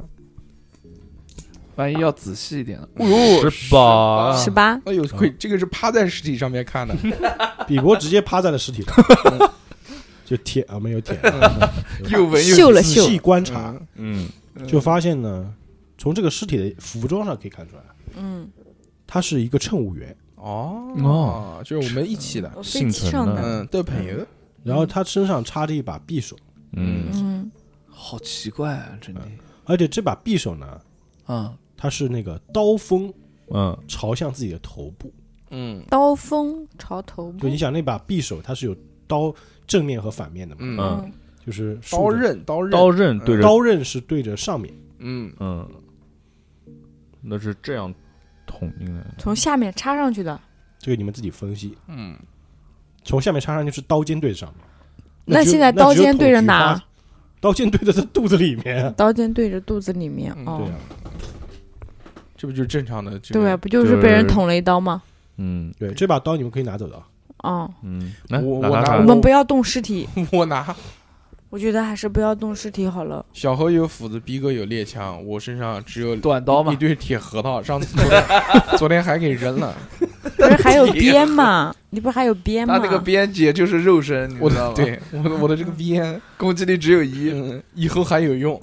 万一要仔细一点了。
呦，十八，
啊
十八，
哎呦，鬼，这个是趴在尸体上面看 的，
比伯直接趴在了尸体上， 就舔啊，没有舔，
又闻又
嗅了
仔
嗅，
细观
啊
察，
嗯，
就发现呢，从这个尸体的服装上可以看出来，
嗯，
他是一个乘务员，
哦
哦，
就是我们一起的，
我飞
幸
机
存
上
了
的，
嗯，都是朋友，
然后他身上插着一把匕首，
嗯，
嗯，
好奇怪啊，真的
而且这把匕首呢，
啊，
它是那个刀锋
嗯，
朝向自己的头部，
嗯
刀锋朝头部
就你，想那把匕首它是有刀正面和反面的嘛，
嗯，
嗯，
就是竖着
刀刃，刀刃，
刀刃对着，
刀刃是对着上面，
嗯，
嗯，那是这样捅进来的。
从下面插上去的，
这个你们自己分析。
嗯，
从下面插上去是刀尖对着上面，
那
只有
现在刀尖对着？
那
哪
只有捅菊花？ 刀尖对着他肚子里面。
刀尖对着肚子里面
嗯
哦
对，啊，
这不就是正常的？
对啊，，不就
就是是
被人捅了一刀吗？
嗯
对，这把刀你们可以拿走的啊。
哦，
嗯，来，
我
拿
我
拿
拿
拿
啊
我们不要动尸体，
我拿
我觉得还是不要动尸体好了。
小何有斧子，逼哥有猎枪，我身上只有
短刀嘛
一，堆铁核桃，上次昨天昨天还给扔了，
不是还有鞭吗？你不是还有鞭
他
吗？
那个边界就是肉身，你
我
知道
的
吗？，
对我的我的这个鞭，
攻击力只有一。
嗯，以后还有用，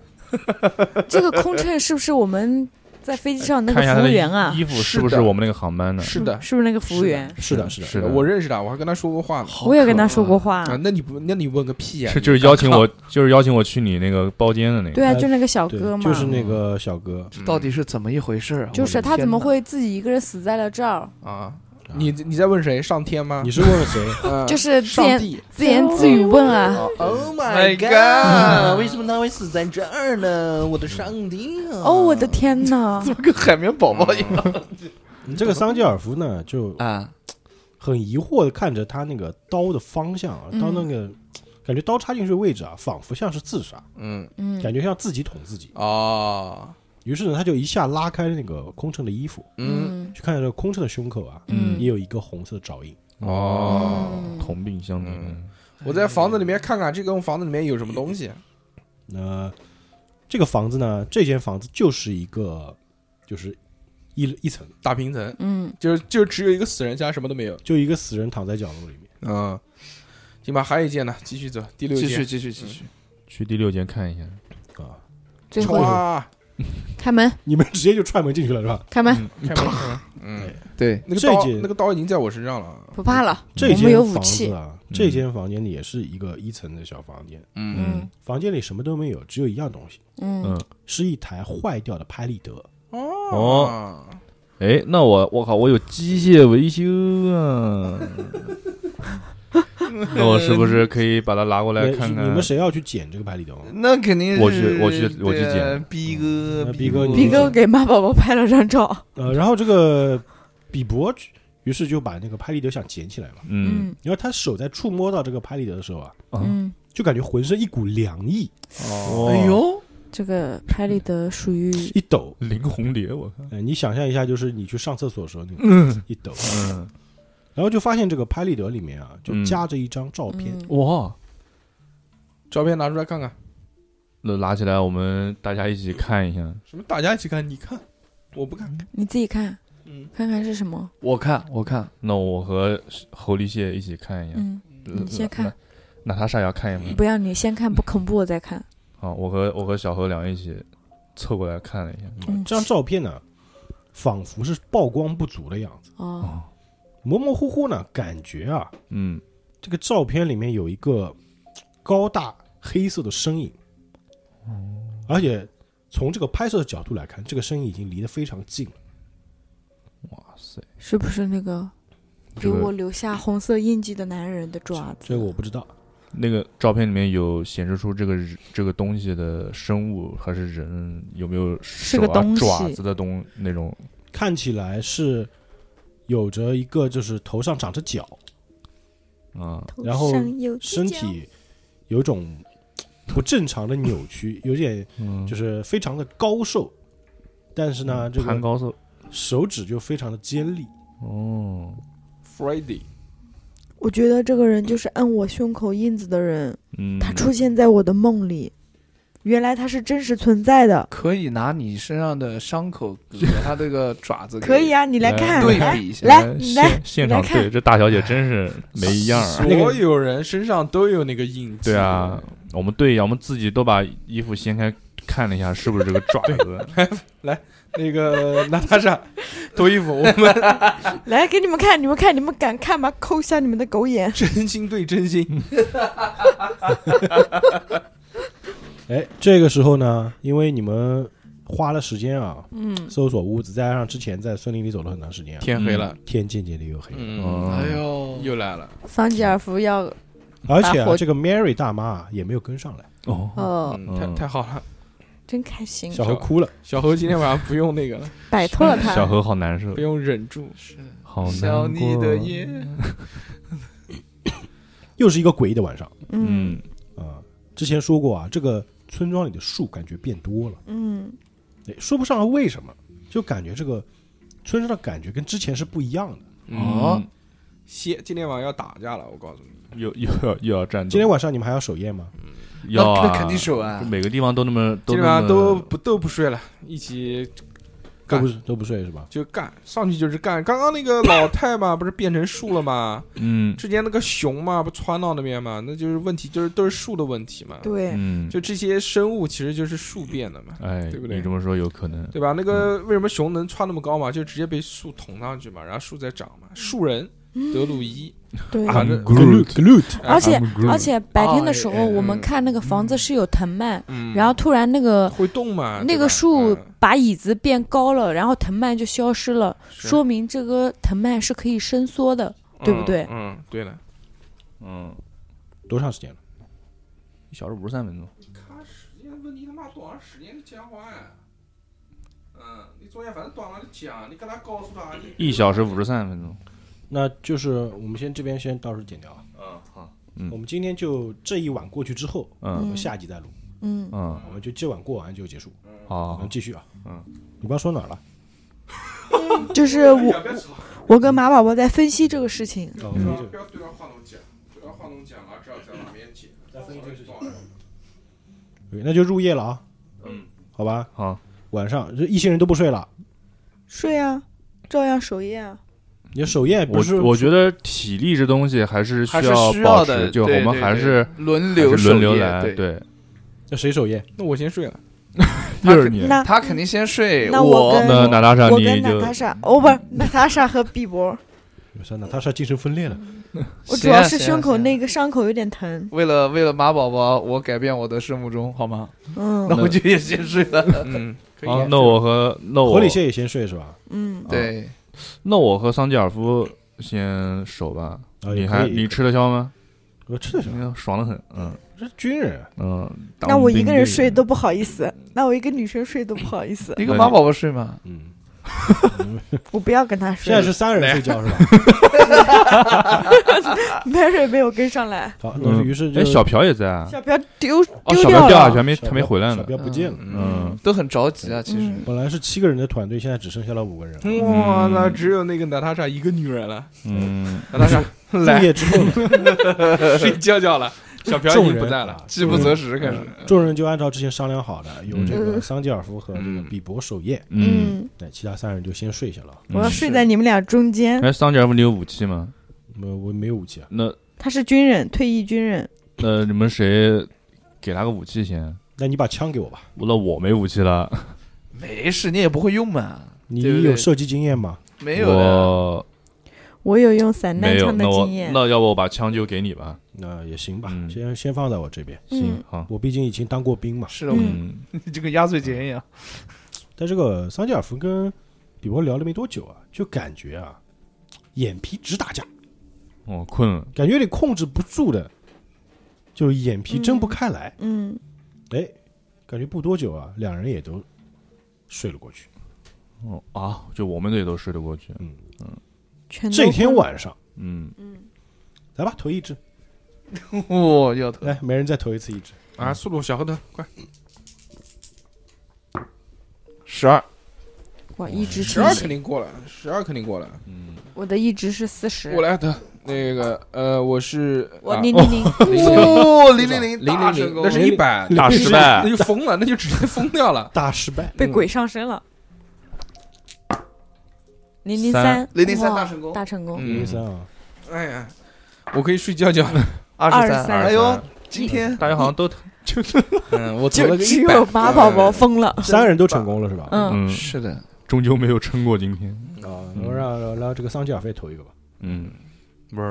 这个空乘是不是我们在飞机上那
看一下他
个服务
的
员啊？
衣服是不
是
是
的
我们那个航班的？
是的，
是不是那个服务员？
是的，是的，
是的
我认识他，我还跟他说过话呢。
我也跟他说过话，
啊，那你不，那你问个屁呀、
是就是邀请我，就是邀请我去你那个包间的那个。
对啊，
呃
就那个小
对
哥，嘛，
就是那个小哥，
嗯
你
啊到底是怎么一回事儿啊？
就是
我的
他怎么
天哪
会自己一个人死在了这儿？
啊？你你在问谁？上天吗
你？是问谁？
嗯
就是自
上
言
帝。
自言自语问啊，
Oh
my god！
啊为什么他会死在这儿呢？我的上帝啊！
哦，我的天哪！
怎么跟海绵宝宝一样
你这个桑吉尔夫呢，就
啊？
很疑惑的看着他那个刀的方向啊，
嗯
刀那个感觉刀插进去的位置啊，仿佛像是自杀，
嗯
嗯
感觉像自己捅自己。
哦，
于是呢，他就一下拉开那个空乘的衣服，
嗯
嗯
去看这个空乘的胸口啊，
嗯
也有一个红色的爪印。
哦，
嗯
同病相怜。
嗯我在房子里面看看这个房子里面有什么东西。
那、这个房子呢，这间房子就是一个，就是一一层，
大平层
嗯，
就是就只有一个死人，其他什么都没有。
就一个死人躺在角落里面。
嗯，行吧，还有一件呢，继续走，第六
继续
件。
继续继续，
去第六间看一下。
啊！
最后
哇，
开门，
你们直接就踹门进去了是吧？
开门，
开门开门，嗯，
对，
那个
哎这
刀
件
那个刀已经在我身上了，
不怕了，
这
我们
间
有武
房
器嗯
子。啊，这间房间里也是一个一层的小房间，
嗯，
嗯
房间里什么都没有，只有一样东西，
嗯，
嗯，
是一台坏掉的拍立得。
哦，
啊，
哎，那我我靠，我有机械维修啊，那我是不是可以把它拿过来
那
看看？
呃你们谁要去捡这个拍立得吗？
那肯定
我去我去我去捡
呃逼哥
嗯那逼哥你
皮哥给妈宝宝拍了张照。
呃，然后这个比伯于是就把那个拍立得想捡起来嘛，
嗯，
然后他手在触摸到这个拍立得的时候啊，
嗯，
就感觉浑身一股凉意，
哦
哎，呦，
这个拍立得属于
一抖，
林红蝶，我看，
呃，你想象一下，就是你去上厕所的时候那种
嗯
一抖，
嗯，
然后就发现这个拍立得里面啊，就
嗯
夹着一张照片，
嗯
哇，
照片拿出来看看，
那拿起来我们大家一起看一下。
什么大家一起看，你看，我不看，
你自己看，
嗯，
看看是什么。
我看我看，
那我和侯立蟹一起看一下。呃
嗯，你先看嗯
那。娜塔莎也要看一眼。
不要你先看不恐怖，我再看。
好，我和我和小何两人一起凑过来看了一下。
嗯
这张照片呢，仿佛是曝光不足的样子，
哦，
模模糊糊呢，感觉啊，
嗯，
这个照片里面有一个高大黑色的身影，而且从这个拍摄的角度来看，这个身影已经离得非常近了。
哇塞，
是不是那个给
这个
我留下红色印记的男人的爪子？
这个我不知道，
那个照片里面有显示出这个人这个东西的生物还是人有没有
是
手
个
啊
东西
爪子的东那种
看起来是有着一个就是头上长着角，
啊？
头
然后
上有犄
身
角
体有一种不正常的扭曲，有点
嗯，
就是非常的高瘦，但是呢，这
盘
个
高手
手指就非常的尖利。
哦，
Friday，
我觉得这个人就是按我胸口印子的人，
嗯，
他出现在我的梦里，原来他是真实存在的。
可以拿你身上的伤口和他这个爪子
可以
啊，
啊，你来
来
看，
对
来
比一下，
来你来
哎现现场
你来看
对这大小姐真是没一样啊！
那个
所有人身上都有那个印记，
对啊，我们对一下，我们自己都把衣服掀开看了一下，是不是这个爪子？
那个娜塔莎脱衣服，我们
来给你们看，你们看，你们敢看吗？抠一下你们的狗眼。
真心对真
嗯
心，
哎，这个时候呢，因为你们花了时间啊，
嗯，
搜索屋子，再加上之前在森林里走了很长时间、啊，
天黑了，
天渐渐的又黑了，
嗯，
嗯，
哎呦，
又来了，
桑吉尔夫要
而且
把
啊，
火
这个 Mary 大妈啊也没有跟上来，
哦，
哦，
嗯太太好了，
真开心，
小猴哭了，
小猴今天晚上不用那个了，
摆脱了他。
小何好难受
不，用忍住，
好
想
难
你
过。
的夜，
又是一个诡异的晚上
嗯
嗯，
啊、之前说过啊，这个村庄里的树感觉变多了，
嗯
哎，说不上来为什么，就感觉这个村上的感觉跟之前是不一样的。
嗯
哦
歇，今天晚上要打架了，我告诉你，
嗯，又又要又要战斗，
今天晚上你们还要守夜吗？
要啊
那肯定手啊
就，每个地方都那么都
今天
那
晚上
么
都不都不睡了，一起
都
干
不都不睡是吧？
就干，上去就是干。刚刚那个老太嘛，不是变成树了吗？
嗯
之前那个熊嘛，不窜到那边嘛，那就是问题，就是都是树的问题嘛。
对，
嗯，
就这些生物其实就是树变的嘛，
哎，
对不对
你这么说有可能，
对吧？那个为什么熊能窜那么高嘛？就直接被树捅上去嘛，然后树再长嘛。
嗯
树人德鲁伊，
对，
啊那
Groot
Groot，
而且
啊
I'm Groot
而且白天的时
哎哎
候，我
嗯
们看那个房子是有藤蔓，
嗯，
然后突然那个
会动嘛？
那
对
个
吧
树
嗯
把椅子变高了，然后藤蔓就消失了，
是
说明这个藤蔓是可以伸缩的。对不对
嗯，嗯对的。
嗯，
多长时间了？
一小时五十三分钟，
看时间问题，他妈多长时间你讲话呀？嗯，你中间反正断了讲，你跟他告诉他你
一小时五十三分钟，
那就是我们先这边先到时候剪掉啊。嗯，
嗯
好，我们今天就这一晚过去之后，我
嗯
们下集再录，
嗯，
嗯，
我们就这晚过完就结束，我
好
们，继续啊。
嗯，
你刚说哪儿了？
就是我我跟马宝宝在分析这个事情。
哦，没这
不要对着话筒讲，对着话筒讲啊，只要在旁边讲。
个，那就入夜了啊。
嗯，
好吧，
好，
晚上这一行人都不睡了，
睡啊，照样守夜啊。
你的守夜不
我
是
我觉得体力这东西还是
还
需
是需
保
要
持，
的，
就我
对
们
对
还
对
是
轮
还
流
是轮
守
流
夜
来，
对
对，
那谁守夜？
那我先睡了。
他
又是
肯
你，
那
他肯定先睡，
那
我
我跟
那娜拉莎
嗯我
你
跟娜
就
塔莎，哦不是，娜塔莎和碧波，
有事，娜塔莎精神分裂了。
我主要
行
是
啊
胸口。
行啊行啊
那个伤口有点疼。
为了为了马宝宝，我改变我的生物钟，好吗？那
嗯
我就也先睡了。
嗯，可以
啊，那我和那
火
我
里蟹也先睡是吧？
嗯，
对，
那我和桑吉尔夫先守吧。
啊，
你
也
还
可以
你吃得消吗？
我吃的什么？
嗯爽得很，嗯
这军人啊
嗯。当
那我
兵
一个人
的
睡都不好意思，那我一个女生睡都不好意思，
你跟马宝宝睡嘛？
嗯，
我不要跟她
现在是
睡，
三人睡觉是吧？
白水没有跟上来，
好，
嗯
那于是
哎，
就
小朴也在啊，
小彪丢
哦，
丢
小朴
掉
掉下去
了，
还没
小
还没
彪
回来
小
呢。
彪不见了。
嗯，
都很着急啊，其实。
嗯
本来是七个人的团队，现在只剩下了五个人。
呃哇，那只有那个娜塔莎一个女人 了。
嗯，
娜塔莎
入
来
夜之后呢，
睡觉觉了，小朴已
众
经 不
人啊
在了。
饥不择食，开始。
众人就按照之前商量好的，有这个
嗯
桑吉尔夫和这个比伯守夜，
嗯，
那其他三人就先睡下了。
我要
嗯
睡在你们俩中间。
哎，桑吉尔夫，你有武器吗？
我我没有武器啊，
那
他是军人，退役军人，
那你们谁给他个武器先？
那你把枪给我吧。
那我没武器了，
没事，你也不会用嘛。
你
对不对
有射击经验吗？
没有的，
我
我有用散弹
没有。
枪的
那我
经验。
那要不我把枪就给你吧？
那也行吧，
嗯
先先放在我这边。
行
嗯，
好，
我毕竟已经当过兵嘛。
是的，
嗯，
你 就跟压岁钱一样。
但这个桑吉尔夫跟比伯聊了没多久啊，就感觉啊，眼皮直打架，
我困了，
感觉有点控制不住的，就是眼皮睁不开来。
嗯，
哎，感觉不多久啊，两人也都睡了过去。
哦啊，就我们这里都睡得过去。
全都
这天晚上，
嗯，
来吧，投一只，
我 要头
来，哎每人再投一次一只。
啊，速度，小核桃，快！
十二，
我一直
十
清
二
醒
肯，定过了，十二肯定过了。
我的一直是四十
我。来得那个呃，我是
我
啊
零零零，
哦，零零
零
零，大
零
成
零，
功
那是一百，
大失败
那，就疯了，那就直接疯掉了。
大失败，
被鬼上身了。零零三，
003
哇
大成功
大成功，
零
嗯
零，三啊，
哎呀，我可以睡觉觉了。
二十
23
三。哎呦，今天
大家好像 都
嗯，我投了
就
个嗯
只
100
有马宝宝。疯了。
三人都成功了是吧？
嗯，
嗯，
是的，
终究没有撑过今天。
啊，然后让让让这个桑吉尔费投一个吧。
嗯，
不是，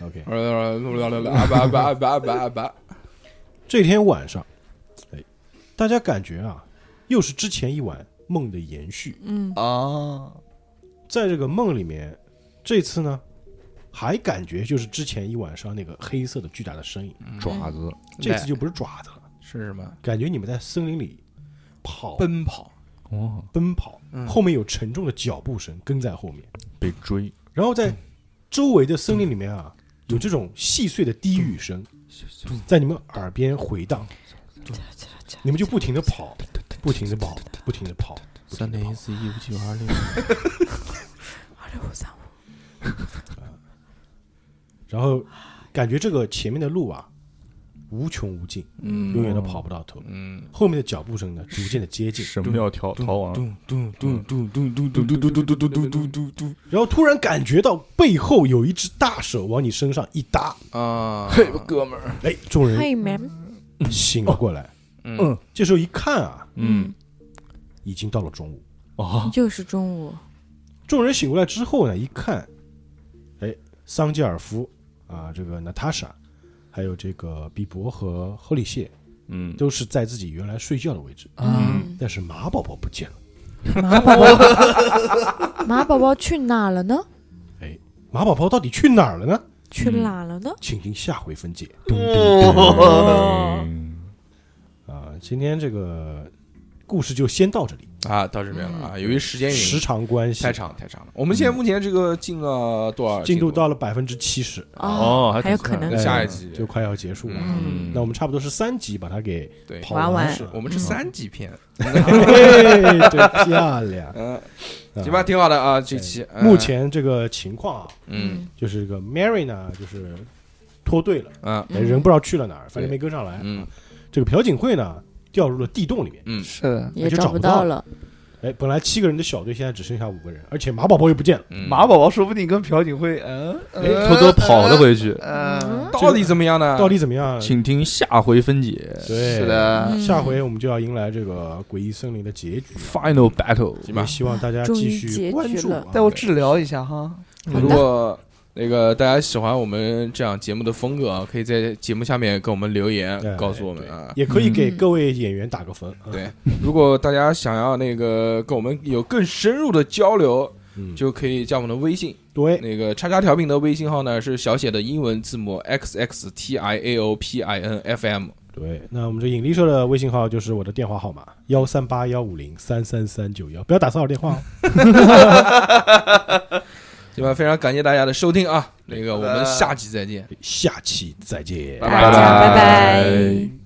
OK，
不是，不是，阿巴阿巴阿巴阿巴阿巴，
这天晚上，哎，大家感觉啊，又是之前一晚梦的延续。
嗯，
啊，
在这个梦里面，这次呢，还感觉就是之前一晚上那个黑色的巨大的身影，
嗯爪子，
这次就不是爪子了，
是什么？
感觉你们在森林里跑奔
奔跑，
哦，
奔跑，
嗯
后面有沉重的脚步声跟在后面，
被追，
然后
嗯
在周围的森林里面啊，有这种细碎的低语声
嗯
在你们耳边回荡，嗯你们就不停的跑，不停的跑，不停的跑，
三点一四一五九二六，
二六五三五，
然后感觉这个前面的路啊无穷无尽，永远都跑不到头。
嗯，
后面的脚步声呢，逐渐的接近，
神庙逃逃亡，
咚咚咚咚咚咚咚咚咚咚咚咚咚咚
然后突然感觉到背后有一只大手往你身上一搭，
啊！
嘿，哥们儿，
哎，众人
嘿 man，
醒了过来。
嗯，
这时候一看啊，
嗯，
已经到了中午。
哦，
又是中午，
众人醒过来之后呢，一看，哎，桑吉尔夫啊，这个娜塔莎，还有这个比伯和赫里谢
嗯，
都是在自己原来睡觉的位置，
啊
嗯
但是马宝宝不见了。
马宝宝，嗯马宝宝去哪了呢？
马宝宝到底去哪儿了呢？
去哪了呢？
请听下回分解。
哦嗯
啊，今天这个故事就先到这里，
啊，到这边了啊，由于时间原
时
因
长关系
太，长太长了。我们现在目前这个进了多少？
进
度嗯
度到了百分之七十，
嗯
哦，
还
还有可能
哎
下一集
就快要结束了。
嗯，
那我们差不多是三集把它给
对，
跑
玩完
是吧
我们是三级片，
嘿对，漂 亮。
嗯，
啊
行吧，挺好的啊，这期嗯
目前这个情况啊，
嗯
就是这个 Mary 呢，就是脱队了，
啊
嗯
哎人不知道去了哪儿，反
对
正没跟上来。啊
嗯
这个朴槿惠呢，掉入了地洞里面。
嗯
是的，
也
就
找
找不
到
到
了。
哎，本来七个人的小队现在只剩下五个人，而且马宝宝又不见了。
嗯
马宝宝说不定跟朴槿惠，嗯，
哎偷偷跑了回去，
嗯，
到底怎么样呢？
到底怎么样？
请听下回分解
对，
是。的，
嗯
下回我们就要迎来这个诡异森林的结局，
，Final Battle。
行
也
吧。
希望大家
终
继
于
续
结
关
局
注
了
啊。
带我治疗一下哈。
如果那个大家喜欢我们这样节目的风格啊，可以在节目下面给我们留言
对，
告诉我们啊。
也可以给
嗯
各位演员打个分。啊
嗯对，如果大家想要那个跟我们有更深入的交流，
嗯，
就可以加我们的微信，
对，
那个叉叉调频的微信号呢是小写的英文字母 x x t i a o p i n f m。
对，那我们这引力社的微信号就是我的电话号码幺三八幺五零三三三九幺，不要打骚扰电话哦。
行吧，非常感谢大家的收听啊，那个我们下期再见。
下期再见，
拜
大家
拜
拜拜
拜